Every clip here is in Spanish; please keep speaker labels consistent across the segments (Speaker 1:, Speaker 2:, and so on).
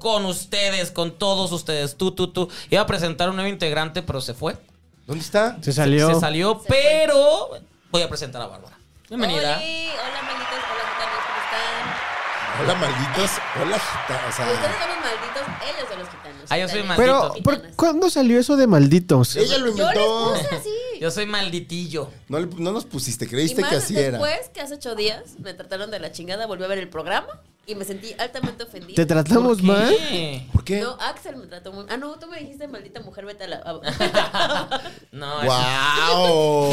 Speaker 1: con ustedes, con todos ustedes. Tú, tú, tú. Iba a presentar un nuevo integrante, pero se fue.
Speaker 2: ¿Dónde está?
Speaker 3: Se salió.
Speaker 1: Se salió, pero voy a presentar a Bárbara.
Speaker 4: Hola,
Speaker 1: Bienvenida.
Speaker 4: hola malditos, hola gitanos, ¿cómo están?
Speaker 2: Hola, malditos. Hola, gita- o
Speaker 4: Ustedes
Speaker 2: sea,
Speaker 4: son los malditos, ellos son los gitanos.
Speaker 1: Ah, yo soy
Speaker 4: Gitanes,
Speaker 1: maldito.
Speaker 3: Pero,
Speaker 1: Malditos.
Speaker 3: ¿por-
Speaker 4: gitanas.
Speaker 3: ¿cuándo salió eso de malditos?
Speaker 2: ella lo
Speaker 4: Yo les
Speaker 2: inventó.
Speaker 4: puse así.
Speaker 1: Yo soy malditillo.
Speaker 2: No, le- no nos pusiste,
Speaker 4: Y
Speaker 2: creíste
Speaker 4: más
Speaker 2: que así era.
Speaker 4: después, que hace ocho días, me trataron de la chingada, volví a ver el programa y me sentí altamente ofendida.
Speaker 3: ¿Te tratamos mal?
Speaker 1: ¿Qué?
Speaker 2: ¿Por qué?
Speaker 4: No, Axel me trató muy... Ah, no, tú me dijiste, maldita mujer, vete a la...
Speaker 1: No, es-
Speaker 2: ¡Guau!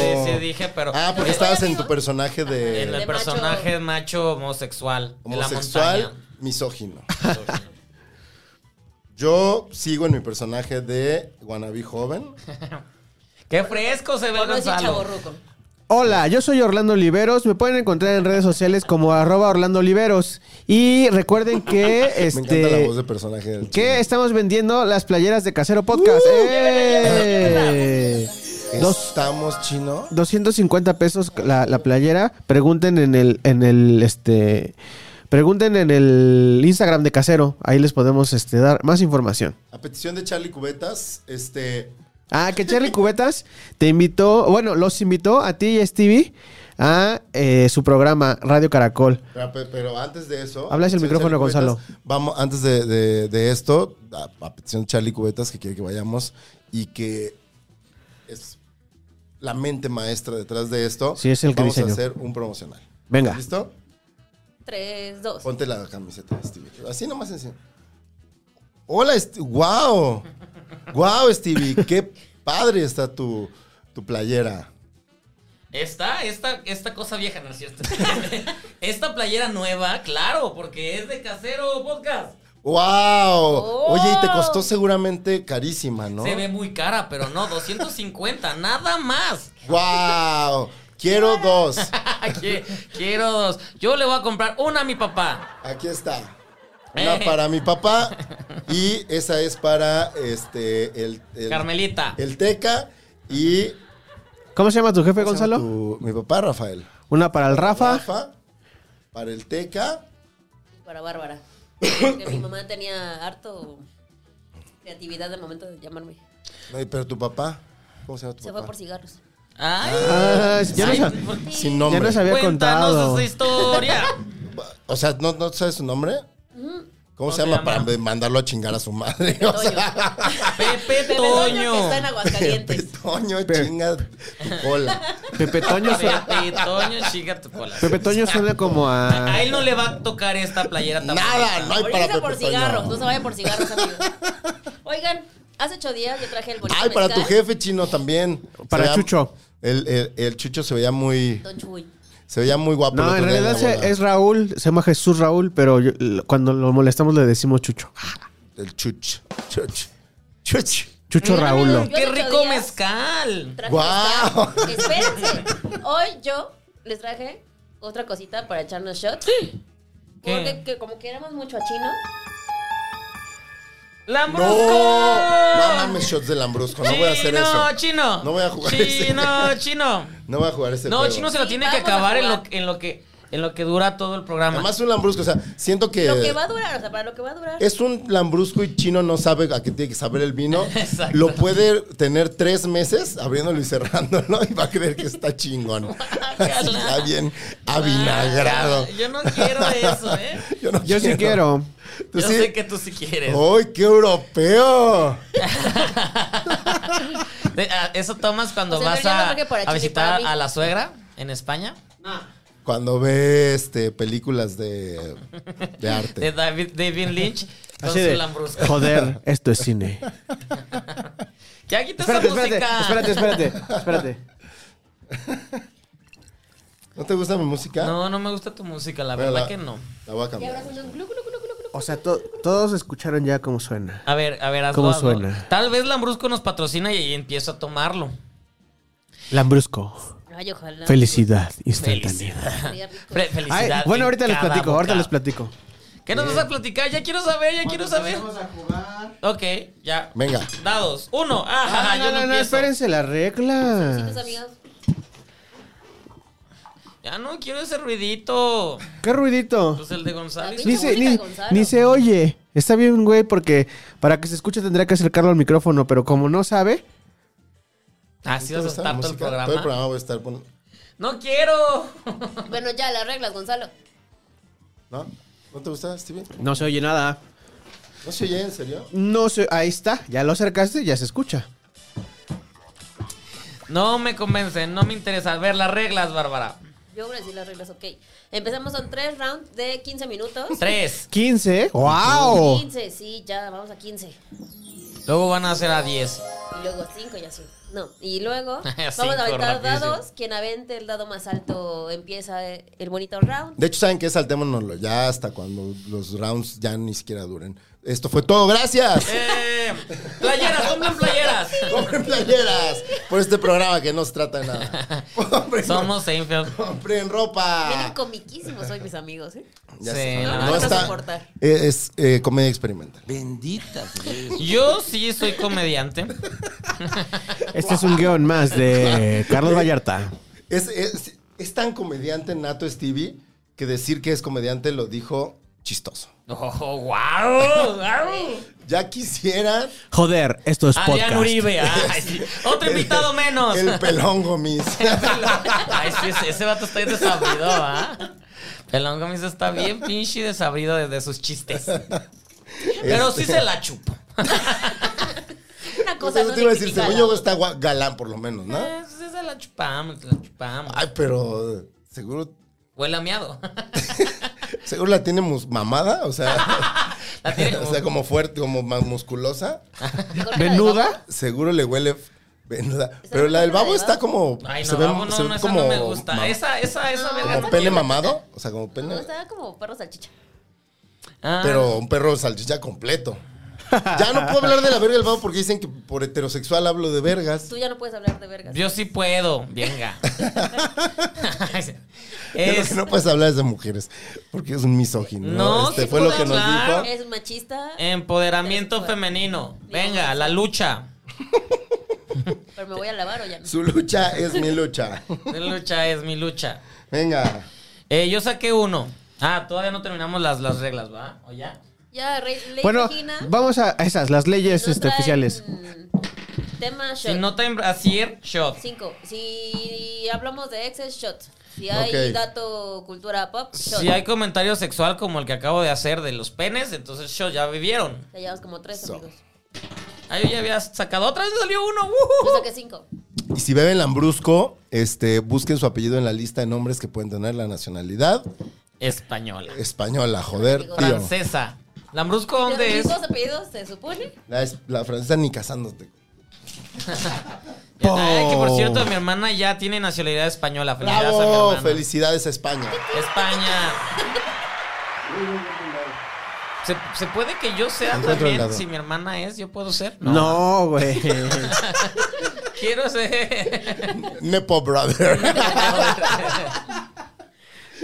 Speaker 1: Sí, sí, dije, pero-
Speaker 2: Ah, porque
Speaker 4: ¿No fue
Speaker 2: estabas eh, en
Speaker 4: amigo?
Speaker 2: tu personaje
Speaker 1: en
Speaker 2: de
Speaker 1: el
Speaker 4: De
Speaker 1: personaje macho, homosexual. De la
Speaker 2: homosexual
Speaker 1: montaña.
Speaker 2: misógino. Yo sigo en mi personaje de Wannabe Joven.
Speaker 1: Qué fresco se ve el
Speaker 4: no es
Speaker 1: Gonzalo.
Speaker 4: chaborruco.
Speaker 3: Hola, yo soy Orlando Oliveros. Me pueden encontrar en redes sociales como arroba Orlando Oliveros. Y recuerden que
Speaker 2: Me encanta la voz de
Speaker 3: este.
Speaker 2: personaje del
Speaker 3: Que
Speaker 2: chino.
Speaker 3: estamos vendiendo las playeras de Casero Podcast. ¡Eh! Dos-
Speaker 2: ¿Estamos chino?
Speaker 3: 250 pesos la, la playera. Pregunten en el, en el este. Pregunten en el Instagram de Casero. Ahí les podemos este, dar más información.
Speaker 2: A petición de Charlie Cubetas, este...
Speaker 3: Ah, que Charlie Cubetas te invitó, bueno, los invitó a ti y a Stevie a eh, su programa Radio Caracol.
Speaker 2: Pero, Ah, pe- pero antes de eso.
Speaker 3: Hablas el
Speaker 2: petición de
Speaker 3: micrófono,
Speaker 2: Charlie
Speaker 3: Gonzalo.
Speaker 2: Cubetas, vamos, antes de, de- de esto, a, a petición de Charlie Cubetas, que quiere que vayamos y que es la mente maestra detrás de esto.
Speaker 3: Sí, es el que
Speaker 2: Vamos
Speaker 3: diseñó.
Speaker 2: a hacer un promocional.
Speaker 3: Venga.
Speaker 2: ¿Listo?
Speaker 4: Tres, dos.
Speaker 2: Ponte la camiseta de Stevie. Así nomás encima. Hola, wow. Wow, Stevie. Qué padre está tu, tu playera.
Speaker 1: Esta, esta, esta cosa vieja, ¿no es cierto? esta playera nueva, claro, porque es de casero podcast.
Speaker 2: ¡Wow! Oye, y te costó seguramente carísima, ¿no?
Speaker 1: Se ve muy cara, pero no, 250, nada más.
Speaker 2: ¡Wow! Quiero dos.
Speaker 1: Qui- Quiero dos. Yo le voy a comprar una a mi papá.
Speaker 2: Aquí está. Una
Speaker 1: Eh.
Speaker 2: para mi papá y esa es para este el, el-
Speaker 1: Carmelita.
Speaker 2: el Teca y
Speaker 3: ¿Cómo se llama tu jefe,
Speaker 2: ¿cómo se
Speaker 3: Gonzalo?
Speaker 2: llama tu- mi papá Rafael.
Speaker 3: Una para el Rafa.
Speaker 2: Rafa para el Teca.
Speaker 4: Para Bárbara. Porque mi mamá tenía harto creatividad al momento de llamarme.
Speaker 2: Ay, pero tu papá, ¿cómo se llama tu
Speaker 4: Se fue
Speaker 2: papá?
Speaker 4: por cigarros.
Speaker 1: Ay,
Speaker 3: Ah, ya, no
Speaker 1: Ay,
Speaker 3: sab-
Speaker 1: ¿por qué?
Speaker 2: Sin
Speaker 3: ya
Speaker 2: nombre.
Speaker 3: nos había
Speaker 1: Cuéntanos
Speaker 3: contado.
Speaker 1: esa historia.
Speaker 2: O sea, ¿no, no sabes su nombre? ¿Cómo
Speaker 1: ¿Cómo
Speaker 2: se
Speaker 1: se
Speaker 2: llama,
Speaker 1: llama?
Speaker 2: para mandarlo a chingar a su madre? O sea,
Speaker 1: Pepe
Speaker 4: Pepe
Speaker 1: Toño.
Speaker 4: Toño que está en Aguascalientes.
Speaker 2: Pepe Toño, chinga tu cola.
Speaker 3: Pepe Toño, suena,
Speaker 1: Pepe Toño, chica tu cola.
Speaker 3: Pepe Toño suena como a.
Speaker 1: A él no le va a tocar esta playera tan
Speaker 2: Nada,
Speaker 1: bonita.
Speaker 2: no hay para
Speaker 4: Ahorita
Speaker 2: Pepe
Speaker 4: por
Speaker 2: Toño.
Speaker 4: cigarros, no se vaya por cigarros, amigos. Oigan, hace ocho días yo traje el bonito
Speaker 2: Ay, para tu
Speaker 4: mezcal.
Speaker 2: jefe chino también.
Speaker 3: Para
Speaker 2: Se veía-
Speaker 3: Chucho.
Speaker 2: El, el- el Chucho se veía muy,
Speaker 4: Don Chuy.
Speaker 2: se veía muy guapo. el
Speaker 3: No,
Speaker 2: otro
Speaker 3: en
Speaker 2: día
Speaker 3: realidad
Speaker 2: la
Speaker 3: se-
Speaker 2: boda.
Speaker 3: es Raúl, se llama Jesús Raúl, pero yo- l- cuando lo molestamos le decimos Chucho.
Speaker 2: El Chuch. Chuch. Chuch.
Speaker 3: Chucho
Speaker 4: Mira,
Speaker 3: Raúl.
Speaker 4: amigo,
Speaker 1: ¡Qué
Speaker 4: Yo hace ocho
Speaker 1: rico
Speaker 4: días-
Speaker 1: mezcal!
Speaker 4: Traje
Speaker 2: ¡Guau!
Speaker 4: mezcal. Espérense. Hoy yo les traje otra cosita para echarnos shots.
Speaker 1: ¿Qué?
Speaker 4: Porque que como queremos mucho a Chino.
Speaker 1: ¡Lambrusco!
Speaker 2: No, no mames shots de Lambrusco, no voy a hacer
Speaker 1: Chino,
Speaker 2: eso.
Speaker 1: Chino.
Speaker 2: No voy a jugar ese.
Speaker 1: Chino, chino.
Speaker 2: No voy a jugar ese
Speaker 1: No,
Speaker 2: este juego.
Speaker 1: chino se lo
Speaker 4: Sí,
Speaker 1: tiene que
Speaker 4: vamos a
Speaker 1: acabar en lo,
Speaker 4: jugar.
Speaker 1: en lo que en lo que dura todo el programa.
Speaker 2: Además un Lambrusco, o sea, siento que,
Speaker 4: Lo que va a durar, o sea, para lo que va a durar.
Speaker 2: Eh. es un Lambrusco y chino no sabe a qué tiene que saber el vino.
Speaker 1: Exacto.
Speaker 2: Lo puede tener tres meses abriéndolo y cerrándolo y va a creer que está chingón. Así está bien avinagrado.
Speaker 1: Ah, Yo no quiero eso, ¿eh?
Speaker 2: Yo, no
Speaker 3: Yo sí quiero.
Speaker 2: ¿Tú
Speaker 1: Yo
Speaker 2: sí? Oh.
Speaker 1: sé que tú sí quieres.
Speaker 2: ¡Ay, qué europeo!
Speaker 1: De- a- ¿Eso tomas cuando
Speaker 4: O sea,
Speaker 1: vas
Speaker 4: yo no
Speaker 1: a,
Speaker 4: creo que por
Speaker 1: a
Speaker 4: aquí ni para
Speaker 1: visitar
Speaker 4: mí.
Speaker 1: a la suegra en España?
Speaker 2: Cuando ve este, películas de, de arte.
Speaker 1: De David, David Lynch con
Speaker 3: Así
Speaker 1: su
Speaker 3: de,
Speaker 1: lambrusco.
Speaker 3: joder, esto es cine.
Speaker 1: Ya quita
Speaker 3: Espérate,
Speaker 1: esa
Speaker 3: espérate,
Speaker 1: música.
Speaker 3: espérate, espérate, espérate.
Speaker 2: ¿No te gusta mi música?
Speaker 1: No, no me gusta tu música, la
Speaker 2: Bueno,
Speaker 1: verdad
Speaker 2: la-
Speaker 1: que no.
Speaker 2: La voy a
Speaker 4: Y ahora
Speaker 2: cambiar.
Speaker 4: suena un glu, glu, glu, glu, glu.
Speaker 3: O sea, to- todos escucharon ya cómo suena.
Speaker 1: A ver, a ver, hazlo.
Speaker 3: ¿Cómo
Speaker 1: hazlo.
Speaker 3: suena?
Speaker 1: Tal vez Lambrusco nos patrocina y, y empiezo a tomarlo.
Speaker 3: Lambrusco,
Speaker 4: Ay, ojalá.
Speaker 3: felicidad instantánea.
Speaker 1: Felicidad.
Speaker 4: Sería rico.
Speaker 1: Fe-
Speaker 3: Ay,
Speaker 1: felicidad.
Speaker 3: bueno,
Speaker 1: en
Speaker 3: ahorita les
Speaker 1: cada
Speaker 3: platico, ahorita
Speaker 1: boca.
Speaker 3: les platico.
Speaker 1: ¿Qué nos vas a platicar? Ya quiero saber, ya quiero saber. Ok, ya.
Speaker 2: Venga.
Speaker 1: Dados. Uno. Ah,
Speaker 3: Ah,
Speaker 1: yo
Speaker 3: no,
Speaker 1: no,
Speaker 3: no, no,
Speaker 1: empiezo.
Speaker 3: espérense las
Speaker 4: Tus
Speaker 3: reglas.
Speaker 4: amigos.
Speaker 1: Ya no quiero ese ruidito.
Speaker 3: ¿Qué ruidito?
Speaker 1: Pues el de González.
Speaker 4: Pinche
Speaker 3: Ni se,
Speaker 4: música
Speaker 3: ni-
Speaker 4: de Gonzalo.
Speaker 3: ni se oye. Está bien, güey, porque para que se escuche tendría que acercarlo al micrófono, pero como no sabe,
Speaker 1: Así
Speaker 2: ¿No
Speaker 1: vas
Speaker 2: te
Speaker 1: a
Speaker 2: gusta mi
Speaker 1: estar todo el
Speaker 2: música?
Speaker 1: programa.
Speaker 2: Todo el programa voy a estar poniendo.
Speaker 1: No quiero.
Speaker 4: Bueno, ya, las reglas, Gonzalo.
Speaker 2: ¿No? ¿No te gusta, Stevie?
Speaker 3: no se oye nada.
Speaker 2: ¿No se oye, en serio?
Speaker 3: No se, ahí está, ya lo acercaste, ya se escucha.
Speaker 1: No me convencen, no me interesa. A ver las reglas, Bárbara.
Speaker 4: Yo voy a decir las reglas, ok. Empezamos con tres rounds de 15 minutos.
Speaker 1: Tres.
Speaker 3: 15. ¡Wow!
Speaker 4: 15, sí, ya, vamos a 15. Y
Speaker 1: Luego van a hacer a diez.
Speaker 4: luego 5 y así. No, y luego vamos
Speaker 1: Cinco,
Speaker 4: a aventar
Speaker 1: rapidísimo.
Speaker 4: dados. Quien avente el dado más alto empieza eh, el bonito round.
Speaker 2: De hecho, ¿saben qué? Saltémonoslo ya hasta cuando los rounds ya ni siquiera duren. Esto fue todo. ¡Gracias!
Speaker 1: Eh, playeras, compren playeras.
Speaker 2: ¡Compren playeras! Por este programa que no se trata de nada. ¡Compren,
Speaker 1: Somos Seinfeld.
Speaker 2: compren
Speaker 4: Vienen
Speaker 2: ropa!
Speaker 4: comiquísimos hoy mis amigos, ¿eh?
Speaker 2: Ya
Speaker 1: Sí,
Speaker 2: sé.
Speaker 1: la
Speaker 2: no
Speaker 1: verdad.
Speaker 2: está.
Speaker 4: soportar.
Speaker 2: eh, Es eh, comedia experimental.
Speaker 5: Benditas. güey.
Speaker 1: Yo sí soy comediante.
Speaker 3: Este es un guión más de Carlos Vallarta.
Speaker 2: Es, es, es tan comediante Nato Stevie que decir que es comediante lo dijo chistoso.
Speaker 1: Oh, wow.
Speaker 2: Ya quisieran
Speaker 3: Joder, esto es
Speaker 1: Adrián Uribe. ay, sí. Otro invitado menos.
Speaker 2: el pelón gomis.
Speaker 1: Ay, sí, ese, ese vato está bien desabrido, ¿ah? Pelón Gómez está bien pinche y desabrido desde sus chistes. Pero sí
Speaker 2: Este-
Speaker 1: se la chupo.
Speaker 4: Una
Speaker 2: Pues
Speaker 4: cosa
Speaker 2: eso
Speaker 4: no
Speaker 2: te iba a decir,
Speaker 4: significa
Speaker 2: según
Speaker 4: la
Speaker 2: yo
Speaker 4: otra.
Speaker 2: está gua- galán por lo menos, ¿no?
Speaker 1: Eh, sí se la chupamos, se la chupamos.
Speaker 2: Ay, pero eh, seguro,
Speaker 1: Huele a miado.
Speaker 2: seguro la tiene mus- mamada, o sea,
Speaker 1: La tiene como-
Speaker 2: o sea, como fuerte, como más musculosa.
Speaker 4: Con la de
Speaker 3: ¿Venuda?
Speaker 2: Seguro le huele f- venuda.
Speaker 4: ¿Está
Speaker 2: Pero la del
Speaker 4: buena la
Speaker 2: babo
Speaker 4: de
Speaker 2: está
Speaker 4: babo?
Speaker 2: como
Speaker 1: Ay, no,
Speaker 2: se ve,
Speaker 1: vamos, no,
Speaker 2: se ve
Speaker 1: no, esa
Speaker 2: como
Speaker 1: no me gusta.
Speaker 2: ma-
Speaker 1: esa, esa, esa verga.
Speaker 2: como
Speaker 1: está
Speaker 2: pene
Speaker 1: bien.
Speaker 2: mamado, o sea, como pene,
Speaker 4: No, estaba como perro salchicha.
Speaker 1: Ah,
Speaker 2: pero un perro salchicha completo. Ya no puedo hablar de la verga del babo porque dicen que por heterosexual hablo de vergas.
Speaker 4: Tú ya no puedes hablar de vergas.
Speaker 1: Yo sí puedo, venga.
Speaker 2: Ya lo
Speaker 1: Es-
Speaker 2: que no puedes hablar es de mujeres, porque es un misógino.
Speaker 1: No,
Speaker 2: este
Speaker 1: sí
Speaker 2: fue lo
Speaker 1: puedo
Speaker 2: que nos
Speaker 1: hablar.
Speaker 2: dijo.
Speaker 4: Ah, Es machista,
Speaker 1: Em, Empoderamiento
Speaker 4: Eso fue.
Speaker 1: femenino. Venga, la lucha.
Speaker 4: pero me voy a lavar o ya no.
Speaker 2: Su lucha es mi lucha.
Speaker 1: Mi lucha es mi lucha.
Speaker 2: Venga.
Speaker 1: Eh, yo saqué uno. Ah, todavía no terminamos las, las reglas, ¿va? ¿O ya?
Speaker 4: Ya, rey, ley
Speaker 3: Bueno,
Speaker 4: Regina,
Speaker 3: vamos a a esas, las leyes
Speaker 4: no
Speaker 3: este,
Speaker 4: traen,
Speaker 3: oficiales.
Speaker 4: mm, Tema shot.
Speaker 1: Si no te em, así er, shot.
Speaker 4: Cinco. Si hablamos de ex, es shot. Si hay
Speaker 2: Ok.
Speaker 4: dato cultura pop, shot.
Speaker 1: Si hay comentario sexual como el que acabo de hacer de los penes, entonces shot, ya vivieron.
Speaker 4: Ya llevamos como tres, amigos.
Speaker 1: Ah, yo ya había sacado otra vez, me salió uno.
Speaker 4: Yo
Speaker 1: ¡Ujujuju!
Speaker 4: saqué cinco.
Speaker 2: Y si beben lambrusco, este, busquen su apellido en la lista de nombres que pueden tener la nacionalidad
Speaker 1: Española.
Speaker 2: española, joder, tío.
Speaker 1: Francesa. ¿Lambrusco dónde es?
Speaker 4: Los dos apellidos, se supone.
Speaker 2: La, es- la francesa ni casándote.
Speaker 1: Ay, eh, que por cierto, mi hermana ya tiene nacionalidad española. Felicidades a mi
Speaker 2: Oh. ¡Bravo!
Speaker 1: hermana.
Speaker 2: Felicidades a España.
Speaker 1: España. ¿Se, se puede que yo sea
Speaker 2: Encuentro el
Speaker 1: también?
Speaker 2: dado.
Speaker 1: Si mi hermana es, yo puedo ser.
Speaker 3: No, güey.
Speaker 1: Quiero ser.
Speaker 2: Nepo Brother.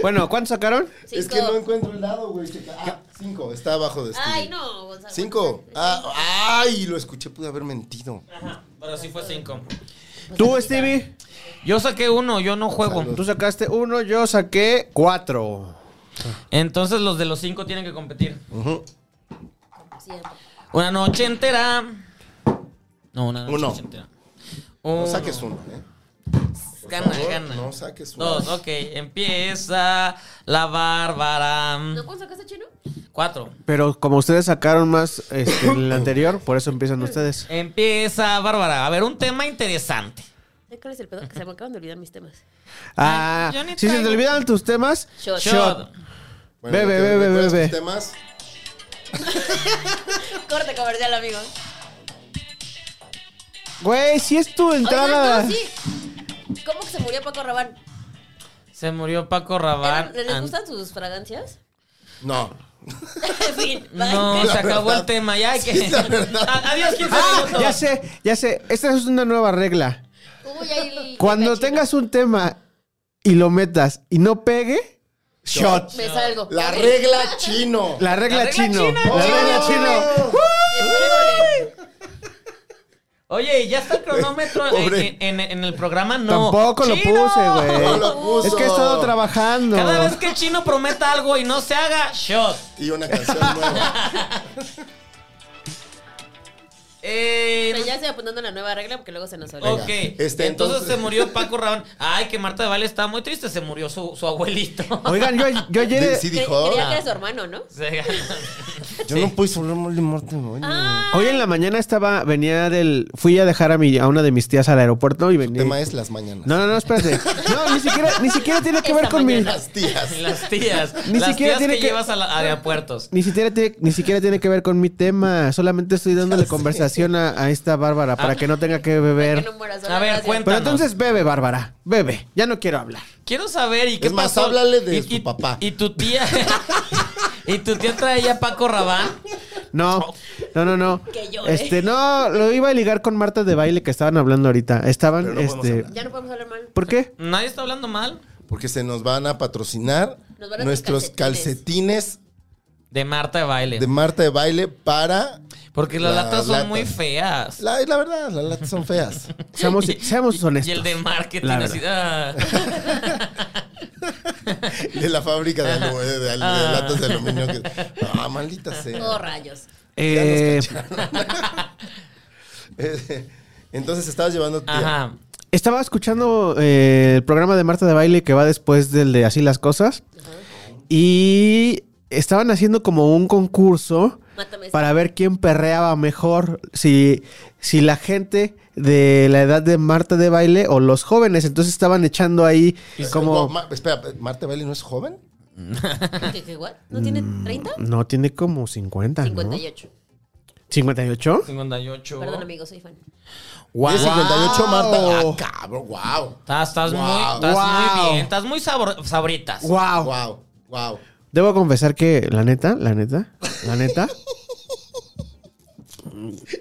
Speaker 3: Bueno, ¿cuántos sacaron?
Speaker 4: Cinco.
Speaker 2: Es que no encuentro el dado, güey. checa. Ah, cinco. Está abajo de
Speaker 4: Ay,
Speaker 2: Steven.
Speaker 4: no, Gonzalo.
Speaker 2: Cinco. Ah, ay, lo escuché. Pude haber mentido.
Speaker 1: Ajá, pero sí fue cinco.
Speaker 3: Tú, Stevie,
Speaker 1: Yo saqué uno, yo no juego.
Speaker 3: tú sacaste uno, yo saqué cuatro.
Speaker 1: Entonces los de los cinco tienen que competir.
Speaker 2: Ujú.
Speaker 4: Siempre.
Speaker 1: Una noche entera. No, una noche
Speaker 2: Uno.
Speaker 1: entera.
Speaker 2: No
Speaker 1: Uno.
Speaker 2: saques uno, ¿eh? Por
Speaker 1: Gana,
Speaker 2: favor,
Speaker 1: gana.
Speaker 2: No saques uno.
Speaker 1: Dos, ok. Empieza la
Speaker 4: ¿No
Speaker 1: Bárbara.
Speaker 4: cuándo sacaste chino?
Speaker 1: Cuatro.
Speaker 3: Pero como ustedes sacaron más este, en el anterior, por eso empiezan ustedes.
Speaker 1: Empieza Bárbara. A ver, un tema interesante.
Speaker 4: ¿Sabes ¿Cuál es el pedo? Que se me acaban de olvidar mis temas.
Speaker 3: Ah,
Speaker 1: yo ni
Speaker 3: si se te
Speaker 1: traigo.
Speaker 3: olvidan tus temas,
Speaker 4: Shot.
Speaker 1: Shot.
Speaker 2: Bueno,
Speaker 3: Bebe,
Speaker 2: ¿te
Speaker 3: bebe,
Speaker 2: recuerdas
Speaker 3: bebe.
Speaker 2: tus temas?
Speaker 4: Corte comercial, amigo.
Speaker 3: Güey, si es tu entrada.
Speaker 4: Oigan, no, sí. ¿Cómo que se murió Paco Rabán?
Speaker 1: Se murió Paco
Speaker 4: ¿Eran-
Speaker 1: Rabán.
Speaker 4: ¿Les
Speaker 1: An-
Speaker 4: gustan sus fragancias?
Speaker 2: No.
Speaker 4: en fin. bye.
Speaker 1: No, se
Speaker 2: La
Speaker 1: acabó
Speaker 2: verdad.
Speaker 1: el tema. Ya hay que.
Speaker 2: Sí, la verdad.
Speaker 1: A- Adiós, 15
Speaker 3: Ah,
Speaker 1: minutos.
Speaker 3: ya sé, ya sé. Esta es una nueva regla.
Speaker 4: Uy, ahí el-
Speaker 3: Cuando
Speaker 4: el
Speaker 3: tengas un tema y lo metas y no pegue, shot.
Speaker 4: cachino. Me salgo.
Speaker 2: La
Speaker 4: Ok.
Speaker 2: regla chino.
Speaker 3: La regla,
Speaker 1: La regla
Speaker 3: chino.
Speaker 1: china,
Speaker 4: Oh.
Speaker 3: La
Speaker 1: chino.
Speaker 3: regla chino.
Speaker 1: Oye, ¿y ya está el cronómetro en,
Speaker 2: Pobre.
Speaker 1: en- en el programa. No.
Speaker 3: Tampoco lo
Speaker 1: ¡Chino!
Speaker 3: puse, güey.
Speaker 2: No lo puso.
Speaker 3: Es que he estado trabajando.
Speaker 1: Cada vez que el chino prometa algo y no se haga, shot.
Speaker 2: Y una canción nueva.
Speaker 1: Eh,
Speaker 4: Pero ya estoy apuntando la nueva regla porque luego se nos olvida.
Speaker 1: ok.
Speaker 2: Venga,
Speaker 1: entonces,
Speaker 2: este, entonces-
Speaker 1: se murió Paco Rabán. Ay, que Marta de Valle está muy triste. Se murió su, su abuelito.
Speaker 3: Oigan, yo, yo ayer.
Speaker 2: Sí
Speaker 4: Cre-
Speaker 2: dijo. "Ah".
Speaker 4: Creía que era su hermano, ¿no?
Speaker 1: Se-
Speaker 2: Yo no puedo hablar mal de Martin Boy.
Speaker 4: Ah,
Speaker 3: Hoy en la mañana estaba, venía del. Fui a dejar a, mi, a una de mis tías al aeropuerto y
Speaker 2: El
Speaker 3: venía.
Speaker 2: tema es las mañanas.
Speaker 3: No, no, no, espérate. No, ni siquiera, ni siquiera tiene que
Speaker 4: Esta
Speaker 3: ver con mi.
Speaker 4: mañana.
Speaker 2: Las tías.
Speaker 1: Las tías.
Speaker 3: Ni
Speaker 1: las
Speaker 3: siquiera
Speaker 1: tías
Speaker 3: tiene
Speaker 1: que,
Speaker 3: que-
Speaker 1: llevas a, la, a aeropuertos.
Speaker 3: Ni siquiera, tiene, ni siquiera tiene que ver con mi tema. Solamente estoy dándole conversación a, a esta Bárbara para que no tenga que
Speaker 4: que
Speaker 3: beber.
Speaker 4: no mueras.
Speaker 1: A ver,
Speaker 4: gracias.
Speaker 1: cuenta.
Speaker 3: Pero entonces bebe, Bárbara. Bebe. Ya no quiero hablar.
Speaker 1: Quiero saber y qué
Speaker 2: Es más,
Speaker 1: pasó?
Speaker 2: háblale de
Speaker 1: Y-
Speaker 2: su
Speaker 1: y-
Speaker 2: papá.
Speaker 1: Y tu tía. y tu tía traía a Paco Rabán.
Speaker 3: No, no, no, no.
Speaker 4: Que llore.
Speaker 3: Este, no, lo iba a ligar con Marta de baile que estaban hablando ahorita. Estaban,
Speaker 2: Pero no podemos
Speaker 3: este.
Speaker 2: hablar.
Speaker 4: Ya no podemos hablar mal.
Speaker 3: ¿Por qué?
Speaker 1: Nadie está hablando mal
Speaker 2: Porque se nos van a patrocinar
Speaker 4: Nos van a hacer
Speaker 2: nuestros calcetines.
Speaker 1: de Marta de baile.
Speaker 2: de Marta de baile para.
Speaker 1: porque las
Speaker 2: Las
Speaker 1: latas son
Speaker 2: latas.
Speaker 1: muy feas.
Speaker 2: La, la verdad, las latas son feas.
Speaker 3: Seamos,
Speaker 1: Y-
Speaker 3: seamos honestos.
Speaker 1: Y el de marketing
Speaker 3: La
Speaker 1: así. ah.
Speaker 2: De la fábrica de, alu- eh, de- de- de
Speaker 1: Ah.
Speaker 2: latas de aluminio. que- ah, maldita sea.
Speaker 4: Oh, rayos.
Speaker 3: Eh,
Speaker 2: Eh, Entonces estabas llevando. tía.
Speaker 1: ah, Ajá.
Speaker 3: estaba escuchando eh, el programa de Marta de baile que va después del de Así las cosas. Y estaban haciendo como un concurso.
Speaker 4: Mátame. esta.
Speaker 3: para ver quién perreaba mejor, si, si la gente de la edad de Marta de baile o los jóvenes, entonces estaban echando ahí
Speaker 2: Wow,
Speaker 3: como...
Speaker 2: Este, Ma- espera, ¿Marta de baile no es joven?
Speaker 4: ¿Qué, qué, what? ¿No tiene 30?
Speaker 3: No, tiene como 50, Mm, ¿no?
Speaker 4: 58.
Speaker 3: ¿58?
Speaker 1: 58.
Speaker 4: Perdón, amigo, soy fan.
Speaker 1: Guau.
Speaker 2: Tiene 58, Marta. Ah, cabrón, wow.
Speaker 1: Estás, estás
Speaker 2: Wow.
Speaker 1: muy, estás
Speaker 3: Wow.
Speaker 1: muy bien. Estás muy sabor- sabritas.
Speaker 3: ¡Wow!
Speaker 2: Wow, wow.
Speaker 3: Debo confesar que, la neta, la neta, la neta,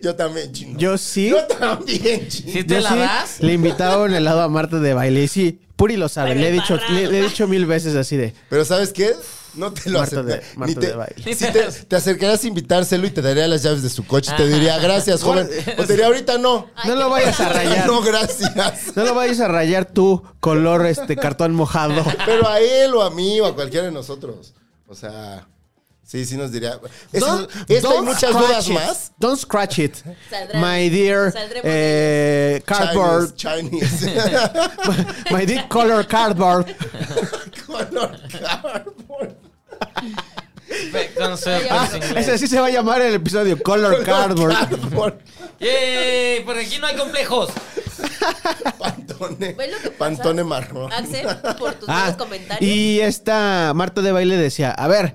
Speaker 2: Yo también, chino.
Speaker 3: yo sí...
Speaker 2: Yo también, chino.
Speaker 1: ¿Sí te
Speaker 3: yo
Speaker 1: la
Speaker 3: sí
Speaker 1: das?
Speaker 3: Le invitaba un helado a Marta de baile. Y sí, Puri lo sabe.
Speaker 4: Pero
Speaker 3: Le he, dicho,
Speaker 4: embarrado.
Speaker 3: le, le he dicho mil veces así de.
Speaker 2: Pero ¿sabes qué? No te lo
Speaker 3: Marta de-
Speaker 2: aceptaría.
Speaker 3: Marta
Speaker 2: Ni te,
Speaker 3: de baile.
Speaker 1: Ni
Speaker 2: si
Speaker 1: te-
Speaker 2: te, te acercarás a invitárselo y te daría las llaves de su coche y te diría, gracias, joven. O te diría, ahorita no.
Speaker 4: Ay,
Speaker 3: No
Speaker 4: qué
Speaker 3: lo vayas Ah. a
Speaker 4: pena.
Speaker 3: rayar.
Speaker 2: No, gracias.
Speaker 3: No lo vayas a rayar tú, color este cartón mojado.
Speaker 2: Pero a él o a mí o a cualquiera de nosotros. O sea, sí, sí nos diría. Es-
Speaker 3: Don't-
Speaker 2: Esta y
Speaker 3: don't
Speaker 2: muchas
Speaker 3: scratch
Speaker 2: dudas
Speaker 3: it.
Speaker 2: más.
Speaker 3: Don't scratch it.
Speaker 4: Saldrá-
Speaker 3: my dear
Speaker 4: saldremos
Speaker 3: eh, cardboard.
Speaker 2: Chinese. Chinese.
Speaker 3: my dear color cardboard.
Speaker 2: Color cardboard.
Speaker 1: Pe- Conceptos
Speaker 3: Ah,
Speaker 1: ingleses.
Speaker 3: ese sí se va a llamar el episodio Color Cardboard.
Speaker 2: Cardboard.
Speaker 1: ¡Yay! Por aquí no hay complejos.
Speaker 2: Pantone.
Speaker 4: ¿Ves lo que pasa?
Speaker 2: Pantone marrón.
Speaker 4: Axel, por tus
Speaker 3: Ah,
Speaker 4: malos comentarios.
Speaker 3: y esta Marta de baile decía, a ver,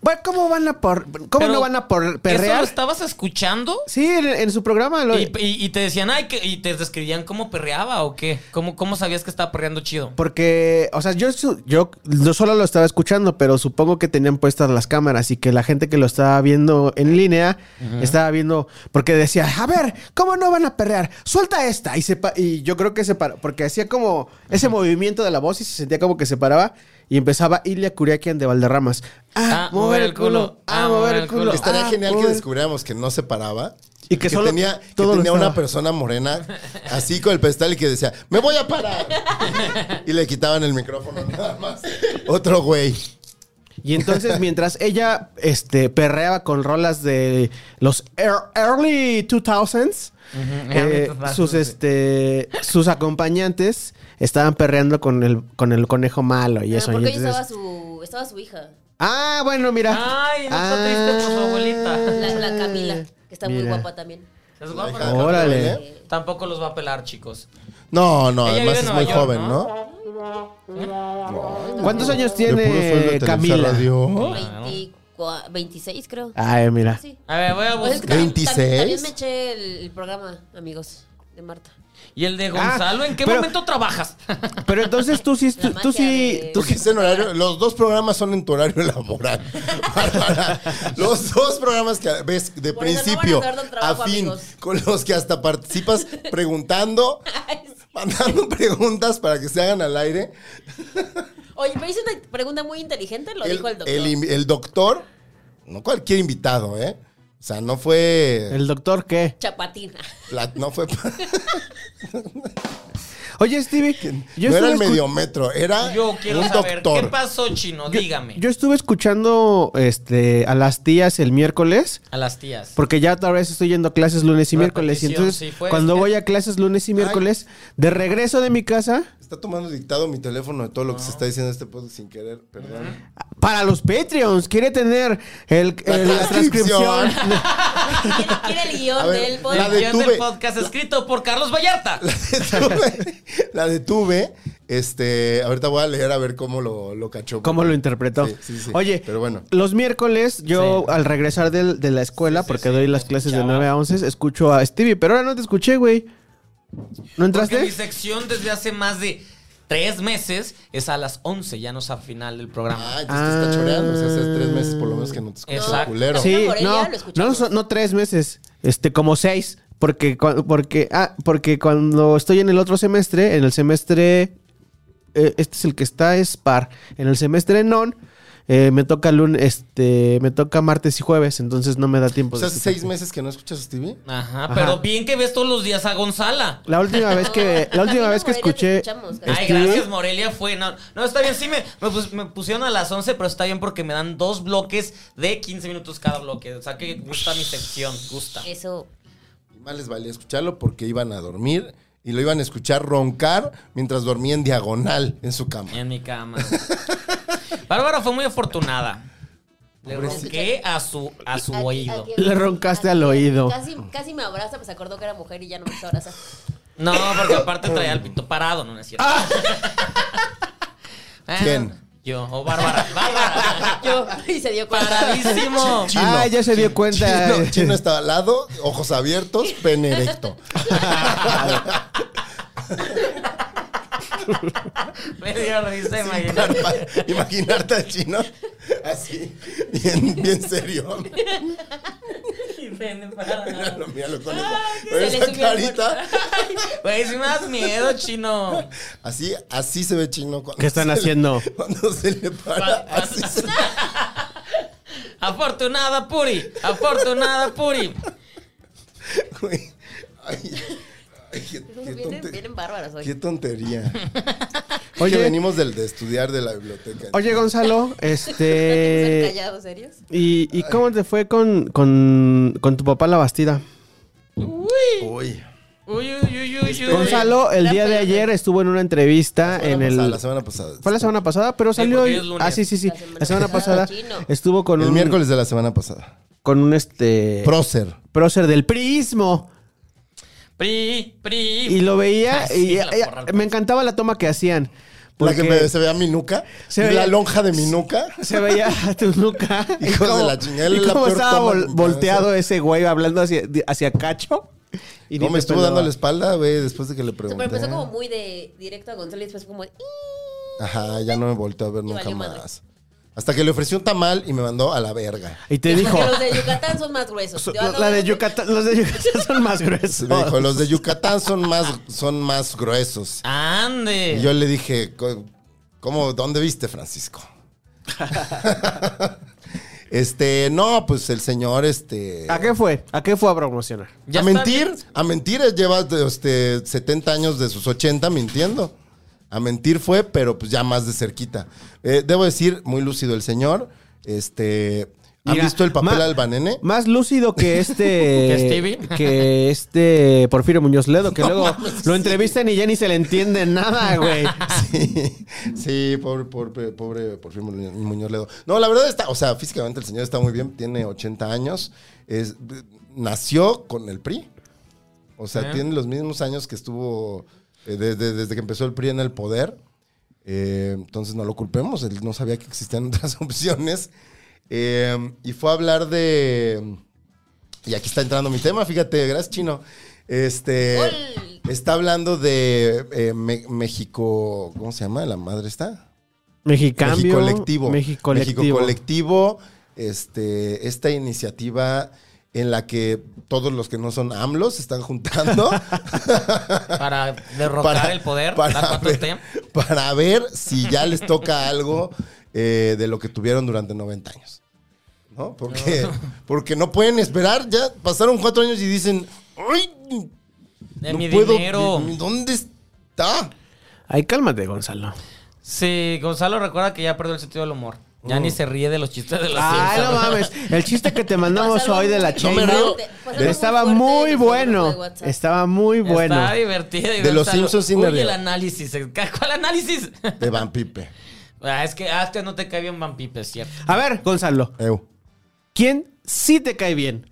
Speaker 3: bueno, ¿cómo van a por, cómo
Speaker 1: Pero,
Speaker 3: no van a por
Speaker 1: ¿Eso
Speaker 3: perrear?
Speaker 1: lo estabas escuchando?
Speaker 3: Sí, en, en su programa lo-
Speaker 1: Y, y- y te decían, ay, que, y te describían cómo perreaba o qué. ¿Cómo, cómo sabías que estaba perreando chido?
Speaker 3: Porque, o sea, yo, su- yo no solo lo estaba escuchando, pero supongo que tenían puestas las cámaras y que la gente que lo estaba viendo en línea estaba viendo, porque decía, a ver, ¿cómo no van a perrear? Suelta esta. Y, se pa- y yo creo que se paró, porque hacía como ese movimiento de la voz y se sentía como que se paraba. Y empezaba Ilya Kuriakian de Valderramas. Ah, mover el culo. Ah, mover el culo.
Speaker 2: Estaría
Speaker 3: ah,
Speaker 2: genial que
Speaker 3: mover-
Speaker 2: descubriéramos que no se paraba.
Speaker 3: Y que solo
Speaker 2: tenía, que
Speaker 3: todo lo
Speaker 2: tenía una
Speaker 3: estaba.
Speaker 2: persona morena así con el pedestal y que decía, me voy a parar. Y le quitaban el micrófono nada más. Otro güey.
Speaker 3: Y entonces, mientras ella este, perreaba con rolas de los ear- early 2000s, eh,
Speaker 1: early 2000s,
Speaker 3: sus,
Speaker 1: sí.
Speaker 3: este, sus acompañantes estaban perreando con el, con el conejo malo y
Speaker 4: Pero
Speaker 3: eso. y
Speaker 4: Ah, porque hoy
Speaker 3: entonces-
Speaker 4: estaba su, estaba su hija,
Speaker 3: Ah, bueno, mira.
Speaker 1: Ay, no te triste por su abuelita.
Speaker 4: la, la Camila, que está muy
Speaker 3: Eh, Mira.
Speaker 4: guapa también.
Speaker 1: Es guapa,
Speaker 2: Hija de
Speaker 1: ¿no?
Speaker 3: Órale.
Speaker 2: Camila, ¿eh?
Speaker 1: Tampoco los va a pelar, chicos.
Speaker 2: No, no,
Speaker 1: Ella
Speaker 2: además
Speaker 1: vive en
Speaker 2: es
Speaker 1: Nueva
Speaker 2: muy
Speaker 1: York,
Speaker 2: joven,
Speaker 1: ¿no?
Speaker 2: ¿no?
Speaker 3: ¿Cuántos años
Speaker 2: De puro sueldo de
Speaker 3: tiene
Speaker 2: Televisa
Speaker 3: Camila?
Speaker 2: Radio.
Speaker 4: 24, 26 creo.
Speaker 3: Ay, mira.
Speaker 4: Sí.
Speaker 1: A ver,
Speaker 2: Ah,
Speaker 1: voy a
Speaker 4: Pues es que
Speaker 1: buscar.
Speaker 4: también-
Speaker 2: 26.
Speaker 4: También me eché el, el programa, amigos, de Marta.
Speaker 1: ¿Y el de Gonzalo? ¿En qué
Speaker 3: Ah, pero-
Speaker 1: momento trabajas?
Speaker 3: Pero entonces tú sí, tú,
Speaker 4: La
Speaker 3: tú
Speaker 4: magia
Speaker 3: sí,
Speaker 4: de-
Speaker 3: tú-
Speaker 2: Tú que es en horario, los dos programas son en tu horario laboral. Bárbara. los dos programas que ves de
Speaker 4: Por eso no
Speaker 2: principio
Speaker 4: van a perder trabajo,
Speaker 2: a fin,
Speaker 4: amigos.
Speaker 2: con los que hasta participas preguntando,
Speaker 4: Ay, sí.
Speaker 2: mandando preguntas para que se hagan al aire.
Speaker 4: Oye, pero hice una pregunta muy inteligente, lo dijo el doctor.
Speaker 2: in- el doctor, no cualquier invitado, ¿eh? O sea, no fue.
Speaker 3: ¿El doctor qué?
Speaker 4: Chapatina.
Speaker 2: la- no fue.
Speaker 3: Oye, Stevie, yo,
Speaker 2: no
Speaker 3: estuve
Speaker 2: era el
Speaker 3: escu-
Speaker 2: mediometro, era
Speaker 1: Yo quiero
Speaker 2: un
Speaker 1: saber.
Speaker 2: doctor.
Speaker 1: ¿Qué pasó, chino? Dígame.
Speaker 3: yo estuve escuchando este, a las tías el miércoles.
Speaker 1: a las tías.
Speaker 3: Porque ya otra vez estoy yendo a clases lunes y miércoles. Y
Speaker 1: Repetición,
Speaker 3: entonces,
Speaker 1: sí, pues.
Speaker 3: cuando voy a clases lunes y miércoles, de regreso de mi casa,
Speaker 2: Está tomando dictado mi teléfono de todo lo que se está diciendo en este podcast sin querer, perdón.
Speaker 3: para los Patreons, quiere tener el,
Speaker 2: La
Speaker 3: el- la
Speaker 2: transcripción.
Speaker 3: transcripción.
Speaker 4: ¿Quiere, quiere el
Speaker 2: A
Speaker 4: guión
Speaker 2: ver,
Speaker 4: del
Speaker 1: La
Speaker 2: La
Speaker 4: podcast?
Speaker 1: de
Speaker 2: detuve.
Speaker 1: podcast escrito por Carlos Vallarta.
Speaker 2: detuve, la detuve. Este, ahorita voy a leer a ver cómo lo, lo cachó.
Speaker 3: ¿Cómo lo interpretó?
Speaker 2: Sí, sí, sí.
Speaker 3: Oye,
Speaker 2: Pero bueno.
Speaker 3: los miércoles yo
Speaker 1: Sí.
Speaker 3: al regresar del- de, la escuela,
Speaker 1: Sí, sí,
Speaker 3: porque
Speaker 1: sí,
Speaker 3: doy las
Speaker 1: te
Speaker 3: clases de
Speaker 1: escuchaba.
Speaker 3: 9 a 11, escucho a Stevie, pero ahora no te escuché, güey. ¿No entraste?
Speaker 1: Porque mi sección desde hace más de tres meses es a las 11, ya no es al final del programa.
Speaker 2: Ah, entonces te está choreando. O sea, hace tres meses por lo menos que no te escucho,
Speaker 1: Exacto.
Speaker 2: culero.
Speaker 4: Sí.
Speaker 3: Sí,
Speaker 4: Una Morelia,
Speaker 3: no,
Speaker 4: lo
Speaker 3: no,
Speaker 4: escuchamos.
Speaker 3: no, son- no tres meses, este, como seis, porque, cua- porque, ah, porque cuando estoy en el otro semestre, en el semestre, eh, este es el que está, es par, en el semestre non, eh, me toca lun- este, me toca martes y jueves, entonces no me da tiempo.
Speaker 2: O
Speaker 3: de
Speaker 2: sea, hace
Speaker 3: escuchar.
Speaker 2: seis meses que no escuchas a Stevie.
Speaker 1: Ajá,
Speaker 3: Ajá.
Speaker 1: pero bien que ves todos los días a Gonzala.
Speaker 3: La última vez que, la última
Speaker 4: No,
Speaker 3: vez que
Speaker 4: Morelia
Speaker 3: escuché,
Speaker 4: te escuchamos, Carlos.
Speaker 1: Ay,
Speaker 3: Stevie-
Speaker 1: gracias, Morelia fue. No, no está bien, sí me, me, pus- me pusieron a las 11, pero está bien porque me dan dos bloques de 15 minutos cada bloque. O sea que gusta mi sección, gusta.
Speaker 4: Eso.
Speaker 2: Y más les valía escucharlo porque iban a dormir y lo iban a escuchar roncar mientras dormía en diagonal en su cama.
Speaker 1: En mi cama. Bárbara fue muy afortunada. Le ronqué a su, a su
Speaker 4: Aquí-
Speaker 1: oído.
Speaker 4: aquí-
Speaker 3: Le roncaste al oído.
Speaker 4: Casi, casi me abraza, pues se acordó que era mujer y ya no me quiso abrazar.
Speaker 1: No, porque aparte traía el pito parado, no, no es cierto. Ah,
Speaker 2: ¿Quién?
Speaker 1: Yo, o Bárbara. Bárbara.
Speaker 4: Yo, y se dio cuenta.
Speaker 1: Paradísimo.
Speaker 2: Chino.
Speaker 3: Ah, ya se dio cuenta.
Speaker 2: Chino, Chino estaba al lado, ojos abiertos, pene erecto.
Speaker 1: Me dio risa, imagínate.
Speaker 2: Para Imaginarte al chino así, bien, bien serio.
Speaker 1: Y pene parado.
Speaker 2: Míralo, míralo con esa,
Speaker 4: Ay, Ah, que
Speaker 2: con
Speaker 4: se
Speaker 2: esa
Speaker 4: le subió el
Speaker 2: carita.
Speaker 1: Güey, si me das miedo, chino.
Speaker 2: Así, así se ve chino cuando
Speaker 3: ¿Qué están
Speaker 2: se le-
Speaker 3: haciendo?
Speaker 2: cuando se le para.
Speaker 1: Pa- pa-
Speaker 2: Así se-
Speaker 1: Afortunada, Puri. Afortunada, Puri.
Speaker 2: güey. Ay, ay, qué, qué
Speaker 4: Vienen,
Speaker 2: tonte-
Speaker 4: vienen bárbaros hoy.
Speaker 2: qué tontería.
Speaker 3: Oye.
Speaker 2: Oye, venimos del, de estudiar de la biblioteca.
Speaker 3: Oye, Gonzalo,
Speaker 4: Ser
Speaker 3: este,
Speaker 4: callados, serios.
Speaker 3: ¿y, y cómo te fue con, con, con tu papá la bastida?
Speaker 2: Uy.
Speaker 1: Uy, uy, uy, uy, uy.
Speaker 3: Gonzalo el
Speaker 4: La
Speaker 3: día de
Speaker 4: semana-
Speaker 3: ayer estuvo en una entrevista en
Speaker 2: Semana pasada,
Speaker 3: el
Speaker 2: la semana pasada.
Speaker 3: fue la semana pasada, pero salió
Speaker 1: porque
Speaker 3: hoy.
Speaker 1: hoy es lunes.
Speaker 3: Ah, sí, sí, sí.
Speaker 4: La semana
Speaker 3: La semana pasada
Speaker 4: pasada, chino.
Speaker 3: estuvo con
Speaker 2: el
Speaker 3: un
Speaker 2: miércoles de la semana pasada.
Speaker 3: con un
Speaker 4: Eh,
Speaker 3: este
Speaker 2: Prócer.
Speaker 3: prócer del prismo
Speaker 1: Pri, pri.
Speaker 3: y lo veía
Speaker 1: Ay, sí,
Speaker 3: y
Speaker 1: la
Speaker 3: y-
Speaker 1: porra al
Speaker 3: me encantaba la toma que hacían porque
Speaker 2: La que me- se vea mi nuca.
Speaker 3: Se
Speaker 2: la
Speaker 3: veía-
Speaker 2: lonja de mi nuca.
Speaker 3: se veía a tu nuca y
Speaker 2: Hijos de
Speaker 3: cómo-
Speaker 2: la chingada, es
Speaker 3: y
Speaker 2: la
Speaker 3: cómo
Speaker 2: peor
Speaker 3: estaba
Speaker 2: toma
Speaker 3: vol-
Speaker 2: que me
Speaker 3: volteado ese güey hablando hacia, hacia Cacho y ni
Speaker 2: No, me
Speaker 3: te
Speaker 2: estuvo
Speaker 3: pelaba.
Speaker 2: dando la espalda, güey, después de que le
Speaker 4: O sea,
Speaker 2: pregunté.
Speaker 4: pero empezó como muy de directo a Gonzalo y después fue como de, "Ih".
Speaker 2: Ajá, ya no me volteó a ver
Speaker 4: Y
Speaker 2: nunca
Speaker 4: valió madre.
Speaker 2: más. Hasta que le ofrecí un tamal y me mandó a la verga.
Speaker 3: y te dijo
Speaker 4: Porque los de Yucatán son más gruesos. Yo, no,
Speaker 3: la de
Speaker 4: no,
Speaker 3: Yucatán los de Yucatán son más gruesos
Speaker 2: Me dijo, los de Yucatán son más, son más gruesos.
Speaker 1: Ande.
Speaker 2: Y yo le dije, co- ¿Cómo? ¿Dónde viste, Francisco? este, no, pues el señor, este.
Speaker 3: ¿A qué fue? ¿A qué fue a promocionar?
Speaker 1: Ya
Speaker 2: a
Speaker 1: está
Speaker 2: mentir, a mentir eh, lleva este, 70 años de sus 80 mintiendo. A mentir fue, pero pues ya más de cerquita. Eh, debo decir, muy lúcido el señor. Este, ¿han
Speaker 3: Mira,
Speaker 2: visto el papel
Speaker 3: ma-
Speaker 2: albanene?
Speaker 3: Más lúcido que este.
Speaker 1: ¿Que Stevie?
Speaker 3: que este Porfirio Muñoz Ledo, que luego lo entrevistan y ya ni se le entiende nada, güey.
Speaker 2: Sí, sí, pobre, pobre, pobre Porfirio Muñoz Muñoz Ledo. No, la verdad está, o sea, físicamente el señor está muy bien, tiene 80 años, es, nació con el PRI. O sea,
Speaker 1: Bien.
Speaker 2: tiene los mismos años que estuvo eh, desde, desde que empezó el PRI en el poder. Eh, entonces no lo culpemos, él no sabía que existían otras opciones. Eh, y fue a hablar de... Y aquí está entrando mi tema, fíjate, gracias chino. Este...
Speaker 4: Ol.
Speaker 2: Está hablando de eh, Me- México, ¿cómo se llama? La madre está.
Speaker 3: Mexicambio.
Speaker 2: México colectivo.
Speaker 3: México colectivo.
Speaker 2: Colectivo, este, esta iniciativa en la que todos los que no son AMLOS se están juntando
Speaker 1: Para derrocar
Speaker 2: Para-
Speaker 1: el poder,
Speaker 2: para
Speaker 1: la 4T.
Speaker 2: para ver si ya les toca algo eh, de lo que tuvieron durante 90 años. ¿No? Porque, porque no pueden esperar, ya pasaron cuatro años y dicen, ¡ay!
Speaker 1: De
Speaker 2: no
Speaker 1: mi
Speaker 2: puedo,
Speaker 1: dinero.
Speaker 2: ¿Dónde está?
Speaker 3: Ay, cálmate, Gonzalo.
Speaker 1: Sí, Gonzalo recuerda que ya perdió el sentido del humor. Ya
Speaker 2: Oh.
Speaker 1: ni se ríe de los chistes de los
Speaker 3: Ay,
Speaker 1: Simpsons.
Speaker 3: no mames. El chiste que te mandamos
Speaker 4: Pásalo
Speaker 3: hoy de la
Speaker 4: muy
Speaker 3: chamba
Speaker 4: fuerte, pásalo
Speaker 3: estaba
Speaker 4: Pues
Speaker 3: muy
Speaker 4: muy fuerte en el grupo de
Speaker 3: bueno.
Speaker 4: WhatsApp.
Speaker 3: Estaba muy bueno.
Speaker 1: Está divertido. y
Speaker 2: De los
Speaker 1: Gonzalo,
Speaker 2: Simpsons sin
Speaker 1: "Uy,
Speaker 2: nervio".
Speaker 1: el análisis. ¿eh? ¿Cuál análisis?
Speaker 2: De Van Pipe.
Speaker 1: Ah, es que antes no te cae bien Van Pipe, es cierto.
Speaker 3: A ver, Gonzalo,
Speaker 2: Eu.
Speaker 3: ¿quién sí te cae bien?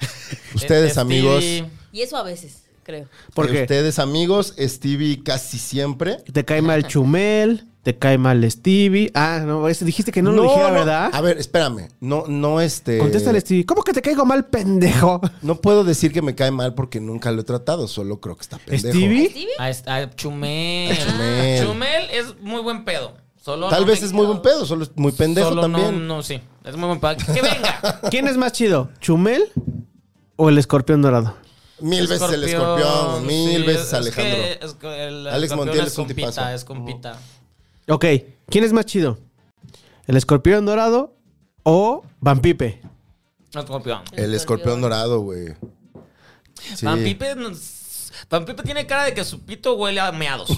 Speaker 2: Ustedes,
Speaker 1: Este,
Speaker 2: amigos.
Speaker 1: Stevie,
Speaker 4: Y eso a veces, creo.
Speaker 3: Porque
Speaker 2: Ustedes, amigos, Stevie casi siempre.
Speaker 3: te cae mal Chumel, te cae mal Stevie. Ah, no, ese dijiste que no, lo dijera, ¿verdad?
Speaker 2: A ver, espérame. No, no, este.
Speaker 3: Contéstale, Stevie. ¿Cómo que te caigo mal, pendejo?
Speaker 2: No puedo decir que me cae mal porque nunca lo he tratado, solo creo que está pendejo.
Speaker 3: ¿Stevie?
Speaker 4: ¿Stevie?
Speaker 1: ahí está, Chumel.
Speaker 2: Chumel.
Speaker 1: Chumel es muy buen pedo. Solo
Speaker 2: Tal
Speaker 1: no
Speaker 2: vez
Speaker 1: te-
Speaker 2: es muy buen pedo, solo es muy pendejo
Speaker 1: Solo no-
Speaker 2: también.
Speaker 1: No, sí. Es muy buen pedo. Que que venga.
Speaker 3: ¿Quién es más chido? ¿Chumel o el escorpión dorado?
Speaker 2: Mil veces el escorpión, mil
Speaker 1: sí,
Speaker 2: veces
Speaker 1: es
Speaker 2: Alejandro.
Speaker 1: que es que el
Speaker 2: Alex
Speaker 1: escorpión
Speaker 2: Montiel
Speaker 1: es
Speaker 2: es un tipazo.
Speaker 1: compita, es compita.
Speaker 3: Ok, ¿quién es más chido? ¿El escorpión dorado o Van Pipe?
Speaker 1: No, escorpión.
Speaker 2: El escorpión dorado, güey. Sí.
Speaker 1: Van Pipe nos- Van Pipe tiene cara de que su pito huele a meados.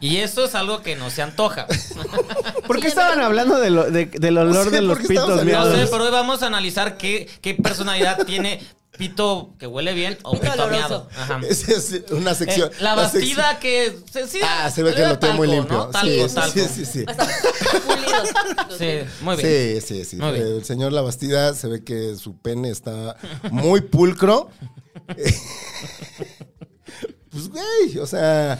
Speaker 1: y eso es algo que no se antoja.
Speaker 3: ¿Por qué estaban hablando de lo- de- del olor
Speaker 2: No sé,
Speaker 3: de
Speaker 2: ¿por
Speaker 3: los
Speaker 2: qué estamos
Speaker 3: pitos
Speaker 1: No
Speaker 2: hablando
Speaker 1: sé,
Speaker 3: miados?
Speaker 1: pero hoy vamos a analizar qué, qué personalidad tiene pito que huele bien o
Speaker 4: Pito
Speaker 1: pito,
Speaker 4: oloroso.
Speaker 1: meado. Ajá.
Speaker 2: Esa es una
Speaker 1: Eh,
Speaker 2: sección.
Speaker 1: la
Speaker 2: una sección-
Speaker 1: bastida que... se- sí,
Speaker 2: Ah, se ve que
Speaker 1: era
Speaker 2: lo tiene muy
Speaker 1: talco,
Speaker 2: limpio.
Speaker 1: ¿no? Talco,
Speaker 2: sí,
Speaker 1: talco.
Speaker 2: sí, sí, sí.
Speaker 4: Pulidos. Los
Speaker 1: Sí,
Speaker 4: tiene.
Speaker 1: muy bien.
Speaker 2: Sí, sí, sí.
Speaker 1: Muy bien.
Speaker 2: El señor Labastida se ve que su pene está muy pulcro. pues, güey, o sea,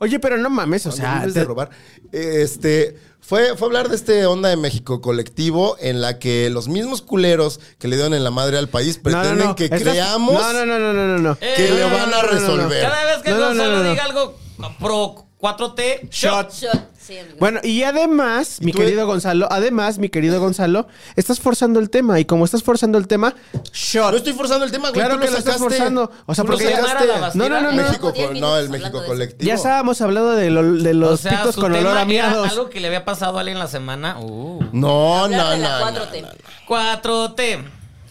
Speaker 3: Oye, pero no mames, o sea,
Speaker 2: libres de
Speaker 3: te-
Speaker 2: robar. Este, fue, fue hablar de este Onda de México colectivo en la que los mismos culeros que le dieron en la madre al país
Speaker 3: no, no,
Speaker 2: pretenden
Speaker 3: no,
Speaker 2: que
Speaker 3: estás-
Speaker 2: creamos
Speaker 3: No, no, no, no, no, no, no.
Speaker 1: Eh,
Speaker 2: que
Speaker 1: no,
Speaker 2: le
Speaker 1: no,
Speaker 2: van a
Speaker 3: no, no, no.
Speaker 2: resolver.
Speaker 1: Cada vez que
Speaker 3: No, no,
Speaker 1: Gonzalo
Speaker 3: no, no, no.
Speaker 1: diga algo pro 4T, shot.
Speaker 4: Shot. Sí, amigo.
Speaker 3: Bueno, y además, mi
Speaker 2: tú- e-
Speaker 3: querido Gonzalo, además, mi querido Gonzalo, estás forzando el tema y como estás forzando el tema,
Speaker 2: No
Speaker 3: shot.
Speaker 2: estoy forzando el tema, güey.
Speaker 3: Claro
Speaker 2: tú
Speaker 3: que lo estás
Speaker 2: sacaste.
Speaker 3: forzando. O sea,
Speaker 2: Tú
Speaker 3: porque
Speaker 2: lo
Speaker 3: ya-
Speaker 2: sacaste.
Speaker 1: Llamar a la
Speaker 3: No, no, no, no.
Speaker 2: México,
Speaker 4: Llevamos diez
Speaker 2: no, el
Speaker 4: minutos
Speaker 2: México
Speaker 4: hablando de eso.
Speaker 2: colectivo.
Speaker 3: Ya estábamos hablando de, lo- de los
Speaker 1: O sea,
Speaker 3: pitos
Speaker 1: su
Speaker 3: con
Speaker 1: tema
Speaker 3: olor a
Speaker 1: era
Speaker 3: miados.
Speaker 1: Algo que le había pasado a alguien la semana. Uh.
Speaker 2: No,
Speaker 4: Hablar
Speaker 2: no, no,
Speaker 4: de la
Speaker 2: no,
Speaker 4: 4T.
Speaker 2: no,
Speaker 1: 4T.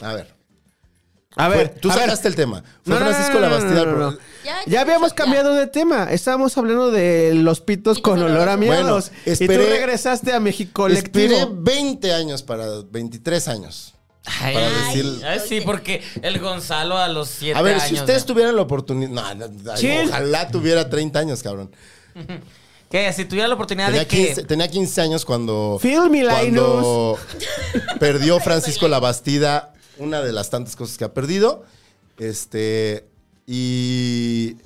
Speaker 2: no. A ver.
Speaker 3: A ver,
Speaker 2: Fue- tú
Speaker 3: a ver.
Speaker 2: sacaste el tema.
Speaker 3: No,
Speaker 2: Fue
Speaker 3: no, no,
Speaker 2: Francisco
Speaker 3: no, no,
Speaker 2: Labastida.
Speaker 3: no, no, no.
Speaker 2: por-
Speaker 4: Ya,
Speaker 3: Ya
Speaker 4: ya,
Speaker 3: habíamos
Speaker 4: ya.
Speaker 3: cambiado de tema. Estábamos hablando de los pitos
Speaker 4: Pitos
Speaker 3: con olor a
Speaker 4: olorosos.
Speaker 3: miados.
Speaker 2: Bueno,
Speaker 3: y tú
Speaker 2: esperé-
Speaker 3: regresaste a México colectivo.
Speaker 2: Esperé 20 años para 23 años.
Speaker 1: Ay,
Speaker 2: Para
Speaker 1: ay,
Speaker 2: decir-
Speaker 1: ay, sí, porque el Gonzalo a los 7
Speaker 2: A
Speaker 1: años.
Speaker 2: ver, si ustedes
Speaker 1: ¿no?
Speaker 2: tuvieran la oportunidad. no, no, no,
Speaker 3: Chill.
Speaker 2: ojalá tuviera 30 años, cabrón.
Speaker 1: ¿Qué? Si tuviera la oportunidad
Speaker 2: Tenía
Speaker 1: de que.
Speaker 2: 15, tenía 15 años cuando.
Speaker 3: Feel me,
Speaker 2: cuando perdió Francisco la Bastida, una de las tantas cosas que ha perdido. Este. Y.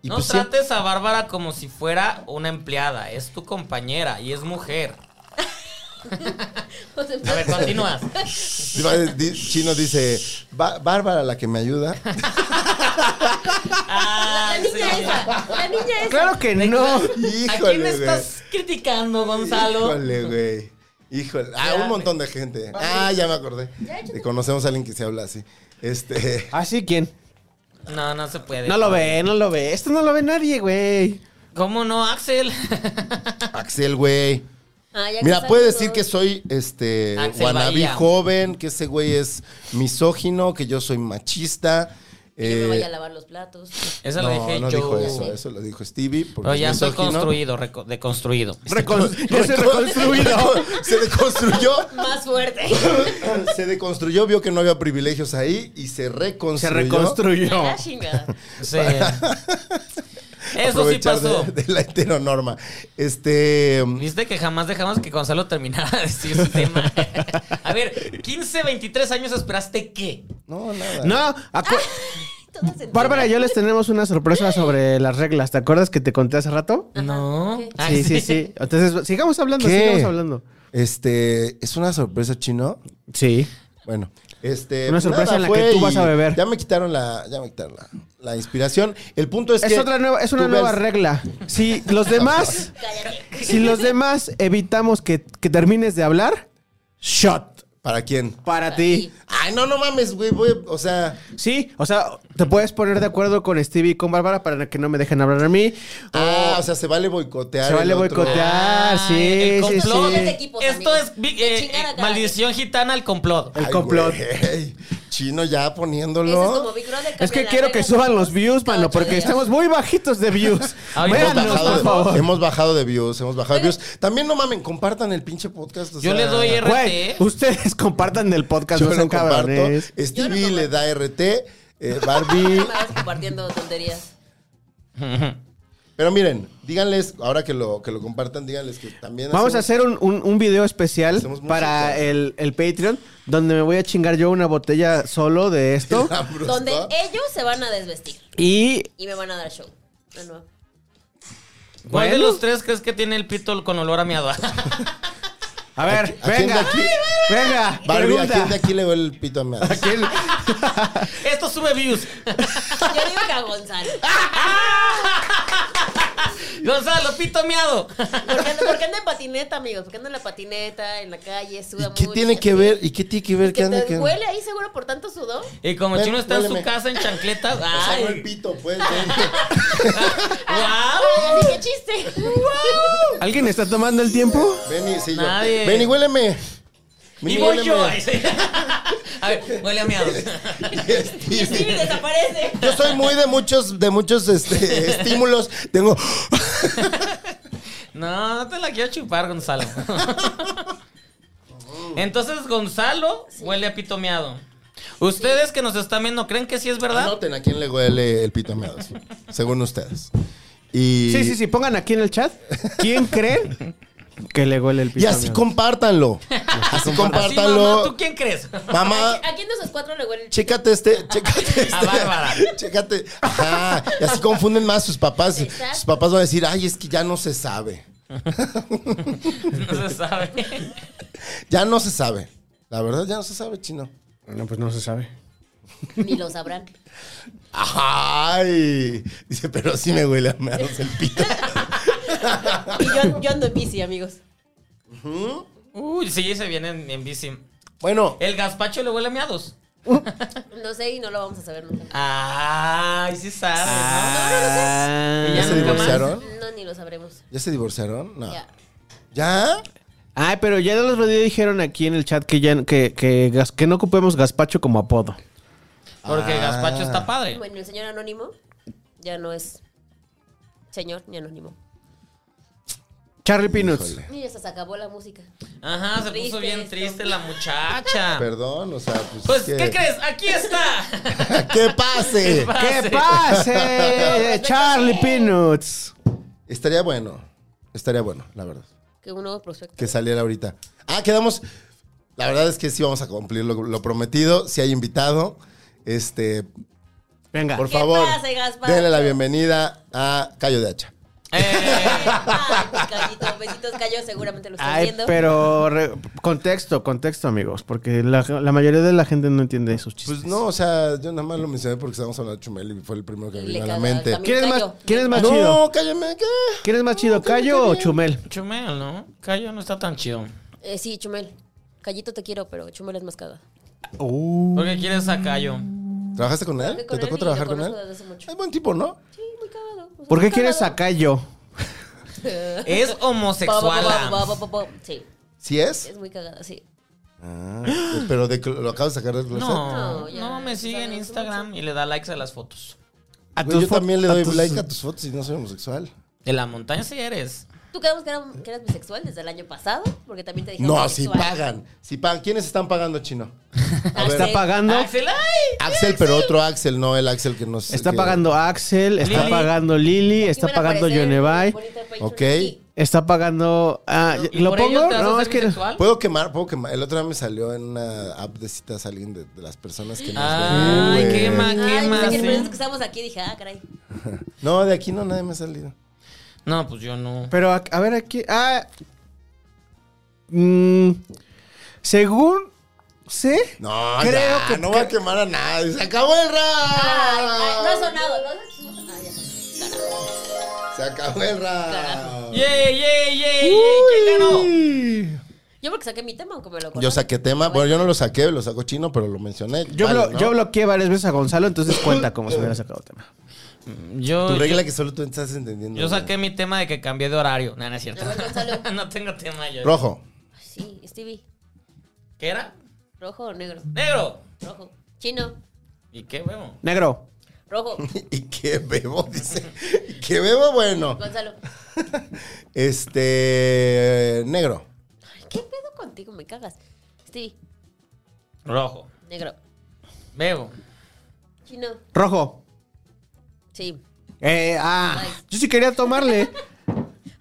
Speaker 2: y
Speaker 1: no
Speaker 2: pues sí,
Speaker 1: trates a Bárbara como si fuera una empleada. Es tu compañera y es mujer.
Speaker 4: O sea,
Speaker 1: A ver, continúas.
Speaker 2: di- Chino dice: "Bá- Bárbara, la que me ayuda.
Speaker 4: La
Speaker 2: Ah,
Speaker 1: Ay,
Speaker 4: niña
Speaker 1: sí.
Speaker 4: esa. La niña esa.
Speaker 3: Claro que no.
Speaker 1: ¿A
Speaker 2: Híjole,
Speaker 1: quién
Speaker 2: güey.
Speaker 1: estás criticando, Gonzalo?
Speaker 2: Híjole, güey. Híjole. Ah,
Speaker 1: Ya,
Speaker 2: un montón de gente. Ah, ya me acordé. Y conocemos a alguien que se habla así. Este.
Speaker 3: ¿Así Ah, quién?
Speaker 1: No, no se puede.
Speaker 3: No lo ve, no lo ve. Esto no lo ve nadie, güey.
Speaker 1: ¿Cómo no, Axel?
Speaker 2: Axel, güey.
Speaker 4: Ah, ya que
Speaker 2: Mira,
Speaker 4: están
Speaker 2: puede
Speaker 4: los
Speaker 2: decir
Speaker 4: dos.
Speaker 2: que soy este
Speaker 1: Axel
Speaker 2: wannabe
Speaker 1: Bahía.
Speaker 2: joven, que ese güey es misógino, que yo soy machista.
Speaker 4: Que yo me
Speaker 2: eh,
Speaker 4: vaya a lavar los platos.
Speaker 1: Eso
Speaker 2: no,
Speaker 1: lo dije
Speaker 2: no
Speaker 1: yo.
Speaker 2: dijo eso, eso lo dijo Stevie. porque
Speaker 1: Pero ya
Speaker 2: es
Speaker 1: estoy
Speaker 2: misógino.
Speaker 1: construido, reco- deconstruido.
Speaker 2: Este
Speaker 3: Recon- ya se reconstruido.
Speaker 2: se deconstruyó.
Speaker 4: Más fuerte.
Speaker 2: se deconstruyó, vio que no había privilegios ahí y se
Speaker 3: Se
Speaker 2: reconstruyó.
Speaker 3: reconstruyó.
Speaker 4: La chingada.
Speaker 1: Ah, Sí. Eso sí
Speaker 2: Aprovechar de-
Speaker 1: pasó.
Speaker 2: De, la heteronorma. Este.
Speaker 1: Viste que jamás dejamos que Gonzalo terminara de decir su tema. A ver, 15, 23 años esperaste qué?
Speaker 2: No, nada.
Speaker 3: No, acu-
Speaker 4: Todas en-
Speaker 3: Bárbara y yo les tenemos una sorpresa sobre las reglas. ¿Te acuerdas que te conté hace rato?
Speaker 1: No. Ah,
Speaker 3: sí, sí, sí. Entonces, sigamos hablando,
Speaker 2: ¿Qué?
Speaker 3: sigamos hablando.
Speaker 2: Este. ¿Es una sorpresa chino?
Speaker 3: Sí.
Speaker 2: Bueno, este.
Speaker 3: Una
Speaker 2: pues
Speaker 3: sorpresa
Speaker 2: nada,
Speaker 3: en la
Speaker 2: fue
Speaker 3: que tú
Speaker 2: y
Speaker 3: vas a beber.
Speaker 2: Ya me quitaron la, ya me quitaron la, la inspiración. El punto es,
Speaker 3: Es,
Speaker 2: que.
Speaker 3: otra nueva, es una
Speaker 2: tú
Speaker 3: nueva
Speaker 2: ves-
Speaker 3: regla. Si los demás,
Speaker 4: Cállate.
Speaker 3: si los demás evitamos que, que termines de hablar, shot
Speaker 2: ¿Para quién?
Speaker 3: para ti.
Speaker 2: Ay, no, no mames, güey. voy- O sea.
Speaker 3: Sí, o sea, te puedes poner de acuerdo con Stevie y con Bárbara para que no me dejen hablar a mí.
Speaker 2: Ah, o sea, se vale boicotear.
Speaker 3: Se
Speaker 2: el
Speaker 3: vale
Speaker 2: otro. Ah,
Speaker 3: boicotear,
Speaker 1: Ay,
Speaker 3: sí,
Speaker 1: el
Speaker 3: sí,
Speaker 1: complot.
Speaker 4: Dobles
Speaker 3: sí.
Speaker 4: equipos,
Speaker 1: Esto
Speaker 4: amigos.
Speaker 1: es vi-
Speaker 4: Que
Speaker 1: eh,
Speaker 4: chingar a cada
Speaker 1: maldición gitana al complot.
Speaker 3: El
Speaker 2: Ay,
Speaker 3: complot.
Speaker 2: güey, Chino ya
Speaker 4: quien. Ese es
Speaker 2: poniéndolo.
Speaker 4: como Big Brother,
Speaker 3: Es que
Speaker 4: cambia
Speaker 3: quiero
Speaker 4: las
Speaker 3: que
Speaker 4: reglas
Speaker 3: suban los
Speaker 4: cada
Speaker 3: views, mano,
Speaker 4: ocho
Speaker 3: porque
Speaker 4: días.
Speaker 3: estamos muy bajitos de views.
Speaker 1: Ahorita
Speaker 2: Hemos
Speaker 3: Véanos,
Speaker 2: bajado,
Speaker 3: por
Speaker 2: de,
Speaker 3: favor.
Speaker 2: hemos bajado de views, hemos bajado de views. También no mamen, compartan el pinche podcast. o
Speaker 1: Yo
Speaker 2: sea,
Speaker 1: le doy RT.
Speaker 3: Güey, ustedes compartan del podcast,
Speaker 2: Yo
Speaker 3: no
Speaker 2: lo
Speaker 3: sean
Speaker 2: comparto.
Speaker 3: cabrones.
Speaker 2: Stevie le da RT. eh, Barbie.
Speaker 4: Nada más compartiendo tonterías.
Speaker 2: Pero miren, díganles, ahora que lo, que lo compartan, díganles que también.
Speaker 3: Vamos a
Speaker 2: hacemos-
Speaker 3: hacer un, un- un video especial
Speaker 2: Hacemos música.
Speaker 3: para el, el Patreon, donde me voy a chingar yo una botella solo de esto.
Speaker 2: La brusca.
Speaker 4: Donde ellos se van a desvestir
Speaker 3: y
Speaker 4: y me van a dar show. Ah, no.
Speaker 1: ¿Cuál
Speaker 3: Bueno.
Speaker 1: de los tres crees que tiene el pito con olor a miado?
Speaker 3: a ver,
Speaker 2: ¿A quién de
Speaker 3: venga,
Speaker 2: aquí?
Speaker 3: venga,
Speaker 2: Barbie, ¿a
Speaker 3: pregunta.
Speaker 2: quién de aquí le huele el pito a meadas?
Speaker 1: Esto sube views.
Speaker 4: Yo digo que a Gonzalo.
Speaker 1: Gonzalo, pito miado.
Speaker 4: ¿Por qué, anda- por qué anda en patineta, amigos? ¿Por qué anda en la patineta, en la calle,
Speaker 2: ¿Y
Speaker 4: suda
Speaker 2: qué
Speaker 4: mucho,
Speaker 2: tiene que
Speaker 4: así?
Speaker 2: ver? ¿Y qué tiene que ver
Speaker 4: Que
Speaker 2: que anda
Speaker 4: te
Speaker 2: que.?
Speaker 4: huele ahí seguro por tanto sudor.
Speaker 1: Y como
Speaker 2: Ven,
Speaker 1: Chino está en su
Speaker 2: huéleme.
Speaker 1: casa en chancletas.
Speaker 2: O sea, no el
Speaker 1: ¡Ay!
Speaker 2: pito, pues.
Speaker 1: ¡Wow!
Speaker 4: Ay, qué Ah, chiste.
Speaker 3: ¿Alguien está tomando el tiempo?
Speaker 2: Ven y, sí, yo.
Speaker 1: Nadie.
Speaker 2: Ven y huéleme. Ven
Speaker 1: Y voy yo.
Speaker 2: huéleme.
Speaker 1: Ay, sí. A ver, huele a miado.
Speaker 4: Y Stevie desaparece.
Speaker 2: Yo soy muy de muchos, de muchos este, estímulos. Tengo.
Speaker 1: No, no te la quiero chupar, Gonzalo. Entonces, Gonzalo huele a pito miado. Ustedes que nos están viendo, ¿creen que sí es verdad?
Speaker 2: Anoten a quién le huele el pito a meados, según ustedes. Y,
Speaker 3: Sí, sí, sí, pongan aquí en el chat. ¿Quién creen que le huele el
Speaker 2: Y
Speaker 3: pito?
Speaker 2: así
Speaker 3: amigo?
Speaker 2: compártanlo. Así
Speaker 1: Así, mamá,
Speaker 2: compártanlo.
Speaker 1: ¿tú quién crees?
Speaker 2: Mamá,
Speaker 4: ¿A quién de esos cuatro le huele el
Speaker 2: chécate este, chécate este.
Speaker 1: A Bárbara.
Speaker 2: Chécate. Ajá. Y así confunden más sus papás.
Speaker 4: Exacto.
Speaker 2: Sus papás van a decir, ay, es que ya no se sabe.
Speaker 1: No se sabe.
Speaker 2: Ya no se sabe. La verdad, ya no se sabe, chino.
Speaker 3: No, pues no se sabe.
Speaker 4: Ni lo sabrán.
Speaker 2: Ay. Dice, pero sí me huele a meados el pito.
Speaker 4: Y yo, yo ando en bici, amigos.
Speaker 1: Uy, sí, se viene en, en bici.
Speaker 2: Bueno,
Speaker 1: El gazpacho le huele a miados.
Speaker 4: No sé y no lo vamos a saber nunca.
Speaker 1: Ay, sí sabes,
Speaker 3: Ah.
Speaker 1: ¿no? Y
Speaker 2: ¿ya se
Speaker 1: nunca más.
Speaker 2: divorciaron? Ah.
Speaker 4: No, ni lo sabremos.
Speaker 2: ¿Ya se divorciaron? No.
Speaker 4: Ya.
Speaker 2: ¿Ya?
Speaker 3: Ay, pero ya los otro día dijeron aquí en el chat que ya que, que, gas- que no ocupemos gazpacho como apodo.
Speaker 1: Porque el gazpacho está padre.
Speaker 4: Bueno, el señor anónimo ya no es señor ni anónimo.
Speaker 3: Charlie Peanuts.
Speaker 2: Híjole.
Speaker 4: Y ya se acabó la música.
Speaker 1: Ajá, se
Speaker 4: Triste
Speaker 1: puso bien
Speaker 4: esto.
Speaker 1: triste la muchacha.
Speaker 2: Perdón, o sea, pues.
Speaker 1: Ah. Pues,
Speaker 2: es
Speaker 1: ¿qué
Speaker 2: que-
Speaker 1: crees? ¡Aquí está!
Speaker 2: ¡Que pase!
Speaker 3: ¡Que pase! Charlie Peanuts.
Speaker 2: Estaría bueno. Estaría bueno, la verdad.
Speaker 4: Que un nuevo Eh, prospecto.
Speaker 2: Que saliera ahorita. Ah, quedamos. La verdad es que sí vamos a cumplir lo, lo prometido. Si hay invitado. Este,
Speaker 3: Venga.
Speaker 2: por
Speaker 4: ¿Qué
Speaker 2: favor,
Speaker 4: pasa, Gaspar?
Speaker 2: denle la bienvenida a Cayo de Hacha.
Speaker 1: Eh,
Speaker 4: Ay, mi Cayito, besitos Cayo, seguramente lo están
Speaker 3: Ay,
Speaker 4: viendo.
Speaker 3: pero re- contexto, contexto, amigos, porque la, la mayoría de la gente no entiende esos chistes.
Speaker 2: Pues no, o sea, yo nada más lo mencioné porque estábamos hablando de Chumel y fue el primero que me
Speaker 4: Y le
Speaker 2: vino a la
Speaker 4: caga-
Speaker 2: mente.
Speaker 4: también.
Speaker 3: ¿Quién es más,
Speaker 4: Cayo.
Speaker 3: quién es más
Speaker 2: No,
Speaker 3: chido?
Speaker 2: cállame, ¿qué?
Speaker 3: ¿Quién es más chido, Cayo o Chumel?
Speaker 1: Chumel, ¿no? Cayo no está tan chido.
Speaker 4: Eh, sí, Chumel. Cayito te quiero, pero Chumel es más caga.
Speaker 1: ¿Por qué quieres a Cayo?
Speaker 2: ¿Trabajaste con él?
Speaker 4: Trabajé con
Speaker 2: ¿Te
Speaker 4: él
Speaker 2: tocó
Speaker 4: y lo
Speaker 2: trabajar con él?
Speaker 4: conozco desde hace mucho.
Speaker 2: Es buen tipo, ¿no?
Speaker 4: Sí, muy cagado. O sea,
Speaker 3: ¿Por qué
Speaker 4: muy
Speaker 3: quieres
Speaker 4: cagado.
Speaker 3: a Cayo?
Speaker 1: Es homosexuala.
Speaker 4: Bo, bo, bo, bo, bo, bo. Sí,
Speaker 2: ¿Sí es?
Speaker 4: es muy cagada, sí.
Speaker 2: Ah, pero de, cl- lo acabas de sacar del closet.
Speaker 1: No,
Speaker 4: No, ya,
Speaker 1: no, me
Speaker 4: ya
Speaker 1: sigue en
Speaker 4: sabemos
Speaker 1: Instagram y le da likes a las fotos.
Speaker 3: A
Speaker 2: Güey,
Speaker 3: tus
Speaker 2: yo
Speaker 3: fo-
Speaker 2: también le doy
Speaker 3: tus-
Speaker 2: like a tus fotos y no soy homosexual.
Speaker 1: De la montaña sí eres.
Speaker 4: Tú quedamos que, era- que eras bisexual desde el año pasado, porque también te dijeron
Speaker 2: No, si
Speaker 4: bisexual.
Speaker 2: pagan. Si pagan. ¿Quiénes están pagando, Chino? A
Speaker 3: Está
Speaker 2: ver,
Speaker 4: pa-
Speaker 3: pagando.
Speaker 1: Axel, ay.
Speaker 2: Axel, pero otro Axel, no el Axel que nos...
Speaker 3: Está
Speaker 2: que-
Speaker 3: pagando Axel, está
Speaker 1: Lili.
Speaker 3: pagando Lili,
Speaker 4: Aquí
Speaker 3: está
Speaker 4: van a
Speaker 3: pagando
Speaker 4: aparecer
Speaker 3: Yonevay,
Speaker 4: bonito page
Speaker 2: Ok.
Speaker 4: aquí.
Speaker 3: está pagando. ah,
Speaker 1: ¿Y
Speaker 3: ¿Lo
Speaker 1: por ello
Speaker 3: pongo?
Speaker 1: te vas a
Speaker 3: No,
Speaker 1: hacer
Speaker 3: es que.
Speaker 1: bisexual?
Speaker 2: Puedo quemar, puedo quemar. El otro día me salió en una app de citas alguien de, de las personas que nos
Speaker 1: Ay,
Speaker 2: ven, güey.
Speaker 1: quema,
Speaker 4: Ay,
Speaker 1: quema.
Speaker 4: pensé que el
Speaker 1: sí.
Speaker 4: momento que estábamos aquí dije, ah, caray.
Speaker 2: No, de aquí no nadie me ha salido.
Speaker 1: No, pues yo no.
Speaker 3: Pero a, a ver aquí. Ah. Mm, según. ¿Sí?
Speaker 2: No,
Speaker 3: Creo
Speaker 2: ya,
Speaker 3: que-
Speaker 2: no va a quemar a nadie. Se acabó el
Speaker 4: Ay,
Speaker 2: Ah.
Speaker 4: ay, no ha
Speaker 2: round.
Speaker 4: sonado. ¿no? Ah, ya sonó.
Speaker 2: Se acabó el round.
Speaker 1: ¡Yeah, yeah, yeah, yeah! ¿Quién ganó?
Speaker 4: Yo porque saqué mi tema, aunque me lo
Speaker 2: Yo
Speaker 4: cortaron.
Speaker 2: saqué tema. Bueno, yo no lo saqué, lo sacó chino, pero lo mencioné.
Speaker 3: Yo,
Speaker 2: Vale,
Speaker 3: blo-
Speaker 2: ¿no?
Speaker 3: yo bloqueé varias veces a Gonzalo, entonces cuenta como si hubiera sacado tema.
Speaker 1: Yo,
Speaker 2: Tu regla
Speaker 1: yo,
Speaker 2: que solo tú estás entendiendo.
Speaker 1: yo
Speaker 2: güey.
Speaker 1: saqué mi tema de que cambié de horario. No, no es cierto.
Speaker 4: A ver, Gonzalo.
Speaker 1: no tengo tema yo.
Speaker 2: Rojo.
Speaker 4: Ay, Sí, Stevie.
Speaker 1: ¿Qué era?
Speaker 4: ¿Rojo o negro?
Speaker 1: ¡Negro!
Speaker 4: Rojo. Chino.
Speaker 1: ¿Y qué huevo?
Speaker 3: Negro.
Speaker 4: Rojo.
Speaker 2: ¿Y qué bebo? Dice. ¿Y qué bebo? Bueno.
Speaker 4: Gonzalo.
Speaker 2: Este. Negro.
Speaker 4: Ay, ¿qué pedo contigo? Me cagas. Stevie.
Speaker 1: Rojo.
Speaker 4: Negro.
Speaker 1: Bebo.
Speaker 4: Chino.
Speaker 3: Rojo.
Speaker 4: Sí.
Speaker 3: Eh, ah. Yo sí quería tomarle.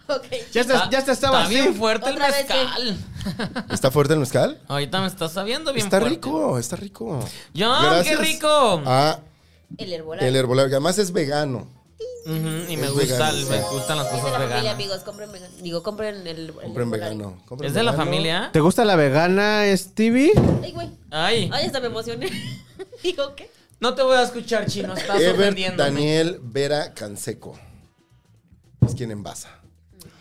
Speaker 4: Ok.
Speaker 3: Ya, te- ya te estaba
Speaker 1: Está bien
Speaker 3: así.
Speaker 1: fuerte el
Speaker 4: Otra vez, ¿qué?
Speaker 1: mezcal.
Speaker 2: ¿Está fuerte el mezcal?
Speaker 1: Ahorita me está sabiendo bien
Speaker 2: Está
Speaker 1: fuerte.
Speaker 2: rico, está rico.
Speaker 1: John,
Speaker 2: Gracias
Speaker 1: qué rico.
Speaker 3: Ah,
Speaker 2: A
Speaker 4: El herbolario.
Speaker 2: el herbolario, que además es vegano.
Speaker 1: Ujú, y me,
Speaker 2: es
Speaker 1: gusta,
Speaker 2: vegano,
Speaker 1: me
Speaker 2: sí.
Speaker 1: gustan las
Speaker 4: Es de
Speaker 1: cosas
Speaker 4: la familia,
Speaker 1: veganas.
Speaker 4: amigos. Compren vegano. Digo, compren el. el
Speaker 2: Compren
Speaker 4: herbolario.
Speaker 2: vegano. compren
Speaker 1: ¿Es de la
Speaker 2: vegano.
Speaker 1: familia?
Speaker 3: ¿Te gusta la vegana, Stevie?
Speaker 4: Ay, güey.
Speaker 1: Ay,
Speaker 4: Ay, hasta me emocioné. Digo, ¿qué?
Speaker 1: no te voy a escuchar, chino. Estás
Speaker 2: Ever
Speaker 1: ofendiéndome.
Speaker 2: Daniel Vera Canseco. Es quien envasa.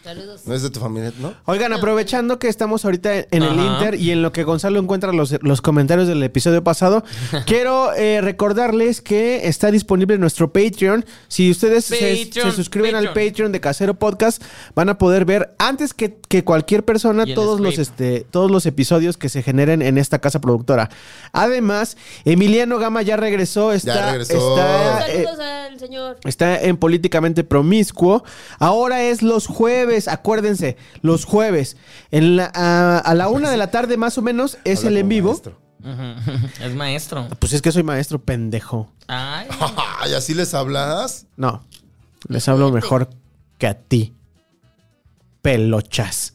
Speaker 4: Saludos.
Speaker 2: No es de tu familia, ¿no?
Speaker 3: Oigan, aprovechando que estamos ahorita en el
Speaker 1: Ajá.
Speaker 3: Inter y en lo que Gonzalo encuentra los, los comentarios del episodio pasado, quiero eh, recordarles que está disponible nuestro Patreon. Si ustedes se- se,
Speaker 1: Patreon,
Speaker 3: suscriben al
Speaker 1: Patreon.
Speaker 3: Patreon de Casero Podcast, van a poder ver antes que, que cualquier persona
Speaker 1: Y el
Speaker 3: todos los,
Speaker 1: script.
Speaker 3: este, todos los episodios que se generen en esta casa productora. Además, Emiliano Gama ya regresó. Está,
Speaker 2: regresó.
Speaker 3: está, eh,
Speaker 4: Saludos al señor.
Speaker 3: Está en políticamente promiscuo. Ahora es los jueves, acuérdense, los jueves. En la- a, a la una de la tarde más o menos es
Speaker 2: Habla
Speaker 3: el en
Speaker 2: como
Speaker 3: vivo.
Speaker 2: maestro.
Speaker 1: Ujú, Es maestro.
Speaker 3: Pues es que soy maestro pendejo.
Speaker 1: Ay.
Speaker 2: ¿Y así les hablas?
Speaker 3: No, les hablo mejor que a ti. Pelochas.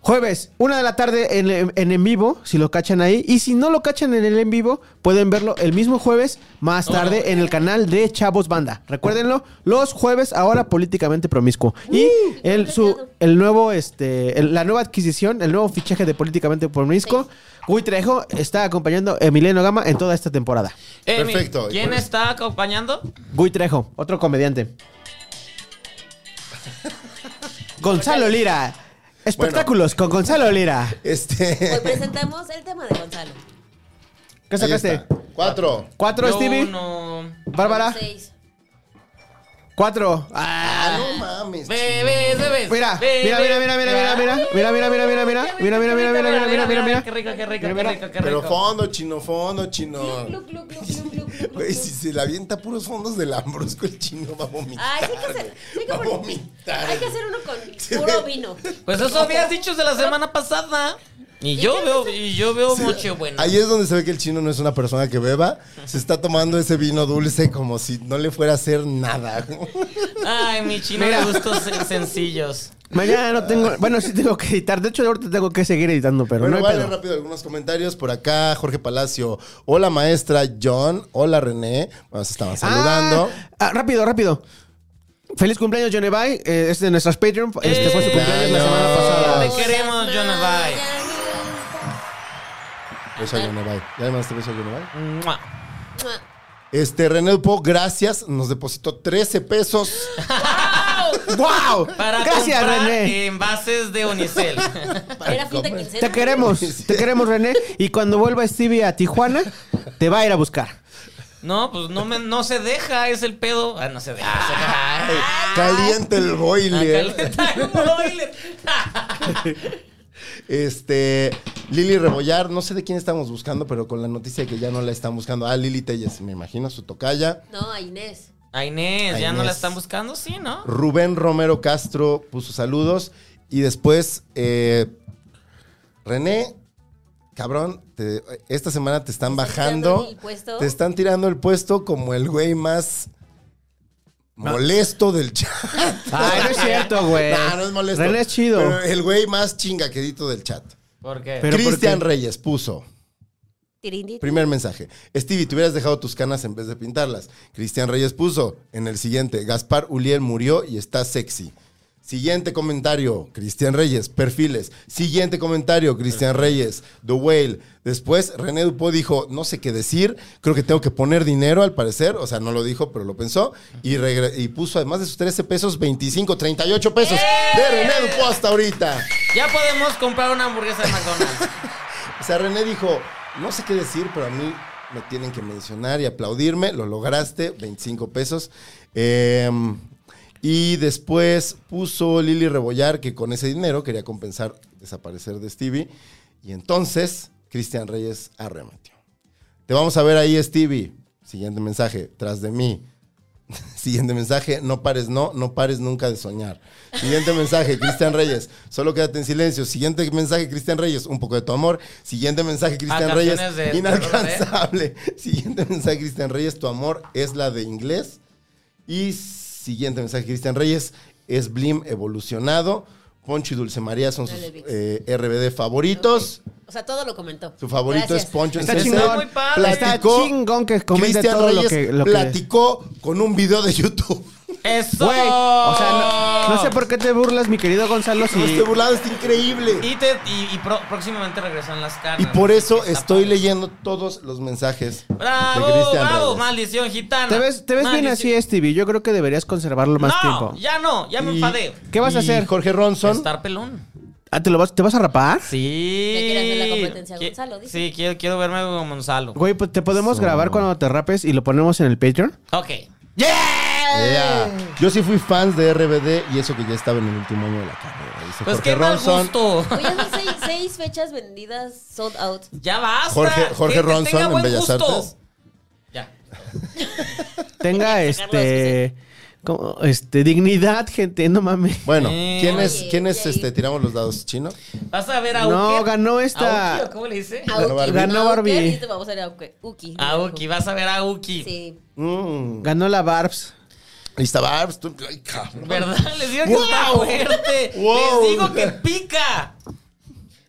Speaker 3: Jueves, una de la tarde en, en en vivo, si lo cachan ahí. Y si no lo cachan en el en vivo, pueden verlo el mismo jueves, más tarde, en el canal de Chavos Banda. Recuérdenlo, los jueves, ahora políticamente promiscuo. Y el, su, el nuevo, este, el- la nueva adquisición, el nuevo fichaje de políticamente promiscuo, Gui Trejo está acompañando a Emiliano Gama en toda esta temporada.
Speaker 1: Emi,
Speaker 2: Perfecto.
Speaker 1: ¿Quién
Speaker 3: Pues-
Speaker 1: está acompañando?
Speaker 3: Gui Trejo, otro comediante. Gonzalo Lira. Espectáculos con Gonzalo Lira.
Speaker 4: Hoy
Speaker 2: Este.
Speaker 4: presentamos el tema de Gonzalo.
Speaker 3: ¿Qué
Speaker 2: ahí
Speaker 3: sacaste?
Speaker 2: está. Cuatro.
Speaker 3: ¿Cuatro,
Speaker 1: Yo
Speaker 3: Stevie?
Speaker 1: no.
Speaker 3: Bárbara.
Speaker 4: Seis.
Speaker 3: Cuatro. Ah.
Speaker 2: Ah, no mames.
Speaker 1: Bebés, bebés.
Speaker 3: Mira,
Speaker 1: bebés.
Speaker 3: mira, mira, mira, mira, mira, mira, mira, mira, mira, mira, mira, mira, mira, mira, mira, mira, mira, mira, mira.
Speaker 1: Qué rico, qué rico,
Speaker 3: Mira,
Speaker 1: qué
Speaker 3: mira.
Speaker 1: rico, qué
Speaker 2: Pero
Speaker 1: rico.
Speaker 2: fondo, chino, fondo, chino.
Speaker 4: Gluc, gluc, gluc, gluc, gluc, gluc,
Speaker 2: Güey,
Speaker 4: gluc.
Speaker 2: si se le avienta puros fondos del ambrosco, el chino va a vomitar.
Speaker 4: Ay, sí hay que hacer. sí hay que
Speaker 2: Va a
Speaker 4: poner-
Speaker 2: vomitar.
Speaker 4: Hay que hacer uno con puro vino.
Speaker 1: Pues eso habías dicho de la semana pasada. Y yo veo, y yo veo mucho bueno.
Speaker 2: Ahí es donde se ve que el chino no es una persona que beba. Se está tomando ese vino dulce como si no le fuera a hacer nada.
Speaker 1: Ay, mi chino de gustos sen- sencillos.
Speaker 3: Mañana no tengo. Bueno, sí tengo que editar. De hecho, ahorita tengo que seguir editando, pero no
Speaker 2: bueno,
Speaker 3: hay
Speaker 2: vale
Speaker 3: pedo.
Speaker 2: rápido algunos comentarios por acá. Jorge Palacio. Hola, maestra John. Hola, René. Bueno, se estaban saludando.
Speaker 3: Ah, ah, rápido, rápido. Feliz cumpleaños, Jonevay. Eh, es de nuestras Patreon. Este fue su
Speaker 1: Eh,
Speaker 3: cumpleaños la semana pasada.
Speaker 1: Te queremos, John Avay.
Speaker 4: Ah.
Speaker 2: Beso a Yonevay. Ya además te beso a Yonevay.
Speaker 1: Mua.
Speaker 2: Este, René Dupo, gracias. Nos depositó 13 pesos.
Speaker 3: ¡Wow!
Speaker 1: Para
Speaker 3: Gracias,
Speaker 1: comprar
Speaker 3: René.
Speaker 1: envases de Unicel.
Speaker 2: para
Speaker 4: Era fin de
Speaker 2: comer.
Speaker 4: quincena.
Speaker 3: Te queremos, te queremos, René. Y cuando vuelva Stevie a Tijuana, te va a ir a buscar.
Speaker 1: No, pues no, me, no se deja, es el pedo. Ah, no se deja. se deja. Ah,
Speaker 2: Ay,
Speaker 4: Ah.
Speaker 2: Caliente el boiler.
Speaker 1: Acá le traigo un boiler.
Speaker 2: Este, Lili Rebollar, no sé de quién estamos buscando, pero con la noticia de que ya no la están buscando. Ah, Lili Telles, me imagino, su tocaya.
Speaker 4: No, a Inés.
Speaker 1: A Inés,
Speaker 2: A
Speaker 1: ¿ya no la
Speaker 2: Inés.
Speaker 1: están buscando? Sí, ¿no?
Speaker 2: Rubén Romero Castro puso saludos. Y después, eh, René, cabrón, te- esta semana te están
Speaker 4: Estás tirando
Speaker 2: bajando.
Speaker 4: el puesto.
Speaker 2: Te están tirando el puesto como el güey más molesto del chat.
Speaker 3: Ay, no es cierto, güey.
Speaker 2: No, no es molesto.
Speaker 3: René es chido.
Speaker 2: Pero el güey más chingaquedito del chat.
Speaker 1: ¿Por qué?
Speaker 3: Pero ¿por
Speaker 2: Cristian
Speaker 3: qué?
Speaker 2: Reyes puso.
Speaker 4: Tirindi.
Speaker 2: Primer mensaje. Stevie, te hubieras dejado tus canas en vez de pintarlas. Cristian Reyes puso en el siguiente. Gaspar Uliel murió y está sexy. Siguiente comentario, Cristian Reyes, perfiles. Siguiente comentario, Cristian Reyes, The Whale. Después, René Dupont dijo, no sé qué decir, creo que tengo que poner dinero al parecer. O sea, no lo dijo, pero lo pensó. Y, regre- y puso, además de sus 13 pesos, 25, 38 pesos de René Dupont hasta ahorita.
Speaker 1: Ya podemos comprar una hamburguesa de McDonald's.
Speaker 2: O sea, René dijo, no sé qué decir, pero a mí me tienen que mencionar y aplaudirme. Lo lograste, 25 pesos. Eh, y después puso Lili Rebollar que con ese dinero quería compensar desaparecer de Stevie. Y entonces Cristian Reyes arremetió. Te vamos a ver ahí, Stevie. Siguiente mensaje, tras de mí. Siguiente mensaje, no pares, no, no pares nunca de soñar. Siguiente mensaje, Cristian Reyes, solo quédate en silencio. Siguiente mensaje, Cristian Reyes, un poco de tu amor. Siguiente mensaje, Cristian
Speaker 1: Ah,
Speaker 2: Reyes,
Speaker 1: canciones de
Speaker 2: inalcanzable. Siguiente mensaje, Cristian Reyes, tu amor es la de inglés. Y siguiente mensaje, Cristian Reyes, es Blim evolucionado. Poncho y Dulce María son sus
Speaker 4: Dale, Vix.
Speaker 2: eh, RBD favoritos.
Speaker 4: O sea, todo lo comentó.
Speaker 2: Su favorito
Speaker 4: Gracias.
Speaker 2: es Poncho
Speaker 3: Está
Speaker 2: en
Speaker 3: chingón.
Speaker 2: CC.
Speaker 1: Muy padre.
Speaker 3: Está chingón que comente
Speaker 2: Cristian
Speaker 3: todo lo
Speaker 2: Reyes
Speaker 3: que- lo que-
Speaker 2: platicó con un video de YouTube.
Speaker 1: ¡Eso!
Speaker 3: Güey, o sea, no, no sé por qué te burlas, mi querido Gonzalo, si...
Speaker 2: ¡Oh! No estoy Este burlado, está increíble.
Speaker 1: Y, te- y- y pro- próximamente regresan las
Speaker 2: Y
Speaker 1: carnes.
Speaker 2: por eso
Speaker 1: Está
Speaker 2: estoy
Speaker 1: padre.
Speaker 2: leyendo todos los mensajes de
Speaker 1: ¡Bravo!
Speaker 2: Cristian
Speaker 1: ¡Bravo!
Speaker 2: Reyes.
Speaker 1: ¡Maldición gitana!
Speaker 3: Te ves, te ves bien así,
Speaker 1: Maldición-
Speaker 3: Stevie. Yo creo que deberías conservarlo más
Speaker 1: ¡No!
Speaker 3: tiempo.
Speaker 1: ¡Ya no! ¡Ya me
Speaker 2: Y-
Speaker 1: enfadé!
Speaker 3: ¿Qué vas a
Speaker 2: y
Speaker 3: hacer?
Speaker 2: Jorge Ronson.
Speaker 1: Estar pelón.
Speaker 3: Ah, ¿te, lo vas, ¿Te vas a rapar?
Speaker 1: Sí.
Speaker 4: Ya quiere hacer la competencia a
Speaker 1: Qui-
Speaker 4: Gonzalo, dice.
Speaker 1: Sí, quiero, quiero verme con Gonzalo.
Speaker 3: Güey, pues, ¿te podemos grabar cuando te rapes y lo ponemos en el Patreon?
Speaker 1: Ok.
Speaker 2: Yeah. Yo sí fui fan de RBD y eso que ya estaba en el último año de la carrera. Dice
Speaker 1: Pues
Speaker 2: Jorge
Speaker 1: qué mal
Speaker 2: Ronson.
Speaker 1: gusto.
Speaker 4: Oye, son seis, seis fechas vendidas sold out.
Speaker 1: Ya basta.
Speaker 2: Jorge, Jorge
Speaker 1: Gente,
Speaker 2: Ronson
Speaker 1: tenga
Speaker 2: en
Speaker 1: buen
Speaker 2: Bellas
Speaker 1: gusto.
Speaker 2: Artes.
Speaker 1: Ya.
Speaker 3: Tenga este. como, este, dignidad, gente, no mames.
Speaker 2: Bueno,
Speaker 1: Eh.
Speaker 2: ¿quién es,
Speaker 4: Oye,
Speaker 2: quién es,
Speaker 4: Jay.
Speaker 2: este, tiramos los dados chino?
Speaker 1: Vas a ver a
Speaker 3: No,
Speaker 1: Uke.
Speaker 3: ganó esta.
Speaker 1: ¿A Uki o ¿Cómo le dice?
Speaker 2: Ganó Barbie.
Speaker 3: Ganó
Speaker 4: Auker,
Speaker 3: Barbie.
Speaker 4: y te vamos a ver a Uke- Uki.
Speaker 1: A Uki. Vas a ver a Uki.
Speaker 4: Sí.
Speaker 2: Mm.
Speaker 3: Ganó la Barbs.
Speaker 2: Lista Barbs. pues tú- ay, cabrón.
Speaker 1: ¿Verdad? Les digo que está fuerte.
Speaker 2: Wow.
Speaker 1: Les digo que pica.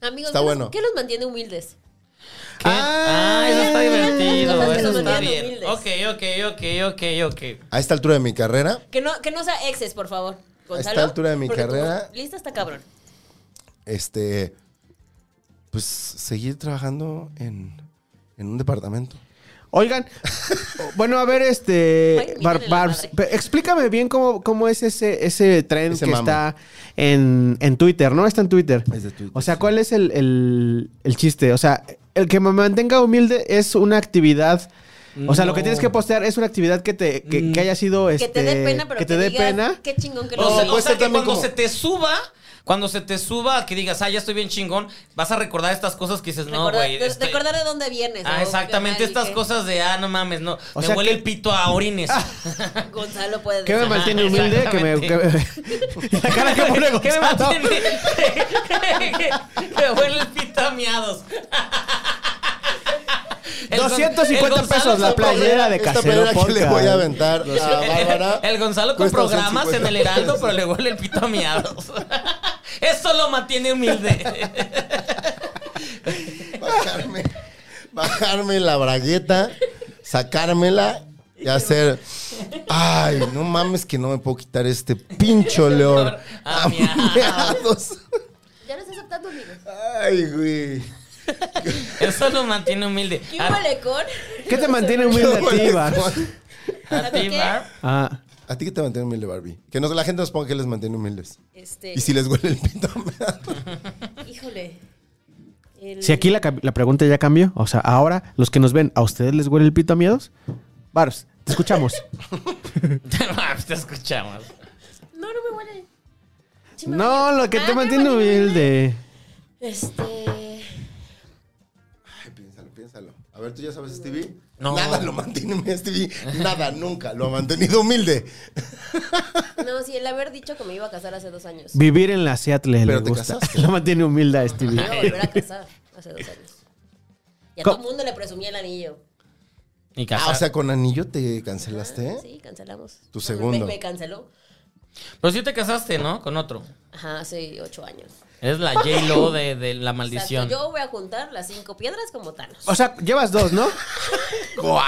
Speaker 4: Amigos,
Speaker 2: Está
Speaker 4: ¿qué los-
Speaker 2: bueno.
Speaker 4: ¿qué los mantiene humildes?
Speaker 1: Ah, eso está
Speaker 4: Las
Speaker 1: divertido.
Speaker 4: cosas
Speaker 1: Eso
Speaker 4: que
Speaker 1: está
Speaker 4: nos
Speaker 1: bien.
Speaker 4: mantienen
Speaker 1: Ok, ok, ok, ok, ok.
Speaker 2: A esta altura de mi carrera,
Speaker 4: Que no, que no sea exes, por favor. Gonzalo,
Speaker 2: A esta altura de mi
Speaker 4: porque tu
Speaker 2: carrera-
Speaker 4: Lista está cabrón.
Speaker 2: este, pues seguir trabajando en, en un departamento.
Speaker 3: Oigan, bueno, a ver,
Speaker 4: Ay,
Speaker 3: este.
Speaker 4: mira
Speaker 3: Bar-
Speaker 4: la
Speaker 3: Barbs,
Speaker 4: madre.
Speaker 3: pe- explícame bien cómo, cómo es ese, ese tren
Speaker 2: Ese
Speaker 3: que
Speaker 2: mame.
Speaker 3: está en, en Twitter, ¿no? Está en Twitter.
Speaker 2: Es de Twitter,
Speaker 3: O sea, ¿cuál es el, el- el chiste? O sea, el que me mantenga humilde es una actividad. O sea, lo que
Speaker 1: No.
Speaker 3: tienes que postear es una actividad que te que,
Speaker 2: Mm.
Speaker 3: que haya sido este
Speaker 4: que te dé pena, pero
Speaker 3: que te dé
Speaker 4: digas,
Speaker 3: pena.
Speaker 4: Qué chingón que
Speaker 1: O
Speaker 4: lo
Speaker 1: sea,
Speaker 2: puede
Speaker 1: o sea
Speaker 2: ser
Speaker 1: que
Speaker 2: también
Speaker 1: cuando
Speaker 2: como-
Speaker 1: se te suba, cuando se te suba, que digas, ah, ya estoy bien chingón, vas a recordar estas cosas que dices, no,
Speaker 4: Recordar-
Speaker 1: güey.
Speaker 4: de-
Speaker 1: estoy-
Speaker 4: Recordar de dónde vienes.
Speaker 1: Ah,
Speaker 4: ¿no?
Speaker 1: exactamente,
Speaker 4: Porque,
Speaker 1: estas
Speaker 4: ay,
Speaker 1: cosas de, ah, no mames, no.
Speaker 3: O
Speaker 1: me
Speaker 3: sea
Speaker 1: huele
Speaker 3: que-
Speaker 1: el pito a orines.
Speaker 4: que Gonzalo puede
Speaker 3: ¿Qué me
Speaker 4: decir.
Speaker 3: mantiene humilde? Que me, que me- la cara que pone
Speaker 1: ¿Qué me
Speaker 3: Gonzalo.
Speaker 1: mantiene? que me huele el pito a miados. El Gon-
Speaker 3: 250
Speaker 1: el
Speaker 3: pesos la
Speaker 1: Gonzalo-
Speaker 3: playera de
Speaker 2: Esta
Speaker 3: Casero
Speaker 2: playera que le voy a
Speaker 3: Podcast.
Speaker 2: aventar a Ah, Bárbara.
Speaker 1: El Gonzalo con
Speaker 2: Cuesta
Speaker 1: programas en
Speaker 2: 150
Speaker 1: el Heraldo, pero le huele el pito a miados. Eso lo mantiene humilde.
Speaker 2: Bajarme, bajarme la bragueta, sacármela y hacer. Ay, no mames que no me puedo quitar este pincho olor.
Speaker 1: A
Speaker 2: a
Speaker 1: miados.
Speaker 2: miados.
Speaker 4: Ya no estás aceptando, amigo.
Speaker 1: Ah.
Speaker 2: Ay, güey.
Speaker 1: Eso lo mantiene humilde.
Speaker 4: ¿Qué
Speaker 1: A,
Speaker 4: malecón?
Speaker 3: ¿Qué te mantiene humilde a ti, Barbs?
Speaker 1: a ti,
Speaker 4: ¿Qué?
Speaker 1: Barb.
Speaker 3: Ah.
Speaker 2: ¿A ti qué te mantiene humilde, Barbie? Que nos, la gente nos ponga que les mantiene humildes.
Speaker 4: Este,
Speaker 2: Y si les huele el pito a miados.
Speaker 4: Híjole. El-
Speaker 3: Si aquí la, cam- la pregunta ya cambió, o sea, ahora los que nos ven, ¿a ustedes les huele el pito a miedos? Barbs, te escuchamos.
Speaker 1: pues, Te escuchamos.
Speaker 4: No, no me huele. Sí me
Speaker 3: no,
Speaker 4: huele.
Speaker 3: lo que
Speaker 4: Ah,
Speaker 3: te
Speaker 4: me
Speaker 3: mantiene
Speaker 4: huele, me huele.
Speaker 3: humilde.
Speaker 4: Este.
Speaker 2: Ay, piénsalo, piénsalo. A ver, ¿tú ya sabes, Stevie?
Speaker 1: No.
Speaker 2: Nada lo mantiene Stevie. Nada, nunca. Lo ha mantenido humilde.
Speaker 4: No, sí, el haber dicho que me iba a casar hace dos años. Me
Speaker 3: Vivir en la Seattle
Speaker 2: Pero
Speaker 3: le
Speaker 2: te
Speaker 3: gusta.
Speaker 2: casaste.
Speaker 3: Lo mantiene humilde a este Stevie.
Speaker 4: iba a volver a casar hace dos años. Y a
Speaker 3: Co-
Speaker 4: todo el mundo le presumía el anillo.
Speaker 1: Y
Speaker 2: Ah,
Speaker 1: casar.
Speaker 2: o sea, con anillo te cancelaste. ¿eh?
Speaker 4: Ah, Sí, cancelamos.
Speaker 2: Tu
Speaker 4: Me-
Speaker 2: segundo.
Speaker 4: Me, me canceló.
Speaker 1: Pero Pues sí te casaste, ¿no? Con otro.
Speaker 4: Ajá, hace ocho años.
Speaker 1: Es la J-Lo de, de la
Speaker 4: Exacto,
Speaker 1: maldición.
Speaker 4: yo voy a juntar las cinco piedras como Thanos.
Speaker 3: O sea, llevas dos, ¿no?
Speaker 2: Guau.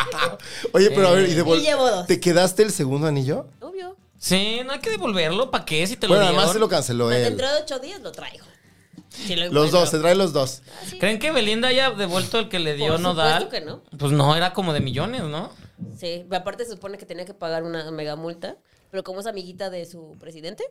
Speaker 2: Oye, pero a ver, y de vol-
Speaker 4: Y llevo dos.
Speaker 2: ¿Te quedaste el segundo anillo?
Speaker 4: Obvio.
Speaker 1: Sí, no hay que devolverlo. ¿Para qué? Si te lo
Speaker 2: Bueno,
Speaker 1: dieron.
Speaker 2: además se lo canceló
Speaker 4: Pues
Speaker 2: él.
Speaker 4: dentro pues, de ocho días lo traigo. Si lo
Speaker 2: Los
Speaker 4: encuentro.
Speaker 2: dos, se trae los dos.
Speaker 4: Ah, sí.
Speaker 1: ¿Creen que Belinda haya devuelto el que le dio
Speaker 4: Por
Speaker 1: Nodal?
Speaker 4: supuesto que no.
Speaker 1: Pues no, era como de millones, ¿no?
Speaker 4: Sí, pero aparte se supone que tenía que pagar una mega multa, pero como es amiguita de su presidente,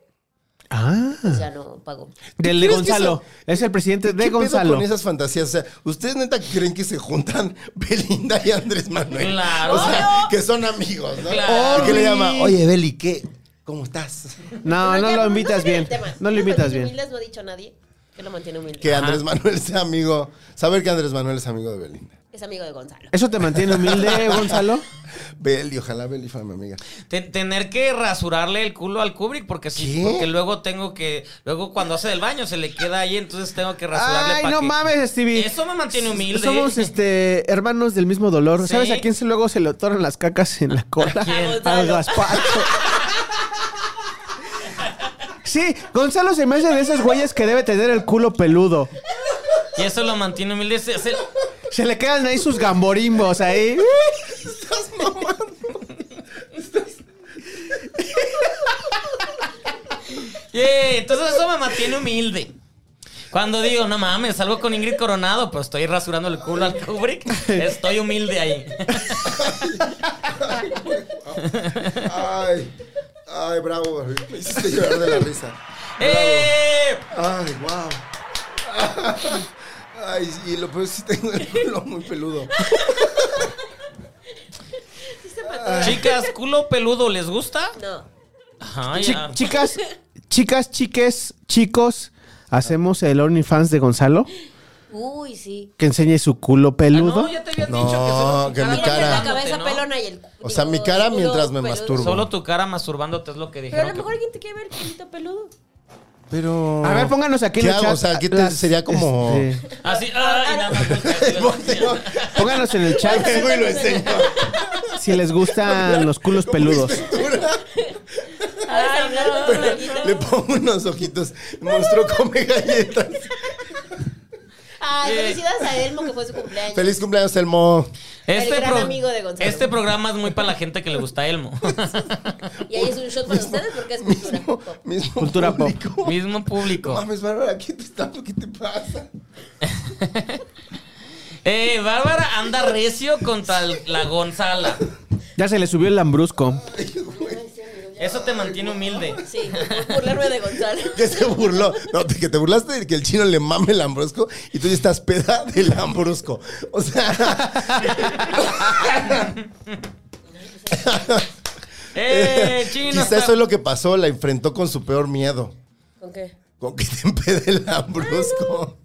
Speaker 3: Ah.
Speaker 4: pues ya no pagó.
Speaker 3: Del de
Speaker 2: ¿Crees que
Speaker 3: Gonzalo. Es el presidente
Speaker 2: ¿Qué
Speaker 3: de
Speaker 2: pedo
Speaker 3: Gonzalo.
Speaker 2: con esas fantasías? O sea, ¿ustedes neta creen que se juntan Belinda y Andrés Manuel?
Speaker 1: Claro.
Speaker 2: O sea, que son amigos, ¿no?
Speaker 1: Claro.
Speaker 2: Y que le llama, oye, Beli, ¿qué? ¿Cómo estás?
Speaker 3: No,
Speaker 4: Pero
Speaker 3: no
Speaker 4: ya,
Speaker 3: lo
Speaker 4: no
Speaker 3: invitas
Speaker 4: viene el
Speaker 3: bien.
Speaker 4: tema.
Speaker 3: No lo
Speaker 4: Lo
Speaker 3: invitas
Speaker 4: mantiene
Speaker 3: bien.
Speaker 4: humildes, no ha dicho nadie que lo mantiene humilde.
Speaker 2: Que Andrés Manuel sea amigo, saber que Andrés Manuel es amigo de Belinda.
Speaker 4: Es amigo de Gonzalo.
Speaker 3: ¿Eso te mantiene humilde, Gonzalo?
Speaker 2: Beli, ojalá Beli fuera mi amiga.
Speaker 1: Te- tener que rasurarle el culo al Kubrick porque sí,
Speaker 2: ¿Qué?
Speaker 1: porque luego tengo que, luego cuando hace del baño se le queda ahí, entonces tengo que rasurarle.
Speaker 3: Ay,
Speaker 1: pa'
Speaker 3: no
Speaker 1: que-
Speaker 3: mames, Stevie.
Speaker 1: Eso me mantiene humilde. ¿eh?
Speaker 3: Somos este hermanos del mismo dolor.
Speaker 1: Sí.
Speaker 3: ¿Sabes a quién se luego se le otorgan las cacas en la cola?
Speaker 1: quién?
Speaker 3: Al gazpacho. Sí, Gonzalo se me hace de esos güeyes que debe tener el culo peludo.
Speaker 1: Y eso lo mantiene humilde. Es- es el-
Speaker 3: Se le quedan ahí sus gamborimbos ahí.
Speaker 1: Yeah, entonces eso me mantiene humilde. Cuando digo, no mames, salgo con Ingrid Coronado, pero estoy rasurando el culo al Kubrick, estoy humilde ahí.
Speaker 2: Ay, ay, bravo, me hiciste llorar de la risa.
Speaker 1: ¡Eh!
Speaker 2: Ay, wow. Ay, y lo peor es que tengo el culo muy peludo.
Speaker 1: Chicas, culo peludo, ¿les gusta?
Speaker 4: No.
Speaker 1: Ajá,
Speaker 3: Chi-
Speaker 1: ya. Ah,
Speaker 3: chicas, chicas, chiques, chicos, hacemos el OnlyFans de Gonzalo
Speaker 4: Uy, sí.
Speaker 3: que enseñe su culo
Speaker 1: Ah,
Speaker 3: peludo.
Speaker 1: no, ya te habían
Speaker 2: No,
Speaker 1: dicho que solo tu
Speaker 2: que mi
Speaker 4: Mira,
Speaker 2: cara.
Speaker 4: La cabeza
Speaker 1: ¿no?
Speaker 4: pelona y el
Speaker 2: O sea,
Speaker 4: digo,
Speaker 2: mi cara
Speaker 4: el culo
Speaker 2: mientras me
Speaker 4: peludo.
Speaker 2: masturbo.
Speaker 1: Solo tu cara masturbándote es lo que
Speaker 4: Pero a
Speaker 1: dijeron.
Speaker 4: lo
Speaker 1: que-
Speaker 4: mejor alguien te quiere ver el culito peludo.
Speaker 2: Pero.
Speaker 3: A ver, pónganos aquí en
Speaker 2: ¿Qué
Speaker 3: el
Speaker 2: hago?
Speaker 3: chat.
Speaker 2: O sea, ¿qué te- sería como-
Speaker 3: este,
Speaker 1: Así, ah, y nada más volteas y luego-
Speaker 2: Volteo.
Speaker 3: pónganos en el chat
Speaker 2: Vengo y lo enseño.
Speaker 3: si les gustan los culos peludos.
Speaker 4: Ay, no.
Speaker 2: Le pongo unos ojitos. Monstruo come galletas.
Speaker 4: Ay, felicidades a Elmo que fue su cumpleaños.
Speaker 2: Feliz cumpleaños, Elmo.
Speaker 1: Este,
Speaker 4: gran amigo de Gonzalo.
Speaker 1: este programa es muy para la gente que le gusta Elmo.
Speaker 4: Y ahí es un shot para ustedes porque es cultura.
Speaker 2: Mismo, mismo
Speaker 3: Cultura pop.
Speaker 2: público.
Speaker 1: Mismo público.
Speaker 2: Mames, Bárbara, ¿qué te, está, ¿qué te pasa?
Speaker 1: Eh, Bárbara anda recio contra el- la Gonzala.
Speaker 3: Ya se le subió el lambrusco.
Speaker 1: Eso te mantiene humilde.
Speaker 4: Sí, por burlarme de Gonzalo.
Speaker 2: Que se burló. No, te- que te burlaste de que el chino le mame el ambrosco y tú ya estás peda del ambrosco. O sea.
Speaker 1: Eh, chino.
Speaker 2: Quizá
Speaker 1: está-
Speaker 2: eso es lo que pasó. La enfrentó con su peor miedo.
Speaker 4: ¿Con qué?
Speaker 2: Con que te empede el ambrosco.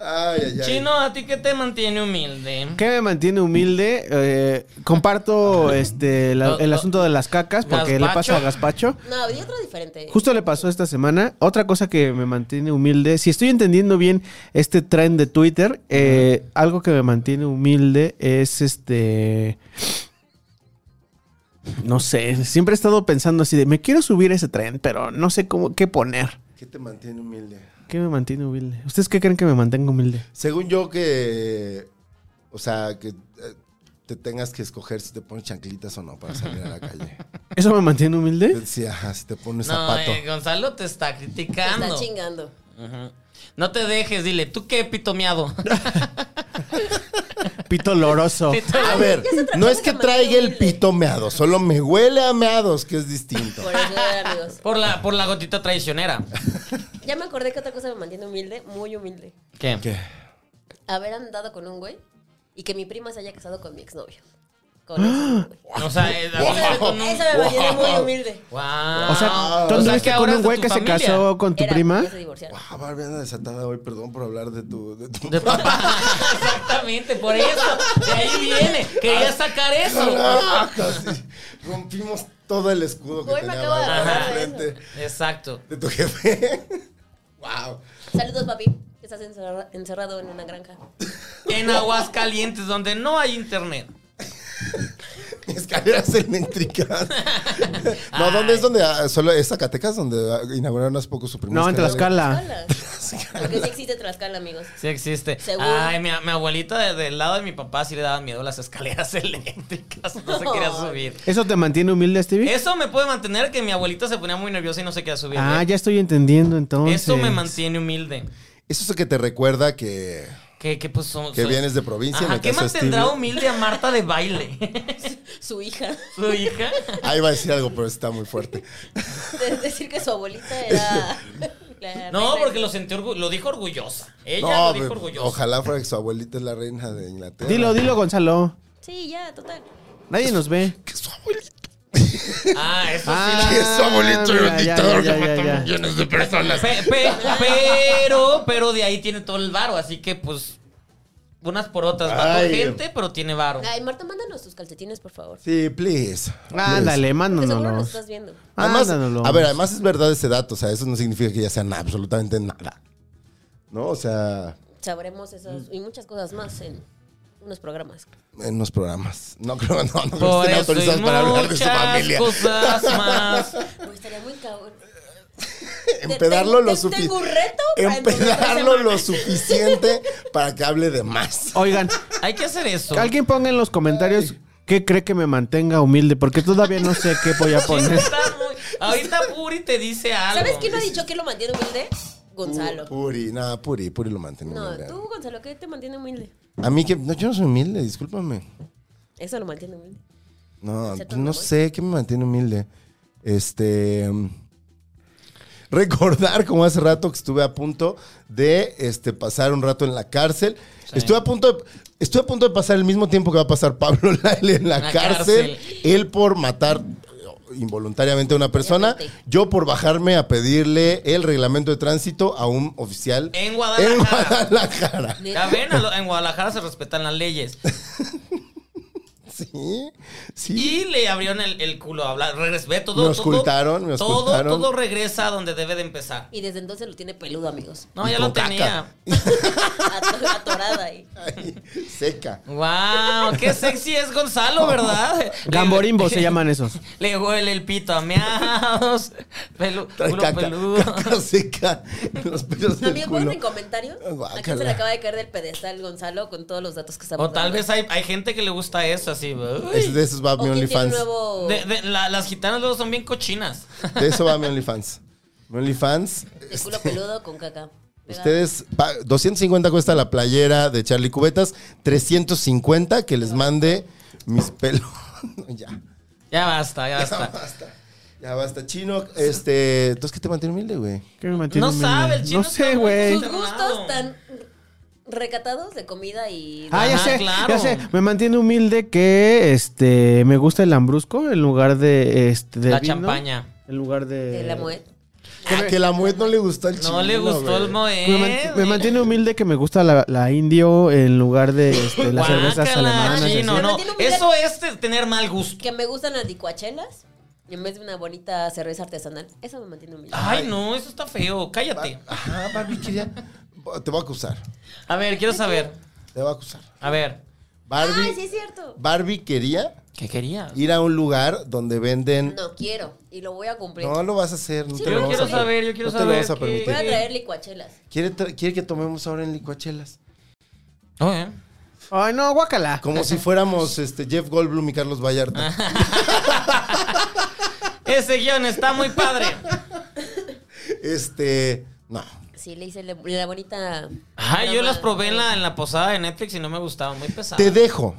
Speaker 2: Ay, ay, ay.
Speaker 1: Chino, ¿a ti qué te mantiene humilde?
Speaker 3: ¿Qué me mantiene humilde? Eh, comparto este la-
Speaker 1: Lo-
Speaker 3: el
Speaker 1: lo-
Speaker 3: asunto de las cacas porque le pasa a Gaspacho.
Speaker 4: No, había otro diferente.
Speaker 3: Justo le pasó esta semana. Otra cosa que me mantiene humilde, si estoy entendiendo bien este trend de Twitter, eh, algo que me mantiene humilde es este... No sé, siempre he estado pensando así de, me quiero subir a ese tren, pero no sé cómo, qué poner.
Speaker 2: ¿Qué te mantiene humilde?
Speaker 3: ¿Qué me mantiene humilde? ¿Ustedes qué creen que me mantenga humilde?
Speaker 2: Según yo que, o sea, que eh, te tengas que escoger si te pones chanclitas o no para salir a la calle.
Speaker 3: ¿Eso me mantiene humilde?
Speaker 2: Sí, ajá, si te pones
Speaker 1: No,
Speaker 2: zapato.
Speaker 1: eh, Gonzalo te está
Speaker 4: Te está
Speaker 1: criticando.
Speaker 4: chingando.
Speaker 1: Ujú. No te dejes, dile, ¿tú qué pitomeado?
Speaker 3: Pito loroso.
Speaker 2: A ver, no es que traiga el pito meado, solo me huele a meados, que es distinto.
Speaker 4: Por eso, amigos.
Speaker 1: Por la, por la gotita traicionera.
Speaker 4: Ya me acordé que otra cosa me mantiene humilde, muy humilde.
Speaker 1: ¿Qué?
Speaker 2: ¿Qué?
Speaker 4: Haber andado con un güey y que mi prima se haya casado con mi exnovio. con eso.
Speaker 1: O sea, eh, anduviste
Speaker 4: Eso
Speaker 1: con
Speaker 4: me
Speaker 1: un...
Speaker 4: eso me mantiene
Speaker 2: Wow.
Speaker 4: muy humilde.
Speaker 1: Wow.
Speaker 3: O
Speaker 1: Ah,
Speaker 3: sea, tú anduviste con un güey que se casó con tu
Speaker 4: Era,
Speaker 3: prima.
Speaker 4: ya se divorciaron.
Speaker 2: Ah, Barbie anda desatada hoy, perdón por hablar de tu... De tu...
Speaker 1: De papá. Exactamente, por eso. De ahí viene.
Speaker 2: Ah,
Speaker 1: Quería sacar eso.
Speaker 2: Caraca, sí. Rompimos todo el escudo que
Speaker 4: Hoy me
Speaker 2: tenía
Speaker 4: acabo de
Speaker 2: Barbie
Speaker 1: acordar
Speaker 4: de
Speaker 2: enfrente
Speaker 1: Exacto.
Speaker 2: de tu jefe. wow.
Speaker 4: Saludos, papi. que Estás encerra- encerrado en una granja.
Speaker 1: En Aguascalientes, donde no hay internet.
Speaker 2: Mis escaleras eléctricas. no,
Speaker 1: Ay.
Speaker 2: ¿dónde es donde? ah, Solo es Zacatecas, donde ah, inauguraron hace poco su primera
Speaker 3: No, en
Speaker 2: escalera.
Speaker 3: Tlaxcala.
Speaker 4: Hola. Porque sí existe Tlaxcala, amigos.
Speaker 1: Sí existe.
Speaker 4: Seguro.
Speaker 1: Ay, mi, mi abuelita de- del lado de mi papá sí le daban miedo las escaleras eléctricas. No se quería subir.
Speaker 3: ¿Eso te mantiene humilde, Stevie?
Speaker 1: Eso me puede mantener que mi abuelita se ponía muy nerviosa y no se quería subir.
Speaker 3: Ah,
Speaker 1: ¿eh?
Speaker 3: ya estoy entendiendo entonces.
Speaker 1: Eso me mantiene humilde.
Speaker 2: Eso es lo que te recuerda que...
Speaker 1: Que, que pues son-
Speaker 2: Que
Speaker 1: son-
Speaker 2: vienes de provincia, en
Speaker 1: Ajá,
Speaker 2: el
Speaker 1: ¿Qué
Speaker 2: caso de
Speaker 1: mantendrá
Speaker 2: Stevie?
Speaker 1: humilde a Marta de baile?
Speaker 4: Su hija.
Speaker 1: ¿Su hija?
Speaker 2: Ahí va a decir algo, pero está muy fuerte.
Speaker 4: De- decir que su abuelita era. la
Speaker 1: No,
Speaker 4: reina
Speaker 1: porque
Speaker 4: de-
Speaker 1: lo sentí orgu- lo dijo orgullosa. Ella lo dijo
Speaker 2: pero
Speaker 1: orgullosa.
Speaker 2: pues, ojalá fuera que su abuelita es la reina de Inglaterra.
Speaker 3: Dilo, dilo, Gonzalo.
Speaker 4: Sí, ya, total.
Speaker 3: Nadie nos ve.
Speaker 2: Que su abuelita...
Speaker 1: Ah, eso
Speaker 3: Ah,
Speaker 2: que su abuelito era
Speaker 3: mira, ya,
Speaker 2: un
Speaker 3: ya,
Speaker 2: dictador que
Speaker 3: ya,
Speaker 2: mató
Speaker 3: ya.
Speaker 2: millones de
Speaker 1: sí.
Speaker 2: personas.
Speaker 1: Pe- pe- pero, pero de ahí tiene todo el varo, así que pues unas por otras. Mató
Speaker 2: Ay.
Speaker 1: gente, pero tiene varo.
Speaker 4: Ay, Marta, mándanos tus calcetines, por favor.
Speaker 2: Sí, please. please.
Speaker 3: Ándale,
Speaker 4: Porque seguro nos
Speaker 3: mándanos.
Speaker 4: estás viendo.
Speaker 2: Además,
Speaker 3: Mándanos.
Speaker 2: a ver, además es verdad ese dato, o sea, eso no significa que ya sean absolutamente nada. ¿No? O sea,
Speaker 4: Sabremos esas y muchas cosas más en unos programas.
Speaker 2: en los programas. No creo, no, no creo
Speaker 1: Por eso
Speaker 2: que estén
Speaker 1: y
Speaker 2: autorizados para hablar de su
Speaker 1: muchas
Speaker 2: familia.
Speaker 1: cosas más.
Speaker 4: Uy, estaría muy cabrón.
Speaker 2: Empedarlo lo
Speaker 4: Tengo- tengo un
Speaker 2: suficiente.
Speaker 4: reto para
Speaker 2: Empedarlo
Speaker 4: empezar la
Speaker 2: lo suficiente para que hable de más.
Speaker 3: Oigan,
Speaker 1: Hay que hacer eso.
Speaker 3: alguien ponga en los comentarios qué cree que me mantenga humilde, porque todavía no sé qué voy a
Speaker 1: Sí,
Speaker 3: poner.
Speaker 1: está muy- Ahorita Puri te dice algo.
Speaker 4: ¿Sabes quién no ha dicho que lo mantiene humilde? Gonzalo.
Speaker 2: Puri, nada, Puri, Puri lo mantiene
Speaker 4: No,
Speaker 2: humilde.
Speaker 4: tú, Gonzalo, ¿qué te mantiene humilde?
Speaker 2: A mí que. No, yo no soy humilde, discúlpame.
Speaker 4: Eso lo mantiene humilde.
Speaker 2: No,
Speaker 4: ¿Cierto,
Speaker 2: no
Speaker 4: Raúl?
Speaker 2: sé qué me mantiene humilde. Este. mm, Recordar, como hace rato que estuve a punto de este, pasar un rato en la cárcel. Estuve, a punto de, estuve a punto de pasar el mismo tiempo que va a pasar Pablo Lyle en la,
Speaker 1: La
Speaker 2: cárcel.
Speaker 1: cárcel.
Speaker 2: Él por matar eh, involuntariamente a una persona.
Speaker 4: Obviamente.
Speaker 2: Yo por bajarme a pedirle el reglamento de tránsito a un oficial
Speaker 1: En Guadalajara.
Speaker 2: en Guadalajara.
Speaker 1: Ya ven, a lo- en Guadalajara se respetan las leyes.
Speaker 2: Sí, sí.
Speaker 1: Y le abrieron el, el culo a hablar. Regresé todo.
Speaker 2: Me auscultaron,
Speaker 1: todo,
Speaker 2: me
Speaker 1: todo-
Speaker 2: auscultaron.
Speaker 1: Todo, regresa a donde debe de empezar.
Speaker 4: Y desde entonces lo tiene peludo, amigos.
Speaker 1: No,
Speaker 2: Y
Speaker 1: ya
Speaker 2: con
Speaker 1: lo tenía.
Speaker 4: Ato- Atorada ahí.
Speaker 2: Ay, seca.
Speaker 1: ¡Wow! ¡Qué sexy es Gonzalo, ¿verdad?
Speaker 3: Gamborimbo se llaman esos.
Speaker 1: Le huele el pito a meados. Pelu,
Speaker 2: Trae
Speaker 1: culo
Speaker 2: caca,
Speaker 1: peludo.
Speaker 2: caca seca en los pelos del
Speaker 4: Amigos,
Speaker 2: culo.
Speaker 4: ponen en comentarios a quién se le
Speaker 2: Guácala.
Speaker 4: acaba de caer del pedestal Gonzalo con todos los datos que estamos
Speaker 1: O tal vez hay, hay gente que le gusta eso, así. uy.
Speaker 2: Es de esos va
Speaker 4: o
Speaker 2: mi
Speaker 4: quién tiene un
Speaker 2: OnlyFans.
Speaker 4: nuevo...
Speaker 1: De- de- la- las gitanas luego son bien cochinas.
Speaker 2: De eso va mi OnlyFans. Mi OnlyFans. este,
Speaker 4: De culo peludo con caca. pegada.
Speaker 2: Ustedes, pa- 250 cuesta la playera de Charlie Cubetas, 350 que les mande mis pelos. No, ya,
Speaker 1: Ya basta, ya
Speaker 2: ya
Speaker 1: basta.
Speaker 2: basta. Ya basta, chino. Este, entonces, ¿qué te mantiene humilde, güey?
Speaker 3: ¿Qué me mantiene
Speaker 1: No
Speaker 3: humilde?
Speaker 1: sabe el chino.
Speaker 3: No sé,
Speaker 1: está muy
Speaker 3: güey.
Speaker 4: Sus
Speaker 1: trabado.
Speaker 4: gustos tan recatados de comida y...
Speaker 3: Ah, ya
Speaker 1: Ajá,
Speaker 3: sé,
Speaker 1: claro.
Speaker 3: ya sé. Me mantiene humilde que este me gusta el ambrusco en lugar de este de
Speaker 1: La
Speaker 3: vino,
Speaker 1: champaña.
Speaker 3: En lugar de,
Speaker 4: de la mujer.
Speaker 2: Ah, que la muet no le gustó al chino.
Speaker 1: No le gustó
Speaker 2: güey.
Speaker 1: el eh.
Speaker 3: Me, man-
Speaker 1: moed.
Speaker 3: me mantiene humilde que me gusta la, la indio en lugar de este, las cervezas
Speaker 1: Guácala,
Speaker 3: alemanas. y
Speaker 1: chino,
Speaker 3: así.
Speaker 1: no.
Speaker 4: Me mantiene humilde.
Speaker 1: Eso es te- tener mal gusto.
Speaker 4: Que me gustan las licuachelas y en vez de una bonita cerveza artesanal. Eso me mantiene humilde.
Speaker 2: Ah,
Speaker 1: Ay, no, eso está feo. Cállate.
Speaker 2: Ajá, Barbie quería. Te voy a acusar.
Speaker 1: A ver, quiero saber.
Speaker 2: Te voy a acusar.
Speaker 1: A ver.
Speaker 2: Barbie,
Speaker 4: Ay, Ah, sí es cierto.
Speaker 2: Barbie quería
Speaker 1: ¿Qué querías?
Speaker 2: ir a un lugar donde venden.
Speaker 4: No quiero y lo voy a cumplir.
Speaker 2: No, lo vas a hacer. No
Speaker 4: Sí,
Speaker 2: te
Speaker 4: yo
Speaker 2: lo vamos
Speaker 4: quiero
Speaker 2: a
Speaker 1: saber,
Speaker 2: permitir.
Speaker 1: yo quiero
Speaker 2: no
Speaker 1: saber
Speaker 2: te lo
Speaker 1: qué-
Speaker 2: vamos a
Speaker 4: Voy a
Speaker 2: permitir.
Speaker 4: traer licuachelas.
Speaker 2: ¿Quiere, tra- quiere que tomemos ahora en licuachelas.
Speaker 1: ¿eh?
Speaker 3: Ay, no, guácala.
Speaker 2: Como si fuéramos este, Jeff Goldblum y Carlos Vallarta.
Speaker 1: Ese guión está muy padre.
Speaker 2: este. No.
Speaker 4: Sí, le hice la, la bonita...
Speaker 1: Ay, yo
Speaker 4: broma.
Speaker 1: las probé en la, en la posada de Netflix y no me gustaban, muy pesadas.
Speaker 2: Te dejo.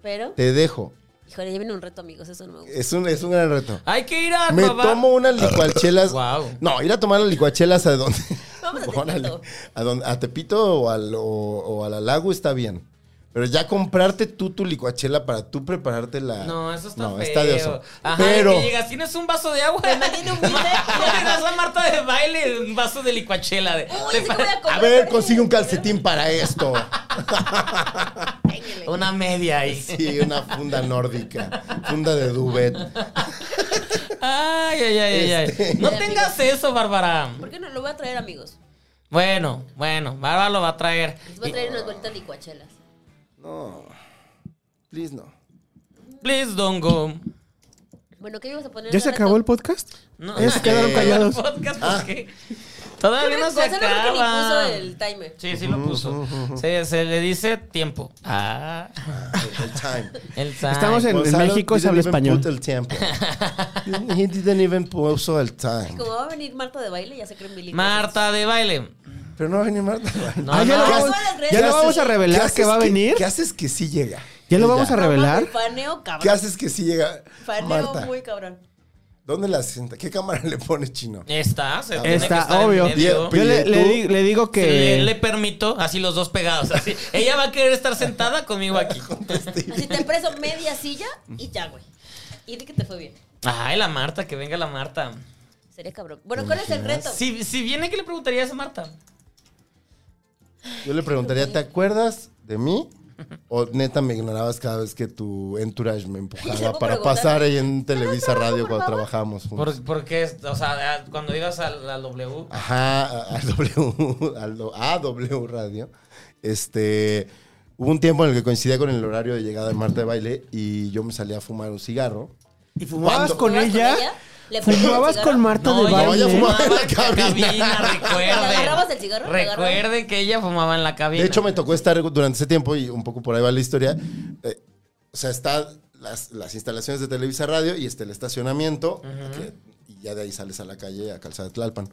Speaker 4: Pero,
Speaker 2: Te dejo.
Speaker 4: híjole, ya viene un reto, amigos. Eso no me gusta.
Speaker 2: Es un, es un gran reto.
Speaker 1: Hay que ir a
Speaker 2: Me
Speaker 1: probar.
Speaker 2: tomo unas licuachelas.
Speaker 1: Ah, Guau.
Speaker 2: No, ir a tomar las licuachelas a donde.
Speaker 4: Vamos a Tepito.
Speaker 2: Órale. A, donde- a Tepito o, al- o- o a la lago está bien. Pero ya comprarte tú tu licuachela para tú prepararte la.
Speaker 1: No, eso está feo.
Speaker 2: está de oso.
Speaker 1: Ajá,
Speaker 2: Pero.
Speaker 1: que llegas, tienes un vaso de agua.
Speaker 4: mantiene humilde.
Speaker 1: Ya te das la Marta de baile, un vaso de licuachela. De,
Speaker 4: Uy,
Speaker 1: te
Speaker 4: sí que
Speaker 1: pa-
Speaker 4: voy a comprar.
Speaker 2: A ver, consigue un calcetín para esto.
Speaker 4: Péguele.
Speaker 1: una media ahí.
Speaker 2: Sí, una funda nórdica. Funda de duvet.
Speaker 1: Ay, ay, ay, ay, ay.
Speaker 2: Este-
Speaker 1: No tengas eso, Bárbara.
Speaker 4: ¿Por qué no lo voy a traer, amigos?
Speaker 1: Bueno, bueno, Bárbara lo va a traer.
Speaker 4: Les voy a traer unas bonitas licuachelas.
Speaker 2: No. Please, no.
Speaker 1: Please don't go.
Speaker 4: Bueno, ¿qué ibas a poner?
Speaker 3: ¿Ya se
Speaker 4: Ahora
Speaker 3: acabó
Speaker 4: tú-
Speaker 3: el podcast?
Speaker 1: No,
Speaker 3: Ya se quedaron callados.
Speaker 1: el podcast,
Speaker 2: Ah.
Speaker 1: porque Todavía no se
Speaker 4: Creo que Gonzalo creo que ni puso
Speaker 1: acaba.
Speaker 4: el timer.
Speaker 1: Sí, sí lo puso. Se, se le dice tiempo. Ah,
Speaker 2: El time.
Speaker 1: el time.
Speaker 3: Estamos en-
Speaker 2: Gonzalo
Speaker 3: México se
Speaker 2: didn't
Speaker 3: habla
Speaker 2: even
Speaker 3: español.
Speaker 2: put el tiempo. He didn't even puso el time.
Speaker 4: Como va a venir Marta de baile, ya se creen bilingües.
Speaker 1: Marta de baile.
Speaker 2: Pero no va a venir Marta.
Speaker 1: No,
Speaker 3: Ah, ya
Speaker 1: no.
Speaker 3: lo
Speaker 4: ¿Qué
Speaker 3: vamos,
Speaker 4: haces?
Speaker 3: ya
Speaker 4: ¿Qué
Speaker 3: lo vamos a
Speaker 2: haces-
Speaker 3: revelar
Speaker 2: qué
Speaker 3: que
Speaker 2: haces
Speaker 3: va a venir.
Speaker 2: ¿Qué haces que sí llega?
Speaker 3: ¿Ya lo vamos a revelar?
Speaker 4: Faneo, cabrón.
Speaker 2: ¿Qué haces que sí llega?
Speaker 4: Faneo
Speaker 2: Marta,
Speaker 4: muy cabrón.
Speaker 2: ¿dónde la sienta? ¿Qué cámara le pone chino?
Speaker 1: Está, se tiene que estar
Speaker 3: Está,
Speaker 1: en
Speaker 3: obvio.
Speaker 1: medio.
Speaker 3: Yo le, le di- le digo
Speaker 1: Si le, le
Speaker 3: que...
Speaker 1: permito, así los dos pegados, así. Ella va a querer estar sentada conmigo aquí.
Speaker 4: Así te preso media silla y ya, güey. Y di que te fue bien.
Speaker 1: Ay, la Marta, que venga la Marta.
Speaker 4: Sería cabrón. Bueno, ¿cuál es el reto?
Speaker 1: Si, si viene, ¿qué le preguntarías a Marta?
Speaker 2: Yo le preguntaría, ¿te acuerdas de mí? ¿O neta me ignorabas cada vez que tu entourage me
Speaker 4: ¿Se puede
Speaker 2: empujaba para
Speaker 4: preguntar?
Speaker 2: pasar ahí en Televisa
Speaker 4: trabajo,
Speaker 2: Radio
Speaker 4: por
Speaker 2: cuando
Speaker 4: favor?
Speaker 2: trabajábamos juntos?
Speaker 1: Por- porque, es- o sea, a- cuando ibas a la W.
Speaker 2: Ajá, a- al W, al do- a W Radio. Este, hubo un tiempo en el que coincidía con el horario de llegada de Marta de Baile y yo me salía a fumar un cigarro.
Speaker 3: ¿Y fumabas
Speaker 2: ¿Cuándo?
Speaker 3: con
Speaker 4: ¿Fumabas con
Speaker 3: ella?
Speaker 4: ella? ¿Le prendías
Speaker 3: ¿Fumabas
Speaker 4: cigarro?
Speaker 3: con Marta
Speaker 1: No,
Speaker 3: de
Speaker 1: ella
Speaker 2: No,
Speaker 3: baile?
Speaker 2: ella fumaba en la
Speaker 1: en la cabina,
Speaker 2: cabina.
Speaker 1: recuerden.
Speaker 4: ¿Le agarrabas el cigarro? ¿Le agarrabas?
Speaker 1: Recuerden que ella fumaba en la cabina.
Speaker 2: De hecho, me tocó estar durante ese tiempo, y un poco por ahí va la historia. eh, o sea, están las, las instalaciones de Televisa Radio y está el estacionamiento, que- y ya de ahí sales a la calle, a Calzada Tlalpan.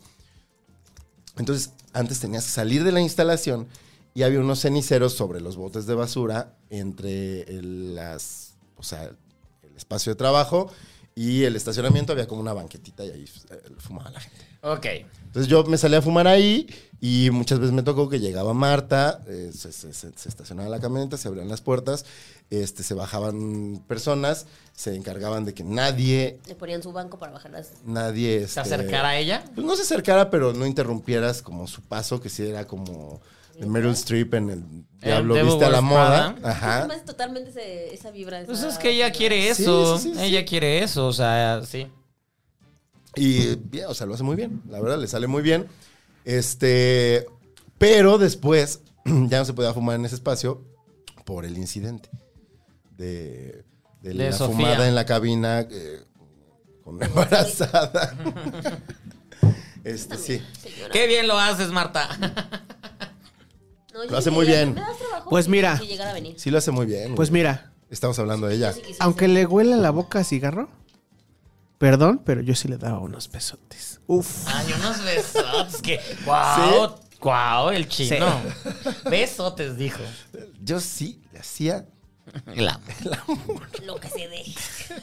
Speaker 2: Entonces, antes tenías que salir de la instalación y había unos ceniceros sobre los botes de basura entre el- las, o sea, el espacio de trabajo y el estacionamiento. Había como una banquetita y ahí eh, fumaba la gente.
Speaker 1: Ok.
Speaker 2: Entonces yo me salía a fumar ahí y muchas veces me tocó que llegaba Marta, eh, se, se- se- se estacionaba la camioneta, se abrían las puertas, este, se bajaban personas, se encargaban de que nadie,
Speaker 4: Le ponían su banco para bajar las...
Speaker 2: nadie...
Speaker 1: ¿Se
Speaker 2: este,
Speaker 1: acercara a ella?
Speaker 2: Pues no se acercara, pero no interrumpieras como su paso, que sí era como de Meryl Streep en el Diablo
Speaker 1: Devil
Speaker 2: Viste a la
Speaker 1: Wears
Speaker 2: Moda.
Speaker 1: Prada.
Speaker 2: Ajá.
Speaker 4: Además, totalmente ese- esa vibra. esa-
Speaker 1: Pues es que ella quiere
Speaker 2: Sí,
Speaker 1: eso.
Speaker 2: sí, sí, sí.
Speaker 1: ella quiere eso, o sea, sí.
Speaker 2: Y, bien, o sea, lo hace muy bien. La verdad, le sale muy bien. Este. Pero después ya no se podía fumar en ese espacio por el incidente de,
Speaker 1: De
Speaker 2: de la
Speaker 1: Sofía.
Speaker 2: fumada en la cabina eh, con la embarazada. este, sí.
Speaker 4: Señora.
Speaker 1: Qué bien lo haces, Marta.
Speaker 4: No, yo
Speaker 2: Lo hace
Speaker 4: sí
Speaker 2: muy
Speaker 4: diría,
Speaker 2: bien.
Speaker 4: "Me das trabajo
Speaker 3: Pues
Speaker 4: si-
Speaker 3: mira.
Speaker 4: si llegara a venir".
Speaker 2: Sí lo hace muy bien.
Speaker 3: Pues
Speaker 2: güey.
Speaker 3: mira,
Speaker 2: Estamos hablando de ella.
Speaker 4: Sí quisiera.
Speaker 3: aunque le huela la boca a cigarro, perdón, pero yo sí le daba unos besotes. Uf.
Speaker 1: Ay, unos besotes que. ¡Wow! ¡Wow! El chino. Besotes, dijo.
Speaker 2: Yo sí le hacía.
Speaker 1: El amo.
Speaker 4: Lo que se deje.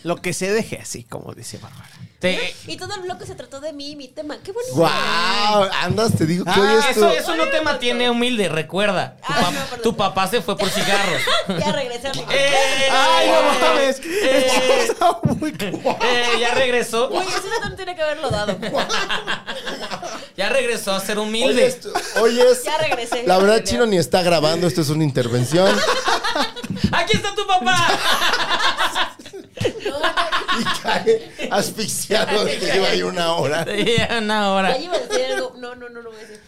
Speaker 3: Lo que se deje así, como dice Bárbara.
Speaker 1: Te-
Speaker 4: Y todo el bloque se trató de mí y mi tema. ¡Qué bonito!
Speaker 2: ¡Wow! Andas, te digo que hoy
Speaker 1: Ah,
Speaker 2: es tu-
Speaker 1: eso, eso no te mantiene humilde, recuerda. Tu,
Speaker 4: Ah,
Speaker 1: pa-
Speaker 4: no, perdón.
Speaker 1: tu papá se fue por cigarros.
Speaker 4: Ya regresé a mi
Speaker 1: ¡Eh!
Speaker 3: ¡Ay, no mames!
Speaker 1: Eh.
Speaker 3: Esto está muy guau.
Speaker 1: Eh, ya regresó.
Speaker 4: Oye, eso no tiene que haberlo dado.
Speaker 1: Ya regresó a ser
Speaker 2: Hoy
Speaker 1: humilde.
Speaker 2: es, hoy es-
Speaker 4: Ya regresé.
Speaker 2: La verdad, Chino ni está grabando. Esto es una intervención.
Speaker 1: ¡Aquí está tu papá!
Speaker 2: y cae asfixiado de que lleva ahí una hora.
Speaker 1: Ya una hora.
Speaker 4: Ya iba a decir algo. No, no, no, no voy a decir.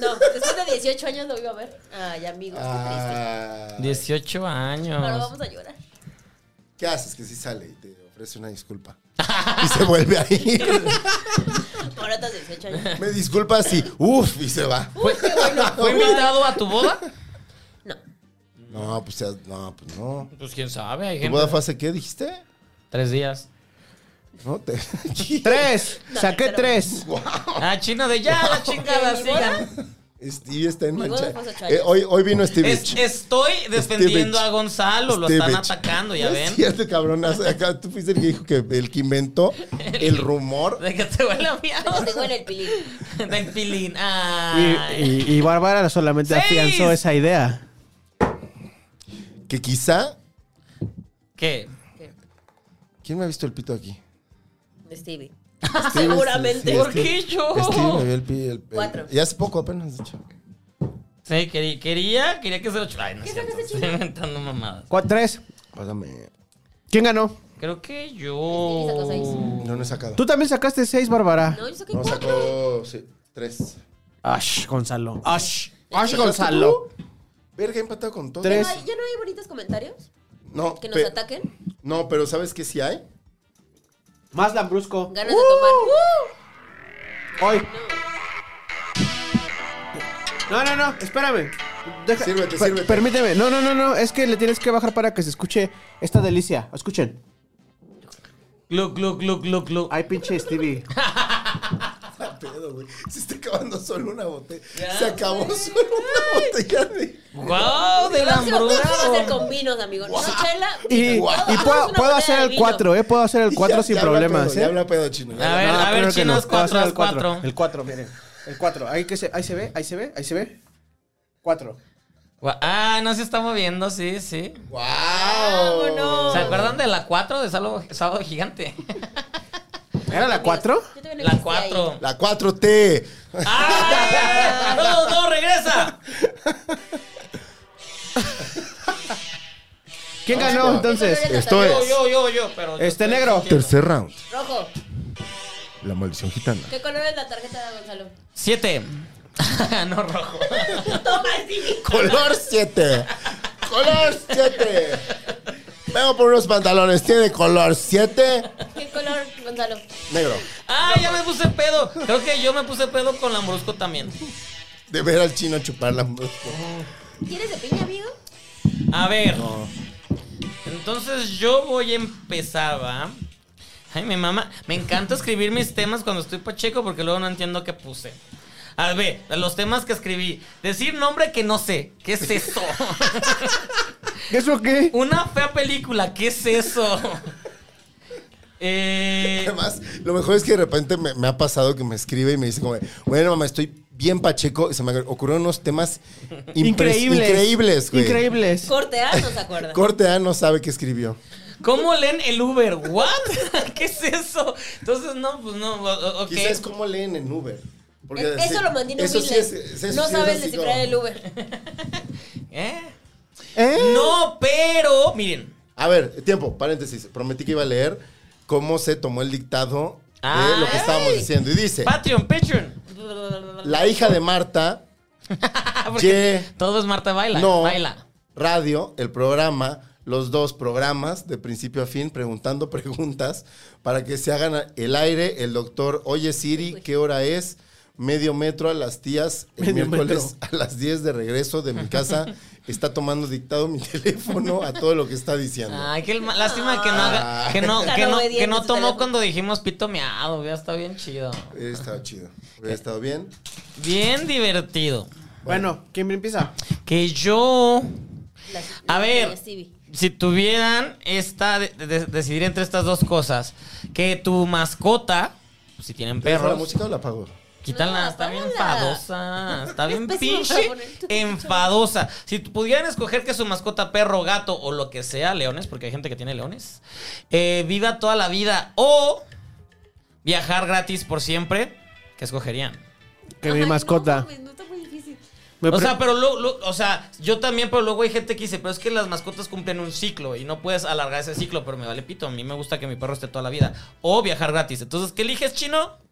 Speaker 4: No, después de 18 años lo iba a ver. Ay, amigos, qué triste.
Speaker 2: Ah,
Speaker 1: 18
Speaker 4: Ahora
Speaker 1: años.
Speaker 4: vamos a llorar.
Speaker 2: ¿Qué haces? Que si sale y te ofrece una disculpa. Y se vuelve a ir.
Speaker 4: Ahora estás 18 años.
Speaker 2: Me disculpa si, uff, y se va.
Speaker 4: Uy, qué bueno.
Speaker 1: ¿Fue invitado a tu boda?
Speaker 4: No,
Speaker 2: No, pues ya- no, pues no.
Speaker 1: Pues quién sabe, hay
Speaker 2: ¿Tu
Speaker 1: gente.
Speaker 2: boda fue hace qué dijiste?
Speaker 1: Tres días.
Speaker 2: No te.
Speaker 3: Tres.
Speaker 4: No,
Speaker 3: Saqué
Speaker 4: pero-
Speaker 3: tres.
Speaker 1: Ah, chino de ya, la chingada,
Speaker 4: ¿Mi
Speaker 1: sigan.
Speaker 2: Stevie está en
Speaker 4: Mi boda
Speaker 2: mancha.
Speaker 4: fue hace ocho
Speaker 2: Eh,
Speaker 4: años.
Speaker 2: hoy, hoy vino Stevie.
Speaker 1: Es- estoy defendiendo a Gonzalo, lo están
Speaker 2: Stevich.
Speaker 1: atacando, ya
Speaker 2: No
Speaker 1: ven.
Speaker 2: Es cierto, este cabrón. Acá tú fuiste el que dijo que el que inventó el rumor.
Speaker 1: De que te huele a miau.
Speaker 4: no te huele el pilín.
Speaker 1: Del pilín.
Speaker 3: Y,
Speaker 1: Ah.
Speaker 3: y- y Bárbara solamente
Speaker 1: Seis.
Speaker 3: afianzó esa idea.
Speaker 2: que quizá...
Speaker 1: ¿Qué?
Speaker 2: ¿Quién me ha visto el pito aquí?
Speaker 4: Stevie. Seguramente.
Speaker 2: sí,
Speaker 1: Ah, ¿Por
Speaker 2: Steve.
Speaker 1: qué yo?
Speaker 2: Steve me vio el pito. El,
Speaker 4: Cuatro.
Speaker 2: y hace poco apenas, de hecho.
Speaker 1: Sí, quería, quería, quería que se lo chupara. Ay, no es
Speaker 4: ¿Qué
Speaker 1: cierto.
Speaker 4: sacaste,
Speaker 1: Estoy inventando mamadas.
Speaker 3: Cua- Tres.
Speaker 2: Pásame.
Speaker 3: ¿Quién ganó?
Speaker 1: Creo que
Speaker 4: Sí, sacó seis.
Speaker 1: yo.
Speaker 2: No, no he sacado.
Speaker 3: Tú también sacaste seis, Bárbara.
Speaker 4: No, yo saqué
Speaker 2: No,
Speaker 4: cuatro.
Speaker 2: sacó... Sí, tres.
Speaker 3: Ash, Gonzalo. Ash. Ash,
Speaker 2: Gonzalo. Verga, he empatado con todo.
Speaker 4: ¿Ya
Speaker 3: Ah, Tres.
Speaker 4: no, hay, ya no hay bonitos comentarios
Speaker 2: No,
Speaker 4: que nos
Speaker 2: pe-
Speaker 4: ataquen.
Speaker 2: No, pero ¿sabes qué sí hay?
Speaker 3: Más Lambrusco.
Speaker 4: Ganas de tomar.
Speaker 3: Hoy. No, no, no, espérame. Deja-
Speaker 2: Sírvete,
Speaker 3: per-
Speaker 2: sírvete.
Speaker 3: Permíteme. No, no, no, no. Es que le tienes que bajar para que se escuche esta delicia. Escuchen.
Speaker 1: Look, look, look, look, look.
Speaker 3: Ay, pinche Stevie.
Speaker 2: Ah, pedo, güey. Se está acabando solo una botella. Se acabó solo una botella de.
Speaker 1: ¡Wow! ¡Oh, ¡Del
Speaker 4: La próxima vez vamos a hacer
Speaker 1: hamburguesa!
Speaker 4: con vinos, amigo. No chela.
Speaker 3: Y, y
Speaker 4: vino. Vamos a
Speaker 3: puedo,
Speaker 4: una
Speaker 3: puedo
Speaker 4: botella
Speaker 3: hacer
Speaker 4: de
Speaker 3: el
Speaker 4: vino.
Speaker 3: 4, ¿eh? Puedo hacer el 4 sin problemas,
Speaker 2: Ya
Speaker 3: ¿eh?
Speaker 2: habla pedo chino. ya
Speaker 1: A
Speaker 2: habla-
Speaker 1: ver, a ver,
Speaker 3: creo que
Speaker 1: chino, es
Speaker 3: Puedo hacer el
Speaker 1: cuatro, es cuatro.
Speaker 3: El 4, miren. El 4. Ahí, que se, ahí se ve, ahí se ve, ahí se ve. 4.
Speaker 1: Gua- Ah, no se está moviendo, sí, sí.
Speaker 4: Vámonos.
Speaker 1: ¿Se acuerdan de la 4 de Sábado, Sábado Gigante?
Speaker 3: ¿Era la 4?
Speaker 4: Yo te beneficié
Speaker 1: La
Speaker 4: ahí.
Speaker 1: 4.
Speaker 2: La 4T.
Speaker 1: ¡Ah! ¡No, no, regresa!
Speaker 3: ¿Quién ganó entonces?
Speaker 2: Esto
Speaker 4: Yo,
Speaker 2: es.
Speaker 1: Yo, yo, yo, pero. yo
Speaker 3: Este
Speaker 1: estoy
Speaker 3: negro.
Speaker 1: diciendo.
Speaker 2: Tercer round.
Speaker 4: Rojo.
Speaker 2: La maldición gitana.
Speaker 4: ¿Qué color es la tarjeta de Gonzalo?
Speaker 1: Siete. no rojo.
Speaker 4: Toma, Stevie.
Speaker 2: Color 7. Color 7. Vengo por unos pantalones. Tiene color 7.
Speaker 4: ¿Qué color, Gonzalo?
Speaker 2: Negro.
Speaker 1: Ah, ya me puse pedo. Creo que yo me puse pedo con Lambrusco también.
Speaker 2: De ver al chino chupar la
Speaker 4: ¿Quieres de piña, amigo?
Speaker 1: A ver. Entonces yo voy a empezar, ¿va? Ay, mi mamá. Me encanta escribir mis temas cuando estoy pacheco porque luego no entiendo qué puse. A ver, los temas que escribí. Decir nombre que no sé. ¿Qué es eso?
Speaker 3: ¿Eso qué?
Speaker 1: Una fea película. ¿Qué es eso? Eh,
Speaker 2: Además, lo mejor es que de repente me, me ha pasado que me escribe y me dice como, bueno, mamá, estoy bien pacheco. Y se me ocurrieron unos temas impres-
Speaker 3: Increíbles.
Speaker 2: Increíbles, güey.
Speaker 3: Increíbles.
Speaker 4: Corte A, no se acuerda.
Speaker 2: Corte A no sabe qué escribió.
Speaker 1: ¿Cómo leen el Uber? ¿What? ¿Qué es eso? Entonces, no, pues no. o- o- ok.
Speaker 2: Quizás cómo leen en Uber. Porque
Speaker 4: Eh,
Speaker 2: sí,
Speaker 4: eso lo mandé en un
Speaker 2: eso sí es- eso
Speaker 4: No
Speaker 2: sí es
Speaker 4: sabes
Speaker 2: así
Speaker 4: descifrar
Speaker 2: como-
Speaker 4: el Uber.
Speaker 1: ¿Eh?
Speaker 3: ¿Eh?
Speaker 1: No, pero. Miren.
Speaker 2: A ver, tiempo, paréntesis. Prometí que iba a leer cómo se tomó el dictado
Speaker 4: Ah,
Speaker 2: de lo que
Speaker 1: Ay.
Speaker 2: estábamos diciendo. Y dice,
Speaker 1: Patreon, Patreon.
Speaker 2: la hija de Marta,
Speaker 1: Porque
Speaker 2: Ye.
Speaker 1: todo es Marta Baila.
Speaker 2: no,
Speaker 1: Baila.
Speaker 2: radio, el programa, los dos programas de principio a fin, preguntando preguntas para que se hagan el aire, el doctor, oye Siri, ¿qué hora es? Medio metro a las tías, el
Speaker 3: Medio
Speaker 2: miércoles a las 10 de regreso de mi casa, está tomando dictado mi teléfono a todo lo que está diciendo.
Speaker 1: Ay, qué ma- lástima que no
Speaker 2: Ah.
Speaker 1: haga- que no,
Speaker 4: Tan
Speaker 1: que no,
Speaker 4: obediente
Speaker 1: que no
Speaker 4: su
Speaker 1: tomó
Speaker 4: teléfono.
Speaker 1: cuando dijimos pito meado, hubiera estado bien chido.
Speaker 2: Hubiera estado chido. Hubiera estado bien.
Speaker 1: Bien divertido.
Speaker 3: Bueno, ¿quién empieza?
Speaker 1: Que yo,
Speaker 4: La-
Speaker 1: a ver,
Speaker 4: la Stevie.
Speaker 1: si tuvieran esta de- de- decidir entre estas dos cosas, que tu mascota, si tienen
Speaker 2: ¿Te dejo la
Speaker 1: perros,
Speaker 2: música o la apago?
Speaker 1: Quítala,
Speaker 4: No,
Speaker 1: está bien
Speaker 4: apágala.
Speaker 1: enfadosa. Está bien
Speaker 4: pésimo
Speaker 1: pinche
Speaker 4: para poner tu
Speaker 1: enfadosa. Si tu- pudieran escoger que su mascota, perro, gato o lo que sea, leones, porque hay gente que tiene leones, eh, viva toda la vida o viajar gratis por siempre, ¿qué escogerían?
Speaker 3: Que
Speaker 4: Ay,
Speaker 3: mi
Speaker 4: no,
Speaker 3: mascota.
Speaker 4: mames, No, está muy difícil.
Speaker 3: Me
Speaker 1: o
Speaker 3: pre-
Speaker 1: sea, pero lo- lo- o sea, yo también, pero luego hay gente que dice, pero es que las mascotas cumplen un ciclo y no puedes alargar ese ciclo, pero me vale pito, a mí me gusta que mi perro esté toda la vida. O viajar gratis. Entonces, ¿qué eliges, chino?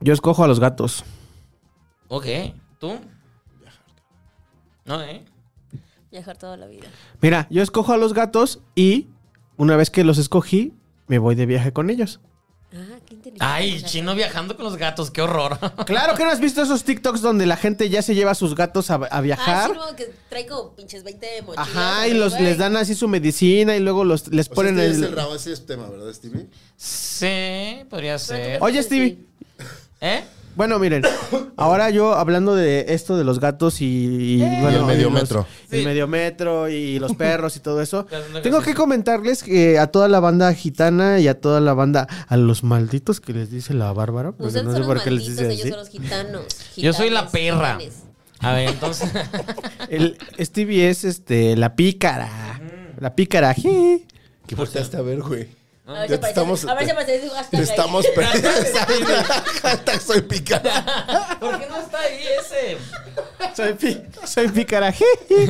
Speaker 3: Yo escojo a los gatos.
Speaker 1: Ok, ¿tú? No, ¿eh?
Speaker 4: Viajar toda la vida.
Speaker 3: Mira, yo escojo a los gatos y una vez que los escogí, me voy de viaje con ellos.
Speaker 4: Ah, qué inteligente.
Speaker 1: Ay,
Speaker 4: Gonzalo.
Speaker 1: chino viajando con los gatos, qué horror.
Speaker 3: Claro que no has visto esos TikToks donde la gente ya se lleva a sus gatos a, a
Speaker 4: Ah,
Speaker 3: viajar.
Speaker 4: sí, no, que trae como pinches 20 mochilas.
Speaker 3: Ajá,
Speaker 4: así,
Speaker 3: y los,
Speaker 4: güey.
Speaker 3: les dan así su medicina y luego los, les
Speaker 2: O sea,
Speaker 3: ponen
Speaker 2: este es
Speaker 3: el...
Speaker 2: el rabo, ese es tema, ¿verdad, Stevie?
Speaker 1: Sí, podría ser.
Speaker 3: Oye, Stevie.
Speaker 1: ¿Eh?
Speaker 3: Bueno, miren, ahora yo hablando de esto de los gatos y, y,
Speaker 4: Eh.
Speaker 3: bueno,
Speaker 2: el medio
Speaker 3: y los-
Speaker 2: metro.
Speaker 3: El
Speaker 1: Sí.
Speaker 3: medio metro y los perros y todo eso.
Speaker 1: Estás haciendo
Speaker 3: Tengo que
Speaker 1: ejercicio.
Speaker 3: comentarles que a toda la banda gitana y a toda la banda, a los malditos que les dice la Bárbara, porque
Speaker 4: pues, Ustedes
Speaker 3: no
Speaker 4: son
Speaker 3: sé
Speaker 4: los
Speaker 3: por qué les
Speaker 4: malditos,
Speaker 3: dice
Speaker 4: ellos
Speaker 3: así.
Speaker 4: son los gitanos.
Speaker 1: Yo soy la
Speaker 4: gitanes,
Speaker 1: perra.
Speaker 4: gitanes.
Speaker 1: A ver, entonces.
Speaker 3: El Stevie es este la pícara. La pícara. ji.
Speaker 2: ¿Qué volteaste a ver, güey?
Speaker 4: A ver
Speaker 2: Ya
Speaker 4: si
Speaker 2: te
Speaker 4: aparece-
Speaker 2: estamos-
Speaker 4: a ver si aparece su
Speaker 2: Te
Speaker 4: hashtag ahí.
Speaker 2: estamos perdiendo. Hashtag soy picada.
Speaker 1: ¿Por qué no está ahí ese?
Speaker 3: Soy, pi- soy pícara. ji, ji.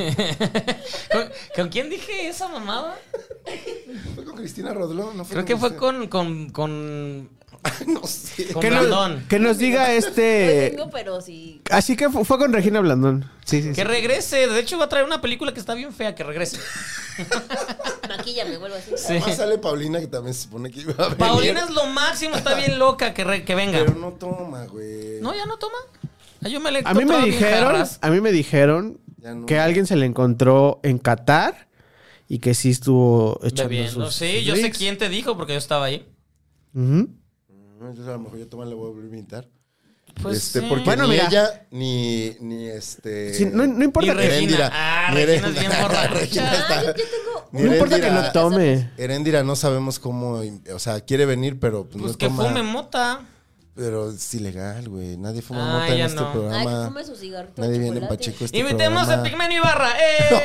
Speaker 1: ¿Con, con quién dije esa mamada?
Speaker 2: ¿Fue con Cristina Rodlón? No
Speaker 1: Creo que fue
Speaker 2: usted.
Speaker 1: con. con. con.
Speaker 2: no sé.
Speaker 1: con
Speaker 3: Que nos,
Speaker 1: Blandón.
Speaker 3: que nos diga
Speaker 4: No
Speaker 3: este...
Speaker 4: tengo, pero sí.
Speaker 3: Así que fu- fue con Regina Blandón. Sí, sí, sí.
Speaker 1: Que regrese. De hecho, va a traer una película que está bien fea. Que regrese.
Speaker 4: Maquíllame, vuelvo así.
Speaker 1: Sí.
Speaker 2: Además sale Paulina, que también se supone que iba a venir.
Speaker 1: Paulina es lo máximo. Está bien loca. Que, re- que venga.
Speaker 2: Pero no toma, güey.
Speaker 1: No, ya no toma. Ay, yo me le
Speaker 3: A mí me
Speaker 1: encontraba bien
Speaker 3: dijeron,
Speaker 1: jarras.
Speaker 3: a mí me dijeron
Speaker 2: Ya no.
Speaker 3: que alguien se le encontró en Qatar y que sí estuvo echando
Speaker 1: Bebiendo.
Speaker 3: sus-
Speaker 1: Sí,
Speaker 3: sus
Speaker 1: yo sé
Speaker 3: drinks.
Speaker 1: quién te dijo porque yo estaba ahí.
Speaker 3: Ujú.
Speaker 2: Entonces, a lo mejor yo toma la voy a volver a invitar.
Speaker 1: Pues
Speaker 2: este,
Speaker 1: sí.
Speaker 2: Porque
Speaker 3: Bueno,
Speaker 2: ni
Speaker 3: mira.
Speaker 2: ella, ni, ni este...
Speaker 3: Sí, no, no importa
Speaker 1: Y
Speaker 3: que,
Speaker 1: Regina.
Speaker 2: Heréndira.
Speaker 1: Ah,
Speaker 2: Ni
Speaker 1: Regina es
Speaker 2: Heréndira.
Speaker 1: bien borracha.
Speaker 2: Regina
Speaker 4: Ah,
Speaker 2: está-
Speaker 4: yo, yo tengo.
Speaker 2: ni
Speaker 3: no importa que
Speaker 2: Heréndira-
Speaker 3: no tome.
Speaker 2: Heréndira no sabemos cómo, o sea, quiere venir, pero pues,
Speaker 1: Pues
Speaker 2: no
Speaker 1: que
Speaker 2: toma.
Speaker 1: fume mota.
Speaker 2: Pero es ilegal, güey. Nadie fuma
Speaker 1: Ah,
Speaker 2: mota en
Speaker 1: ya
Speaker 2: este
Speaker 1: no.
Speaker 4: Ay, que
Speaker 2: programa.
Speaker 4: fume su cigarrito.
Speaker 2: Nadie
Speaker 4: de
Speaker 2: viene en
Speaker 4: chocolate. Ah,
Speaker 2: Pacheco a este
Speaker 1: Invitemos a
Speaker 2: programa.
Speaker 1: Pigmenio Ibarra. ¡Eh!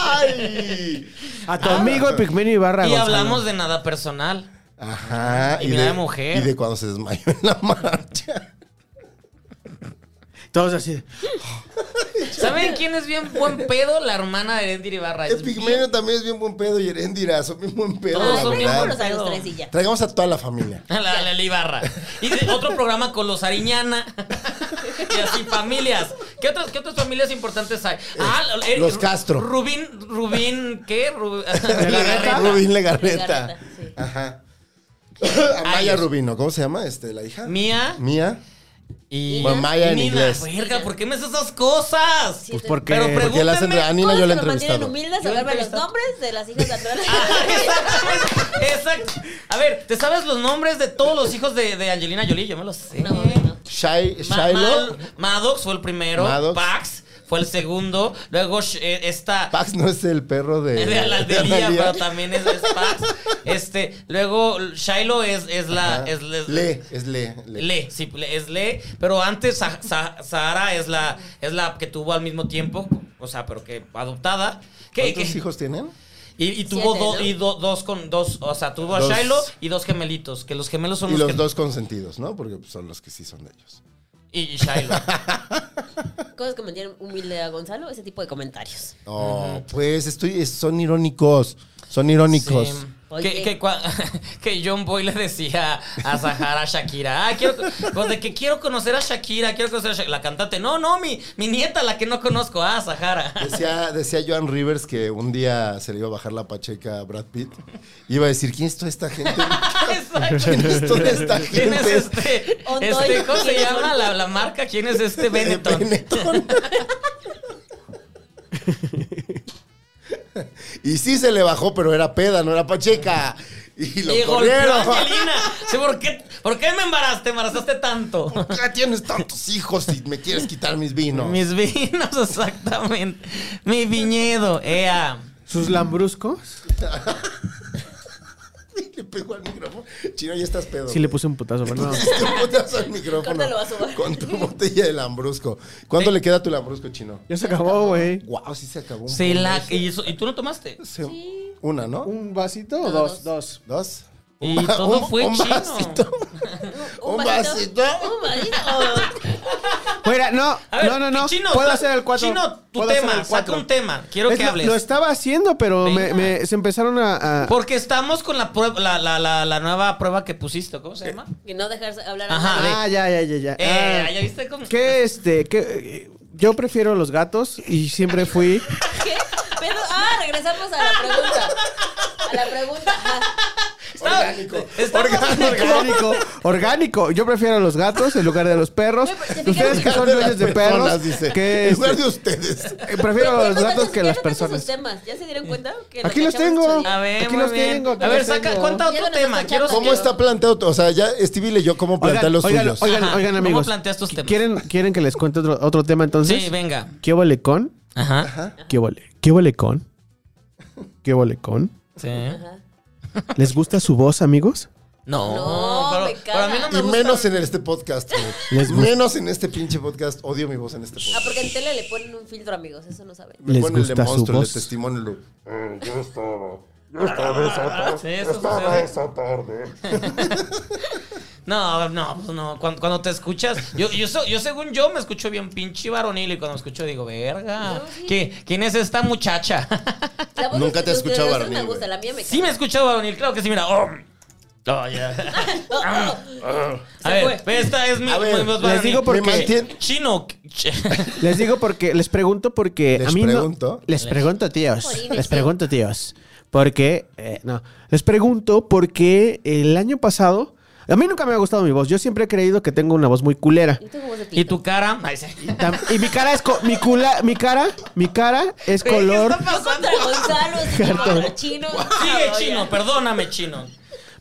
Speaker 2: ¡Ay!
Speaker 3: A tu amigo el Pigmenio Ibarra.
Speaker 1: y
Speaker 3: Gonzalo.
Speaker 1: hablamos de nada personal.
Speaker 2: Ajá.
Speaker 1: Y mira de mujer.
Speaker 2: Y de cuando se desmayó en la marcha.
Speaker 3: Todos así.
Speaker 1: ¿Saben quién es bien buen pedo? La hermana de Erendir Ibarra. Es
Speaker 2: El Pigmenio también es bien buen pedo y Heréndira son bien buen pedo,
Speaker 1: Todos
Speaker 4: Ay,
Speaker 2: la
Speaker 1: son bien
Speaker 2: verdad.
Speaker 4: vámonos a los
Speaker 1: Pero-
Speaker 4: tres y ya.
Speaker 2: Traigamos a toda la familia.
Speaker 1: bien- La, la Lely Ibarra. Y de- otro programa con los Ariñana. y así familias. ¿Qué otras, qué otras familias importantes hay? Ah, eh,
Speaker 2: los
Speaker 1: Ru-
Speaker 2: Castro.
Speaker 1: Rubín, Rubín, ¿qué? Rubín.
Speaker 2: Rubín Legarreta.
Speaker 4: Legarreta, sí.
Speaker 2: Ajá. Amaya
Speaker 1: Dios.
Speaker 2: Rubino, ¿cómo se llama? Este, la hija.
Speaker 1: Mía
Speaker 2: Mía.
Speaker 1: y.
Speaker 2: Bueno, Maya en
Speaker 1: Nina.
Speaker 2: inglés.
Speaker 1: Verga, ¿por qué me haces esas cosas?
Speaker 4: Sí,
Speaker 3: Pues
Speaker 4: te-
Speaker 3: porque.
Speaker 1: Pero pre-
Speaker 2: Porque la hacen
Speaker 1: Pregúntenme
Speaker 2: a Nina yo la he
Speaker 4: ¿Cómo se
Speaker 2: entrevistado.
Speaker 4: mantienen humildes
Speaker 1: Yo
Speaker 4: a verme los
Speaker 1: entrevistado.
Speaker 4: nombres de las hijas de atrás.
Speaker 1: Exactamente. Exacto. A ver, ¿te sabes los nombres de todos los hijos de, de Angelina Jolie? Yo me los sé.
Speaker 4: No, no.
Speaker 2: Shai,
Speaker 1: Ma-
Speaker 2: Shiloh.
Speaker 1: Mal- Maddox fue el primero.
Speaker 2: Maddox.
Speaker 1: Pax fue el segundo. Luego sh- eh, está.
Speaker 2: Pax no es el perro de.
Speaker 1: De la de
Speaker 2: Ana
Speaker 1: Lía,
Speaker 2: Lía.
Speaker 1: pero también es, es Pax. Este, luego Shiloh es, es la.
Speaker 2: Ajá.
Speaker 1: Es, es-
Speaker 2: Le, es Le. Le.
Speaker 1: Le, sí, Le- es Le. Pero antes Sa- Sa- Sahara es la, es la que tuvo al mismo tiempo. O sea, pero que adoptada. Que,
Speaker 2: ¿Cuántos
Speaker 1: que-
Speaker 2: hijos tienen?
Speaker 1: Y, y tuvo
Speaker 4: Siete,
Speaker 1: do-
Speaker 4: ¿no?
Speaker 1: y do- dos con dos, o sea, tuvo
Speaker 2: Dos.
Speaker 1: a Shiloh y dos gemelitos, que los gemelos son
Speaker 2: Y
Speaker 1: los,
Speaker 2: los
Speaker 1: que-
Speaker 2: dos consentidos, ¿no? Porque pues, son los que sí son de ellos.
Speaker 1: Y, y Shiloh.
Speaker 4: Cosas que mantienen humilde a Gonzalo, ese tipo de comentarios.
Speaker 2: No, pues estoy, es- son irónicos. Son irónicos.
Speaker 1: Sí.
Speaker 4: Oye.
Speaker 1: Que, que, cua- que John Boy le decía a Sahara Shakira, ah, quiero, pues de que quiero conocer a Shakira, quiero conocer a Shakira, la cantante, no, no, mi, mi nieta, la que no conozco, ah, Sahara.
Speaker 2: Decía, decía Joan Rivers que un día se le iba a bajar la pacheca a Brad Pitt. Y iba a decir, ¿quién es toda esta gente?
Speaker 1: Exacto.
Speaker 2: ¿Quién es toda esta
Speaker 1: ¿Quién es
Speaker 2: gente?
Speaker 1: este?
Speaker 4: Ondoy.
Speaker 1: este ¿Cómo se llama la, la marca? ¿Quién es este Benetton?
Speaker 2: Benetton. y sí se le bajó, pero era peda, no era pacheca. Y lo
Speaker 1: Y golpeó a
Speaker 2: corrieron.
Speaker 1: Angelina. Sí, ¿por, qué, ¿Por qué me embaraste? ¿Embarazaste tanto?
Speaker 2: ¿Por qué tienes tantos hijos y me quieres quitar mis vinos?
Speaker 1: Mis vinos, exactamente. Mi viñedo, ea.
Speaker 3: Sus lambruscos.
Speaker 2: Le pegó al micrófono. Chino, ya estás pedo.
Speaker 3: Sí, le puse un putazo, pero no.
Speaker 2: Te botas al micrófono.
Speaker 4: Córtalo, va a sobar.
Speaker 2: Con tu botella de lambrusco. ¿Cuánto le queda a tu lambrusco, Chino?
Speaker 3: Ya se acabó, güey.
Speaker 2: Guau, sí se acabó. un
Speaker 1: Sí,
Speaker 2: poco.
Speaker 1: la, y, eso- y tú no tomaste.
Speaker 2: Se- Una, ¿no?
Speaker 3: ¿Un vasito
Speaker 4: No,
Speaker 3: o
Speaker 4: dos.
Speaker 3: dos? Dos.
Speaker 2: Dos.
Speaker 1: Y
Speaker 2: va-
Speaker 1: todo fue chino.
Speaker 2: vasito. Un vasito.
Speaker 4: Un vasito.
Speaker 3: Fuera, no,
Speaker 1: A ver,
Speaker 3: no, no, no.
Speaker 1: Chino,
Speaker 3: Puedo
Speaker 1: ta-
Speaker 3: hacer el cuatro.
Speaker 1: Chino, tu
Speaker 3: Puedo hacer
Speaker 1: tema,
Speaker 3: el cuatro.
Speaker 1: saca un tema. Quiero
Speaker 3: Es
Speaker 1: que
Speaker 3: lo-
Speaker 1: hables.
Speaker 3: Lo estaba haciendo, pero me,
Speaker 1: Venga.
Speaker 3: me- se empezaron a. a-
Speaker 1: Porque estamos con la, prueba, la, la, la, la nueva prueba que pusiste.
Speaker 3: Eh,
Speaker 1: ¿Cómo se llama?
Speaker 4: Que no dejarse hablar a
Speaker 1: Ajá.
Speaker 4: nadie.
Speaker 3: Ah, ya, ya, ya, ya.
Speaker 1: Eh,
Speaker 3: Ah.
Speaker 1: ¿ya viste cómo?
Speaker 3: ¿Qué este? ¿Qué? eh, Yo prefiero los gatos y siempre fui.
Speaker 4: ¿Qué? Pero, ah, regresamos a la pregunta. A la pregunta. ajá.
Speaker 1: Está- estamos-
Speaker 3: orgánico. Orgánico. Yo prefiero los gatos en lugar de los perros.
Speaker 4: Oye, pero ¿te
Speaker 3: Ustedes
Speaker 4: fijas?
Speaker 3: que son dueños de perros.
Speaker 2: Personas, dice.
Speaker 3: que,
Speaker 2: En lugar
Speaker 3: este,
Speaker 2: de ustedes.
Speaker 3: eh, prefiero
Speaker 4: Ya
Speaker 3: los
Speaker 4: no
Speaker 3: gatos
Speaker 4: tantos-
Speaker 3: que
Speaker 4: ya
Speaker 3: las
Speaker 4: no tantos sus
Speaker 3: personas.
Speaker 4: temas. ¿Ya se dieron cuenta? Que
Speaker 3: Aquí los
Speaker 4: cachamos
Speaker 3: tengo.
Speaker 4: otro día.
Speaker 1: A ver,
Speaker 3: Aquí
Speaker 1: muy
Speaker 3: los
Speaker 1: bien.
Speaker 3: tengo, aquí
Speaker 1: A ver,
Speaker 3: los
Speaker 1: saca,
Speaker 3: tengo.
Speaker 1: cuenta
Speaker 4: Ya
Speaker 1: otro
Speaker 4: no nos
Speaker 1: tema. Quiero,
Speaker 4: escuchamos.
Speaker 2: ¿Cómo está planteado? tu- O sea, ya Stevie leyó cómo plantea
Speaker 3: Oigan,
Speaker 2: los
Speaker 3: oigan,
Speaker 2: suyos.
Speaker 3: oigan,
Speaker 1: Ajá.
Speaker 3: oigan,
Speaker 1: ¿Cómo
Speaker 3: amigos.
Speaker 1: planteas tus temas?
Speaker 3: ¿Quieren, ¿Quieren que les cuente otro, otro tema entonces?
Speaker 1: Sí, venga.
Speaker 3: ¿Qué vole con?
Speaker 1: Ajá.
Speaker 3: ¿Qué vole? ¿Qué vole con? ¿Qué vole con?
Speaker 1: Sí.
Speaker 3: ¿Les gusta su voz, amigos?
Speaker 1: No,
Speaker 4: No,
Speaker 1: pero,
Speaker 4: me
Speaker 1: pero a mí no
Speaker 4: caga.
Speaker 1: me
Speaker 2: Y
Speaker 1: gusta.
Speaker 2: menos en este podcast, güey.
Speaker 3: Les gusta.
Speaker 2: Menos en este pinche podcast. Odio mi voz en este
Speaker 4: Ah,
Speaker 2: podcast.
Speaker 4: porque en tele le ponen un filtro, amigos, eso no saben.
Speaker 2: Me
Speaker 3: ¿Les
Speaker 2: ponen el de
Speaker 3: gusta su
Speaker 2: monstruo, el de
Speaker 3: voz?
Speaker 2: testimonio. lo-
Speaker 1: Sí, eso sucede. No, no, pues no. Cuando, cuando te escuchas, yo, yo, so- yo según yo me escucho bien pinche varonil y cuando me escucho digo, verga,
Speaker 4: No, sí.
Speaker 1: ¿qué- ¿quién es esta muchacha?
Speaker 4: La voz
Speaker 2: Nunca
Speaker 4: de-
Speaker 2: te he
Speaker 4: de- de-
Speaker 2: escuchado,
Speaker 4: de- de-
Speaker 2: Barney,
Speaker 4: me gusta,
Speaker 2: güey.
Speaker 4: la mía me
Speaker 1: sí me he escuchado varonil, claro que sí, mira. Oh, oh, ya. Ah.
Speaker 4: caga.
Speaker 1: A ver, esta es mi,
Speaker 2: A ver,
Speaker 1: mi voz
Speaker 2: les
Speaker 1: varonil.
Speaker 3: digo por
Speaker 2: Me
Speaker 3: qué.
Speaker 2: mantien-
Speaker 1: Chino.
Speaker 3: Les digo porque, les pregunto porque
Speaker 2: Les
Speaker 3: a mí
Speaker 2: pregunto.
Speaker 3: no. Les pregunto, tíos.
Speaker 4: Jolines,
Speaker 3: Les
Speaker 4: sí.
Speaker 3: pregunto, tíos. Porque, eh, no. Les pregunto porque el año pasado. A mí nunca me ha gustado mi voz. Yo siempre he creído que tengo una voz muy culera.
Speaker 4: Y tú como de pito.
Speaker 1: ¿Y tu cara? Ay, sí.
Speaker 3: Tam- Y mi cara es co- mi cula- mi cara, mi cara es
Speaker 1: ¿Qué
Speaker 3: color,
Speaker 1: está pasando?
Speaker 4: Contra Gonzalo, sí, contra chino.
Speaker 1: Sigue
Speaker 4: Ah,
Speaker 1: chino,
Speaker 4: oye.
Speaker 1: perdóname chino.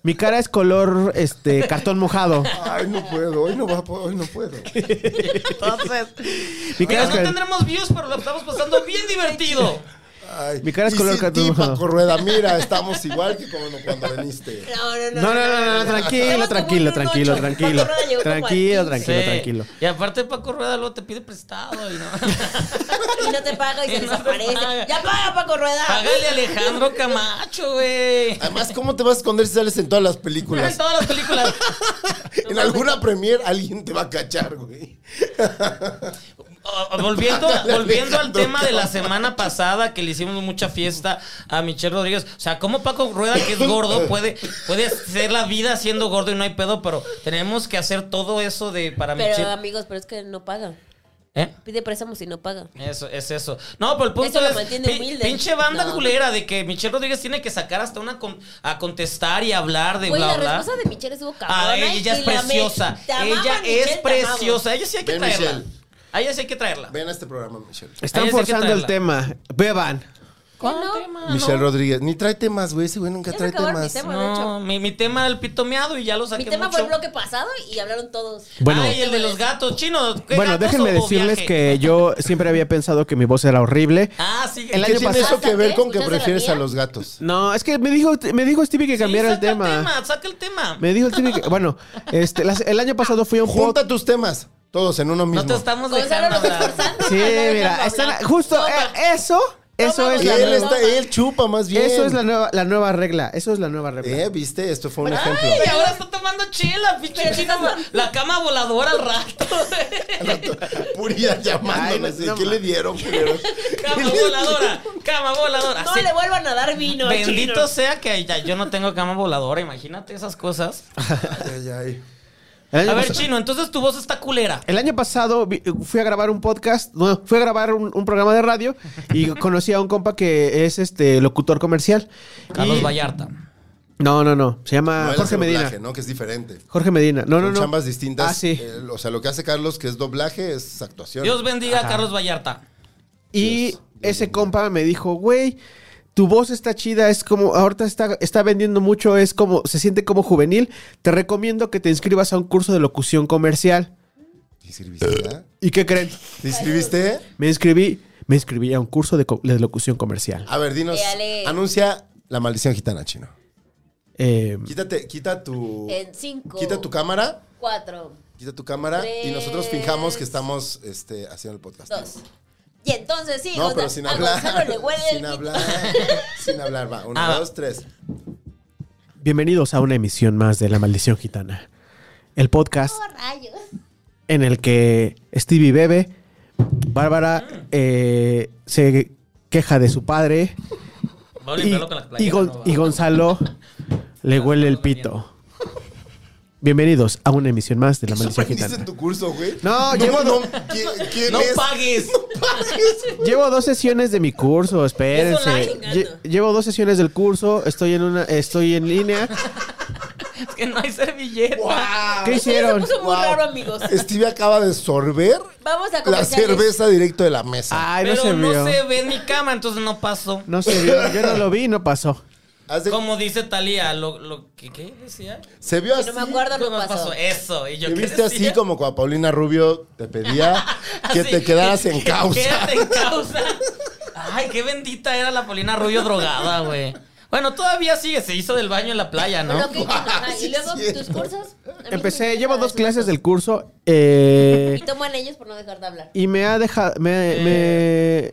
Speaker 3: mi cara es color este cartón mojado.
Speaker 2: Ay, no puedo. Hoy no, va, hoy no puedo.
Speaker 1: Entonces,
Speaker 3: Mi cara
Speaker 1: mira,
Speaker 3: es
Speaker 1: no
Speaker 3: color-
Speaker 1: tendremos views, pero lo estamos pasando bien divertido.
Speaker 2: Ay,
Speaker 3: Mi cara es
Speaker 2: y
Speaker 3: color
Speaker 2: sin
Speaker 3: cartón
Speaker 2: ti,
Speaker 3: mojado.
Speaker 2: Paco Rueda, mira, estamos igual que como cuando viniste.
Speaker 4: No, no, no.
Speaker 3: No, no, no, no, no, tranquilo,
Speaker 4: Estamos
Speaker 3: tranquilo,
Speaker 4: como en
Speaker 3: tranquilo,
Speaker 4: un
Speaker 3: tranquilo.
Speaker 4: ocho. Llegó como al
Speaker 3: Tranquilo,
Speaker 4: 15.
Speaker 3: tranquilo, tranquilo.
Speaker 1: Y aparte Paco Rueda luego te pide prestado y no.
Speaker 4: Y no te paga y
Speaker 1: Y
Speaker 4: se
Speaker 1: no te paga.
Speaker 4: desaparece. Ya paga, Paco Rueda.
Speaker 1: Págale a Alejandro Camacho, güey.
Speaker 2: Además, ¿cómo te vas a esconder si sales en todas las
Speaker 1: En
Speaker 2: películas?
Speaker 1: todas las películas.
Speaker 2: En alguna premier alguien te va a cachar, güey.
Speaker 1: O- o Volviendo,
Speaker 2: Págale a
Speaker 1: volviendo al
Speaker 2: Alejandro
Speaker 1: tema de la
Speaker 2: Camacho.
Speaker 1: semana pasada que le hicimos mucha fiesta a Michelle Rodríguez. O sea, ¿cómo Paco Rueda, que es gordo, puede, puede hacer la vida siendo gordo y no hay pedo? Pero tenemos que hacer todo eso de para
Speaker 4: Pero
Speaker 1: Michelle.
Speaker 4: amigos, pero es que no paga.
Speaker 1: ¿Eh?
Speaker 4: Pide préstamos y no paga.
Speaker 1: Eso, es eso. No, pero el punto
Speaker 4: Eso lo
Speaker 1: es.
Speaker 4: mantiene
Speaker 1: pi-
Speaker 4: humilde.
Speaker 1: pinche banda
Speaker 4: No.
Speaker 1: culera de que Michelle Rodríguez tiene que sacar hasta una con- a contestar y hablar de
Speaker 4: Güey,
Speaker 1: bla
Speaker 4: la
Speaker 1: bla.
Speaker 4: respuesta de Michelle estuvo cabrona.
Speaker 1: Ah, ella
Speaker 4: y
Speaker 1: es
Speaker 4: la me-
Speaker 1: preciosa.
Speaker 4: Te amaba,
Speaker 1: Ella
Speaker 4: Michelle,
Speaker 1: es
Speaker 4: te
Speaker 1: preciosa. Ella sí hay que
Speaker 2: Ven,
Speaker 1: traerla.
Speaker 2: Michelle.
Speaker 1: A ella sí hay que traerla.
Speaker 2: Ven a este programa, Michelle.
Speaker 1: Ahí
Speaker 3: Están
Speaker 1: es de que
Speaker 3: forzando el
Speaker 1: traerla.
Speaker 3: tema. Beban.
Speaker 4: amaba. ¿Qué no?
Speaker 2: Michelle Rodríguez. Ni trae temas, güey. Ese güey nunca
Speaker 4: Ya se
Speaker 2: trae
Speaker 4: acabaron
Speaker 2: temas.
Speaker 4: mis temas. de
Speaker 1: No,
Speaker 4: hecho.
Speaker 1: mi, mi tema el pitomeado y ya lo saqué
Speaker 4: Mi tema
Speaker 1: mucho.
Speaker 4: fue el bloque pasado y hablaron todos.
Speaker 3: Bueno.
Speaker 1: Ay, el de los gatos, chino. ¿qué
Speaker 3: Bueno,
Speaker 1: gatos
Speaker 3: déjenme
Speaker 1: o- o
Speaker 3: decirles
Speaker 1: viaje?
Speaker 3: que yo siempre había pensado que mi voz era horrible.
Speaker 1: Ah, sí.
Speaker 3: El
Speaker 2: ¿Qué
Speaker 3: año
Speaker 2: tiene
Speaker 3: pasado-
Speaker 2: eso que ver con que
Speaker 4: ¿Escuchaste la
Speaker 2: prefieres a
Speaker 4: mía?
Speaker 2: los gatos?
Speaker 3: No, es que me dijo, me dijo Stevie que
Speaker 1: Sí,
Speaker 3: cambiara el
Speaker 1: saca
Speaker 3: tema.
Speaker 1: Saca el tema.
Speaker 3: Me dijo el Stevie que, bueno, este, las- el año pasado fui a un podcast.
Speaker 2: Junta tus temas. Todos en uno mismo.
Speaker 1: No te estamos
Speaker 4: Gonzalo
Speaker 1: dejando
Speaker 4: nos está
Speaker 1: hablar.
Speaker 4: forzando.
Speaker 3: Sí,
Speaker 4: No dejamos
Speaker 3: mira,
Speaker 4: hablar.
Speaker 3: están, justo eh, eso, eso
Speaker 4: Toma,
Speaker 3: es
Speaker 2: él,
Speaker 3: la
Speaker 4: Gonzalo.
Speaker 3: nueva,
Speaker 2: está, él chupa más bien.
Speaker 3: eso es la nueva, la nueva regla, eso es la nueva regla.
Speaker 2: Eh, viste, esto fue un
Speaker 1: Ay,
Speaker 2: ejemplo.
Speaker 1: ahora está tomando chela, pinche chino. La cama voladora al rato.
Speaker 2: Puría llamándonos.
Speaker 3: Ay, no, no
Speaker 2: ¿Qué
Speaker 3: ma-
Speaker 2: le dieron, culeros? ¿Qué
Speaker 1: Cama
Speaker 2: le
Speaker 1: voladora. Cama voladora.
Speaker 4: No
Speaker 1: Así.
Speaker 4: le vuelvan a dar vino. al
Speaker 1: Bendito
Speaker 4: chino.
Speaker 1: sea que ya yo no tengo cama voladora. Imagínate esas cosas.
Speaker 2: Ay, ay, ay.
Speaker 3: El año
Speaker 1: A ver,
Speaker 3: pasado-
Speaker 1: chino, entonces tu voz está culera.
Speaker 3: El año pasado vi- fui a grabar un podcast, no, fui a grabar un, un programa de radio y conocí a un compa que es este locutor comercial.
Speaker 1: Carlos
Speaker 3: Y-
Speaker 1: Vallarta.
Speaker 3: No, no, no, se llama
Speaker 2: No, él
Speaker 3: Ah, Jorge
Speaker 2: hace
Speaker 3: Medina.
Speaker 2: doblaje, ¿no? Que es diferente.
Speaker 3: Jorge Medina. No, no,
Speaker 2: Son
Speaker 3: no.
Speaker 2: chambas distintas.
Speaker 3: Ah, sí.
Speaker 2: Eh, o sea, lo que hace Carlos, que es doblaje, es actuación.
Speaker 1: Dios bendiga a Carlos Vallarta.
Speaker 3: Y ese compa me dijo, güey, tu voz está chida, es como, ahorita está, está vendiendo mucho, es como, se siente como juvenil. Te recomiendo que te inscribas a un curso de locución comercial.
Speaker 2: ¿Te inscribiste? verdad?
Speaker 3: ¿Y qué creen?
Speaker 2: ¿Te inscribiste?
Speaker 3: Me inscribí, me inscribí a un curso de, co- de locución comercial.
Speaker 2: A ver, dinos.
Speaker 4: Eh, Ale.
Speaker 2: Anuncia la maldición gitana, chino.
Speaker 3: Eh,
Speaker 2: Quítate, quita tu.
Speaker 4: En cinco.
Speaker 2: Quita tu cámara.
Speaker 4: Cuatro.
Speaker 2: Quita tu cámara. Y nosotros
Speaker 4: Tres.
Speaker 2: fijamos que estamos este, haciendo el podcast.
Speaker 4: Dos. Y entonces sí,
Speaker 2: No,
Speaker 4: Gonza-
Speaker 2: pero sin
Speaker 4: a
Speaker 2: hablar.
Speaker 4: Gonzalo le huele el
Speaker 2: sin
Speaker 4: pito.
Speaker 2: hablar. sin hablar, va. Uno,
Speaker 1: Ah, va.
Speaker 2: dos, tres.
Speaker 3: bienvenidos a una emisión más de La Maldición Gitana. El podcast
Speaker 4: ¡Oh, rayos!
Speaker 3: en el que Stevie bebe, Bárbara eh, se queja de su padre.
Speaker 1: Voy a
Speaker 3: y,
Speaker 1: limpiarlo con la
Speaker 3: y
Speaker 1: playera,
Speaker 3: Gon-
Speaker 1: no va.
Speaker 3: y Gonzalo le huele el pito. Bienvenidos a una emisión más de La
Speaker 2: ¿Eso
Speaker 3: Maldición
Speaker 2: aprendiste en
Speaker 3: Gitana.
Speaker 2: tu curso, güey?
Speaker 3: No, llevo, do-
Speaker 2: no. ¿Qui- ¿Quién
Speaker 1: No
Speaker 2: es?
Speaker 1: pagues.
Speaker 3: llevo dos sesiones de mi curso, espérense.
Speaker 4: Eso la-
Speaker 3: Lle- llevo dos sesiones del curso, estoy en una, estoy en línea.
Speaker 1: Es que no hay servilleta.
Speaker 2: Ah,
Speaker 3: ¿Qué
Speaker 4: Se
Speaker 3: hicieron?
Speaker 4: puso muy
Speaker 2: Wow.
Speaker 4: raro, amigos.
Speaker 2: Stevie acaba de sorber
Speaker 4: Vamos a
Speaker 2: la
Speaker 4: comerciales.
Speaker 2: cerveza directo de la mesa.
Speaker 3: Ay, no
Speaker 1: Pero
Speaker 3: se vio.
Speaker 1: no se ve en mi cama, entonces no pasó.
Speaker 3: No se vio. Yo no lo vi, no pasó.
Speaker 2: Haz de-
Speaker 1: Como dice Talía, lo, lo que ¿qué decía.
Speaker 2: Se vio
Speaker 4: Que
Speaker 2: así.
Speaker 4: no me acuerdo, no
Speaker 1: ¿Cómo
Speaker 4: pasó.
Speaker 1: Eso. Y yo
Speaker 2: Te
Speaker 1: ¿qué
Speaker 2: viste así
Speaker 1: decía?
Speaker 2: como cuando Paulina Rubio te pedía que
Speaker 1: Así,
Speaker 2: te quedaras en causa.
Speaker 1: Quédate en causa. Ay, qué bendita era la Polina Rubio drogada, güey. Bueno, todavía sigue, se hizo del baño en la playa, ¿no?
Speaker 4: Bueno, ok, bueno, ajá,
Speaker 2: Sí,
Speaker 4: y luego
Speaker 2: es cierto.
Speaker 4: tus cursos. A mí
Speaker 3: Empecé,
Speaker 4: me
Speaker 3: llevo
Speaker 4: encanta
Speaker 3: dos
Speaker 4: eso.
Speaker 3: clases del curso eh,
Speaker 4: Y toman ellos por no dejar de hablar.
Speaker 3: y me ha dejado, me,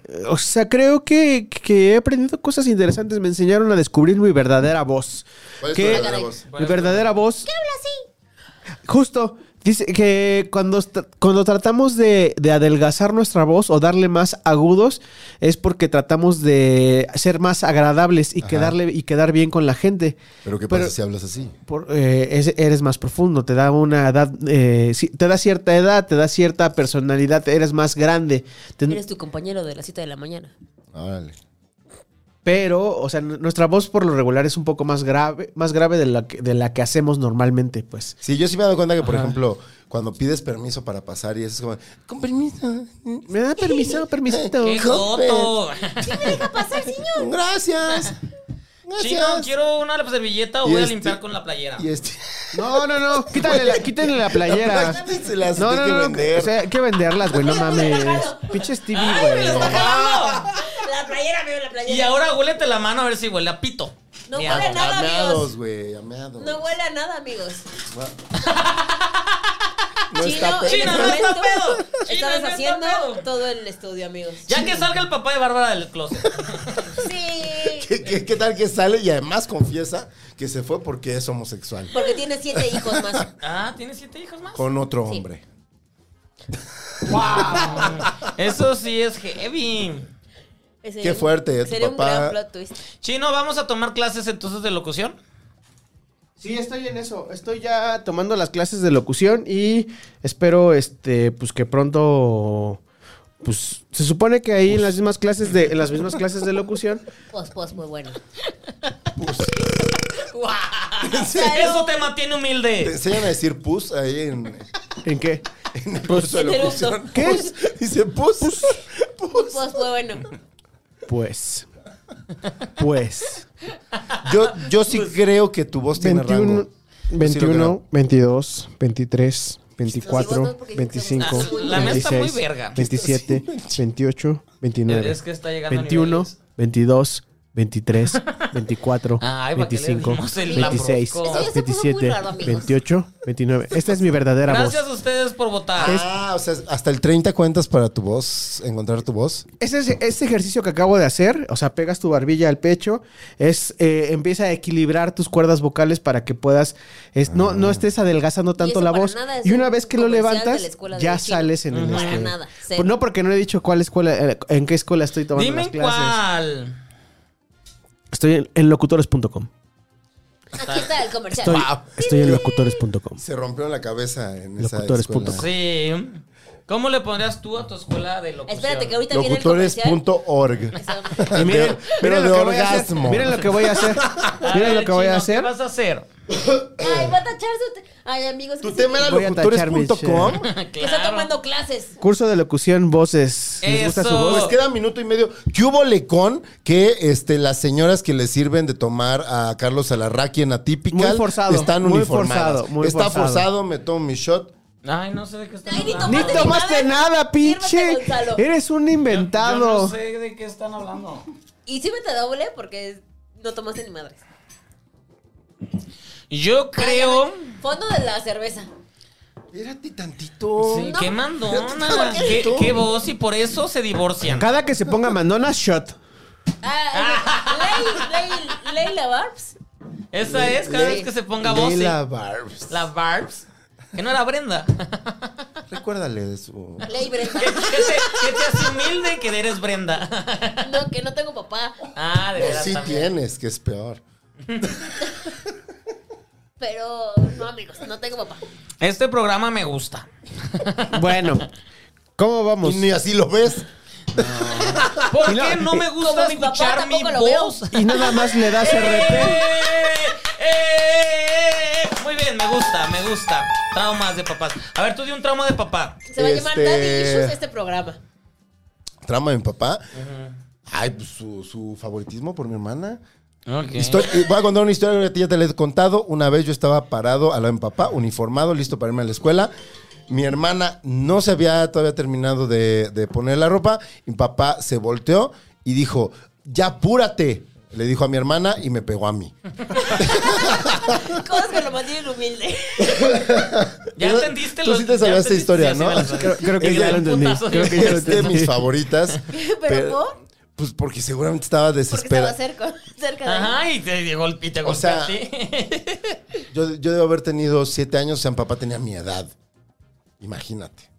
Speaker 3: me- o sea, creo que, que he aprendido cosas interesantes. Me enseñaron a descubrir mi verdadera voz.
Speaker 2: ¿Cuál es tu
Speaker 3: ¿Qué?
Speaker 2: verdadera voz?
Speaker 1: ¿Cuál
Speaker 3: Mi
Speaker 1: es tu-
Speaker 3: verdadera voz. ¿Qué habla así? Justo. Dice que cuando, est- cuando tratamos de, de adelgazar nuestra voz o darle más agudos es porque tratamos de ser más agradables y,
Speaker 2: Ajá.
Speaker 3: quedarle, y quedar bien con la gente.
Speaker 2: Pero ¿qué pasa
Speaker 3: Pero-
Speaker 2: si hablas así?
Speaker 3: Por, eh, es- eres más profundo, te da una edad, eh, sí, te da cierta edad, te da cierta personalidad, eres más grande. Ten-
Speaker 4: Eres tu compañero de la cita de la mañana.
Speaker 2: Órale.
Speaker 3: pero, o sea, n- nuestra voz por lo regular es un poco más grave, más grave de la que, de la que hacemos normalmente, pues.
Speaker 2: Sí, yo sí me he dado cuenta que, por ejemplo, cuando pides permiso para pasar y eso es como, con permiso.
Speaker 3: Me da permiso, permisito.
Speaker 1: ¡Qué joto!
Speaker 2: Gracias.
Speaker 1: Chino,
Speaker 2: Gracias.
Speaker 1: quiero una servilleta o
Speaker 2: Y
Speaker 1: voy a
Speaker 2: este-
Speaker 1: limpiar con la playera.
Speaker 2: Y este.
Speaker 3: No, no, no, quítale la, quítenle la playera.
Speaker 2: La playera se las
Speaker 3: no,
Speaker 2: tiene
Speaker 3: no,
Speaker 2: que
Speaker 3: no,
Speaker 2: vender.
Speaker 3: o sea, hay que venderlas, güey, no mames. Pinche Stevie, güey.
Speaker 1: ¡Ah!
Speaker 4: La playera, amigo, la playera.
Speaker 1: Y ahora huélete la mano a ver si huele a pito.
Speaker 4: No
Speaker 1: Ni
Speaker 4: huele
Speaker 1: a-
Speaker 4: a nada, amigos.
Speaker 2: Ameados, güey, ameados.
Speaker 4: No huele a nada, amigos.
Speaker 2: No está
Speaker 4: en
Speaker 2: pe-
Speaker 1: Chino,
Speaker 4: este
Speaker 1: no está
Speaker 4: momento,
Speaker 1: pedo. Chino, no
Speaker 4: Estamos
Speaker 1: está
Speaker 4: haciendo
Speaker 1: pedo.
Speaker 4: todo el estudio, amigos.
Speaker 1: Ya que salga el papá de Bárbara del closet.
Speaker 4: Sí.
Speaker 2: ¿Qué, qué, qué tal que sale? Y además confiesa que se fue porque es homosexual.
Speaker 4: Porque tiene siete hijos más.
Speaker 1: Ah, ¿tiene siete hijos más?
Speaker 2: Con otro
Speaker 4: Sí.
Speaker 2: hombre.
Speaker 1: Eso sí es heavy.
Speaker 4: Ese-
Speaker 2: Qué fuerte, tu
Speaker 4: Sería
Speaker 2: papá-
Speaker 4: un gran plot twist.
Speaker 1: Chino, ¿vamos a tomar clases entonces de locución?
Speaker 3: Sí, estoy en eso. Estoy ya tomando las clases de locución y espero, este, pues que pronto, pues se supone que ahí en las mismas clases de, en las mismas clases de locución.
Speaker 4: Pues, pues, muy bueno.
Speaker 1: Eso te mantiene
Speaker 2: Te
Speaker 1: humilde.
Speaker 2: enseñan a decir pus ahí en,
Speaker 3: ¿En qué?
Speaker 2: en el
Speaker 3: Pus.
Speaker 2: curso de locución.
Speaker 3: ¿Qué?
Speaker 2: Pus. Dice pus. Pus.
Speaker 4: Pues, muy bueno.
Speaker 3: Pues, pues,
Speaker 2: Yo, yo sí creo que tu voz tiene
Speaker 3: 21,
Speaker 2: rango. Yo sí lo
Speaker 3: 21,
Speaker 2: creo.
Speaker 3: 22, 23,
Speaker 4: Sí, vos
Speaker 3: 24,
Speaker 4: no, porque
Speaker 3: 25,
Speaker 4: estamos muy-
Speaker 1: La mía está muy
Speaker 3: 26,
Speaker 1: verga.
Speaker 3: 27, 28, 29.
Speaker 1: Es que está llegando a
Speaker 3: 21,
Speaker 1: niveles.
Speaker 3: 22, 23, 24,
Speaker 1: Ay, ¿para qué le
Speaker 3: 25,
Speaker 1: dimos el
Speaker 3: 26,
Speaker 1: labrosco?
Speaker 4: Eso ya se puso muy
Speaker 3: 27,
Speaker 4: raro, amigos.
Speaker 3: 28, 29. Esta es mi verdadera
Speaker 1: Gracias
Speaker 3: voz.
Speaker 1: a ustedes por votar.
Speaker 2: Ah, o sea, hasta el 30 cuentas para tu voz, encontrar tu voz.
Speaker 3: Ese es- este ejercicio que acabo de hacer, o sea, pegas tu barbilla al pecho, es eh, empieza a equilibrar tus cuerdas vocales para que puedas, es- no, no estés adelgazando tanto
Speaker 4: eso
Speaker 3: la
Speaker 4: para
Speaker 3: voz.
Speaker 4: nada es
Speaker 3: Y una
Speaker 4: un
Speaker 3: vez que lo
Speaker 4: comercial de la
Speaker 3: levantas,
Speaker 4: escuela de
Speaker 3: ya
Speaker 4: Chino.
Speaker 3: sales en el...
Speaker 4: Para
Speaker 3: este-
Speaker 4: nada,
Speaker 3: Pues
Speaker 4: cero.
Speaker 3: no, porque no he dicho cuál escuela, eh, en qué escuela estoy tomando
Speaker 1: Dime
Speaker 3: las
Speaker 1: en
Speaker 3: clases.
Speaker 1: cuál.
Speaker 3: Estoy en, en locutores.com.
Speaker 4: Aquí está el comercial.
Speaker 3: Estoy, estoy en locutores.com.
Speaker 2: Se rompió la cabeza en esa
Speaker 3: Locutores
Speaker 2: escuela.
Speaker 3: punto com.
Speaker 1: Sí. ¿Cómo le pondrías tú a tu escuela de locución?
Speaker 4: Espérate, que ahorita viene
Speaker 2: Locutores.org.
Speaker 4: el comercial.
Speaker 3: Y miren,
Speaker 2: Pero- pero
Speaker 3: miren
Speaker 2: de
Speaker 3: lo que voy a hacer,
Speaker 2: orgasmo.
Speaker 3: Miren lo que voy a hacer.
Speaker 1: A
Speaker 3: Miren
Speaker 1: ver,
Speaker 3: lo que voy a
Speaker 1: Chino,
Speaker 3: hacer.
Speaker 1: ¿Qué vas a hacer?
Speaker 4: Ay, va a tachar su... te- Ay, amigos, que,
Speaker 2: Tu
Speaker 4: sí,
Speaker 2: tema era
Speaker 3: Voy a tachar mi
Speaker 2: locutores.com.
Speaker 4: que está tomando clases.
Speaker 3: Curso de locución, voces. ¿Les gusta su
Speaker 1: Eso.
Speaker 3: voz?
Speaker 2: Pues queda minuto y medio. ¿Qué hubo lecón que este, las señoras que le sirven de tomar a Carlos Alarraqui en Atypical
Speaker 3: Muy forzado,
Speaker 2: están
Speaker 3: muy
Speaker 2: uniformadas?
Speaker 3: forzado, muy
Speaker 2: Está
Speaker 3: forzado.
Speaker 2: me tomo mi shot.
Speaker 1: Ay, no sé de qué están
Speaker 4: Ay, ni
Speaker 1: hablando.
Speaker 3: Ni
Speaker 4: Tómate
Speaker 3: tomaste
Speaker 4: mi madre.
Speaker 3: nada, pinche.
Speaker 4: Sírvete, Gonzalo.
Speaker 3: Eres un
Speaker 1: Yo-
Speaker 3: inventado.
Speaker 1: Yo, no sé de qué están hablando.
Speaker 4: Y sí me te doble porque no tomaste ni madres.
Speaker 1: Yo creo.
Speaker 4: Fondo de la cerveza.
Speaker 2: Espérate tantito.
Speaker 1: Sí, qué mandona.
Speaker 2: ¿Por
Speaker 1: ¿Qué,
Speaker 2: qué tú?
Speaker 1: qué voz y por eso se divorcian.
Speaker 3: Cada que se ponga mandona, shot.
Speaker 4: Ah, Ley- Ley- Leila Barbs.
Speaker 1: Esa es cada vez que se ponga voz.
Speaker 2: Leila Barbs.
Speaker 1: La Barbs. Que no era Brenda.
Speaker 2: Recuérdale de su.
Speaker 4: Ley Brenda.
Speaker 1: que, que te, que te hace humilde que eres Brenda.
Speaker 4: No, que no tengo papá.
Speaker 1: ah, de verdad.
Speaker 2: Sí
Speaker 1: también.
Speaker 2: tienes, que es peor.
Speaker 4: Pero no, amigos, no tengo papá.
Speaker 1: Este programa me gusta.
Speaker 3: Bueno, ¿cómo vamos?
Speaker 2: Y ni así lo ves.
Speaker 1: ¿Por
Speaker 3: Y no-
Speaker 1: qué no me gusta
Speaker 4: Como mi papá,
Speaker 1: escuchar mi
Speaker 4: tampoco lo veo.
Speaker 1: voz?
Speaker 3: Y nada más le das RP.
Speaker 1: ¡Eh! ¡Eh! Muy bien, me gusta, me gusta. Traumas de papás. A ver, tú di un trauma de papá.
Speaker 4: Se va a llamar
Speaker 2: Este-
Speaker 4: Daddy Issues este programa.
Speaker 2: Trama de mi papá. Ay, pues, su, su favoritismo por mi hermana.
Speaker 1: Okay.
Speaker 2: Histo- eh, voy a contar una historia que ya te la he contado. Una vez yo estaba parado a la empapá, uniformado, listo para irme a la escuela. Mi hermana no se había todavía terminado de, de poner la ropa. Mi papá se volteó y dijo, ya apúrate. Le dijo a mi hermana y me pegó a mí.
Speaker 4: Cosas que lo mantienen humilde.
Speaker 1: Ya
Speaker 2: Tú-
Speaker 1: entendiste
Speaker 2: Tú
Speaker 1: los-
Speaker 2: sí te
Speaker 1: ya
Speaker 2: sabías
Speaker 1: entendiste,
Speaker 2: esta historia,
Speaker 1: sí, sí
Speaker 2: ¿no?
Speaker 1: me la sabes.
Speaker 3: Creo- creo que
Speaker 1: Es
Speaker 3: ya
Speaker 1: de
Speaker 3: lo entendí.
Speaker 1: putazo,
Speaker 3: Creo que
Speaker 1: ya-
Speaker 3: ya lo
Speaker 2: es de mis favoritas.
Speaker 4: ¿Pero por?
Speaker 2: Pues porque seguramente estaba
Speaker 4: Porque estaba
Speaker 2: desesperada.
Speaker 4: cerca, cerca de él.
Speaker 1: Ajá, y te, gol- y te
Speaker 2: O sea,
Speaker 1: golpeaste.
Speaker 2: Yo, yo debo haber tenido siete años, o sea, mi papá tenía mi edad. Imagínate.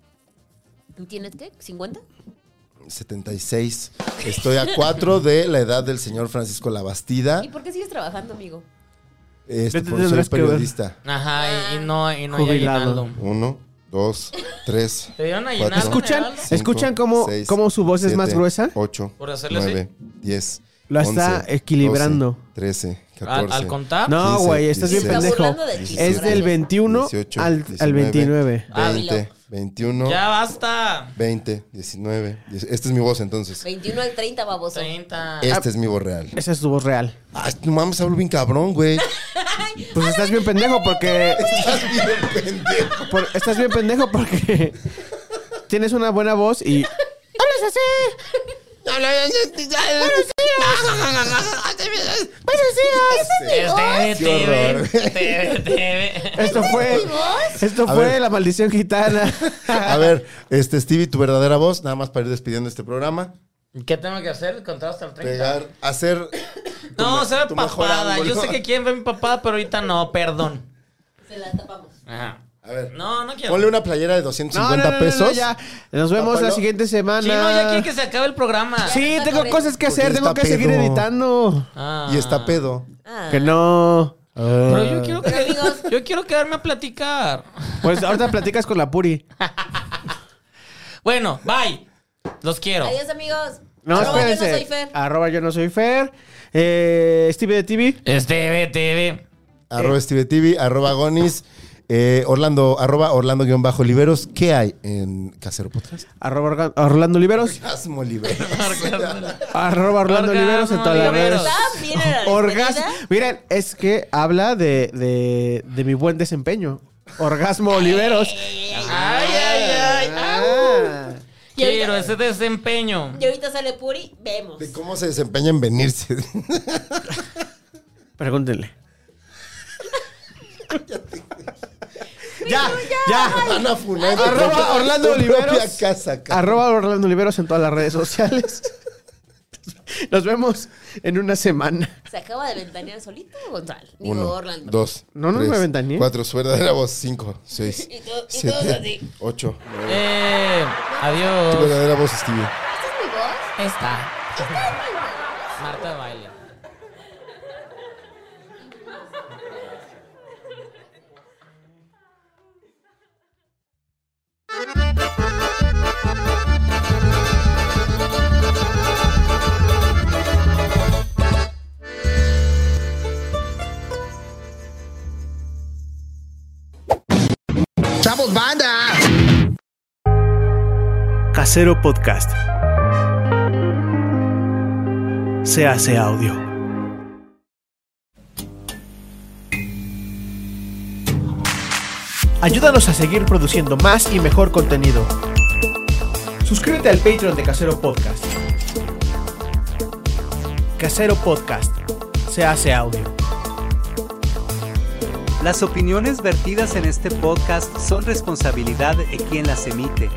Speaker 4: ¿Tienes qué? ¿50?
Speaker 2: 76. Estoy a cuatro de la edad del señor Francisco Labastida.
Speaker 4: ¿Y por qué sigues trabajando, amigo?
Speaker 2: Este,
Speaker 3: Vete,
Speaker 2: por soy
Speaker 3: tendrás que ver.
Speaker 2: periodista.
Speaker 1: Ajá, y, y no, y no
Speaker 3: Jubilado.
Speaker 1: llenarlo.
Speaker 2: Uno, dos, tres.
Speaker 1: Te dieron a
Speaker 2: Cuatro.
Speaker 1: llenar.
Speaker 3: ¿Escuchan? ¿Escuchan cómo- cómo su voz es más gruesa?
Speaker 2: 8,
Speaker 1: Por hacerle así.
Speaker 2: 9, 10.
Speaker 3: Lo está equilibrando.
Speaker 2: 13, 14.
Speaker 1: Ah, Al, al contar.
Speaker 3: No,
Speaker 2: Quince,
Speaker 3: güey, estás bien
Speaker 2: dieciséis,
Speaker 3: pendejo.
Speaker 4: burlando de ti,
Speaker 3: Es del
Speaker 4: Brian.
Speaker 3: 21
Speaker 2: 18,
Speaker 3: al, al 29.
Speaker 2: 20, 21,
Speaker 1: Ya basta.
Speaker 2: 20, 19. diez- Esta este es mi voz entonces.
Speaker 4: 21 al 30, baboso.
Speaker 1: 30.
Speaker 2: Esta es mi voz real.
Speaker 3: Esa es tu voz real.
Speaker 2: Ay, no mames, hablo bien cabrón, güey.
Speaker 3: Pues estás bien pendejo porque.
Speaker 2: Estás bien pendejo.
Speaker 3: por- estás bien pendejo porque. Tienes una buena voz y.
Speaker 1: Este,
Speaker 2: Qué horror.
Speaker 1: te- te- te-
Speaker 3: Esto fue. Esto
Speaker 2: A
Speaker 3: fue
Speaker 2: ver.
Speaker 3: la maldición gitana.
Speaker 2: A ver, este Stevie, tu verdadera voz, nada más para ir despidiendo este programa.
Speaker 1: ¿Qué tengo que hacer? Contar hasta el 30.
Speaker 2: Pegar, hacer.
Speaker 1: No, se ve
Speaker 2: tu mejor
Speaker 1: papada.
Speaker 2: ángulo.
Speaker 1: Yo sé que quieren ver mi papada, pero ahorita no, perdón.
Speaker 4: Se la tapamos.
Speaker 1: Ajá.
Speaker 2: A ver,
Speaker 1: No, no quiero.
Speaker 2: ponle una playera de
Speaker 3: No, no, no,
Speaker 2: 250
Speaker 3: no, no,
Speaker 2: pesos.
Speaker 3: ya. Nos vemos
Speaker 2: Tápalo.
Speaker 3: la siguiente semana.
Speaker 1: Sí, no, ya quieren que se acabe el programa.
Speaker 3: Sí, tengo cosas que
Speaker 2: Porque
Speaker 3: hacer. Tengo
Speaker 2: está
Speaker 3: que seguir
Speaker 2: pedo.
Speaker 3: editando.
Speaker 1: Ah.
Speaker 2: Y está pedo.
Speaker 4: Ah.
Speaker 3: Que no.
Speaker 2: Ah.
Speaker 1: Pero yo quiero, que-
Speaker 4: Pero, amigos.
Speaker 1: yo quiero quedarme a platicar.
Speaker 3: Pues ahorita platicas con la Puri.
Speaker 1: Bueno, bye. Los quiero.
Speaker 4: Adiós, amigos.
Speaker 3: No,
Speaker 4: Arroba, yo
Speaker 3: espérense.
Speaker 4: no soy Fer.
Speaker 3: Arroba yo no soy Fer. Eh, Steve de TV.
Speaker 1: Este, TV.
Speaker 2: Arroba Stevie TV, arroba Gonis. eh, Orlando, arroba Orlando-Liberos. ¿Qué hay en Casero Podcast?
Speaker 3: Arroba Orga- Orlando Oliveros.
Speaker 2: Orgasmo Liberos.
Speaker 3: Arroba Orlando
Speaker 1: Orgasmo
Speaker 3: Oliveros en todas las redes.
Speaker 1: Oliveros.
Speaker 4: ¿Estás bien en la
Speaker 3: Orgasmo.
Speaker 4: despedida?
Speaker 3: Miren, es que habla de, de, de mi buen desempeño. Orgasmo Oliveros.
Speaker 1: Ay, ay, ay.
Speaker 3: Ah.
Speaker 4: Y ahorita-
Speaker 1: Quiero ese desempeño.
Speaker 4: Y ahorita sale Puri, vemos.
Speaker 2: De cómo se desempeña en venirse.
Speaker 3: Pregúntenle. ya, ya.
Speaker 2: Van a funar de
Speaker 3: Arroba
Speaker 2: propia-
Speaker 3: Orlando
Speaker 2: de propia
Speaker 3: Oliveros.
Speaker 2: casa, cabrón.
Speaker 3: Arroba Orlando Oliveros en todas las redes sociales. Nos vemos en una semana.
Speaker 4: ¿Se acaba de ventanear solito, Gonzalo? Digo,
Speaker 2: Uno,
Speaker 4: Orlando.
Speaker 2: dos,
Speaker 3: No, no
Speaker 2: tres,
Speaker 3: me ventaneé.
Speaker 2: cuatro, su verdadera voz, cinco, seis,
Speaker 4: Y todo- y todos
Speaker 2: siete,
Speaker 4: así.
Speaker 2: ocho, nueve.
Speaker 1: Eh,
Speaker 2: Tu
Speaker 1: adiós.
Speaker 2: verdadera voz, Stevie.
Speaker 4: ¿Esta es mi voz?
Speaker 1: Esta.
Speaker 4: ¿Esta es mi voz?
Speaker 1: Marta de baile.
Speaker 5: Casero Podcast. Se hace audio.
Speaker 6: Ayúdanos a seguir produciendo más y mejor contenido. Suscríbete al Patreon de Casero Podcast.
Speaker 5: Casero Podcast. Se hace audio.
Speaker 7: Las opiniones vertidas en este podcast son responsabilidad de quien las emite.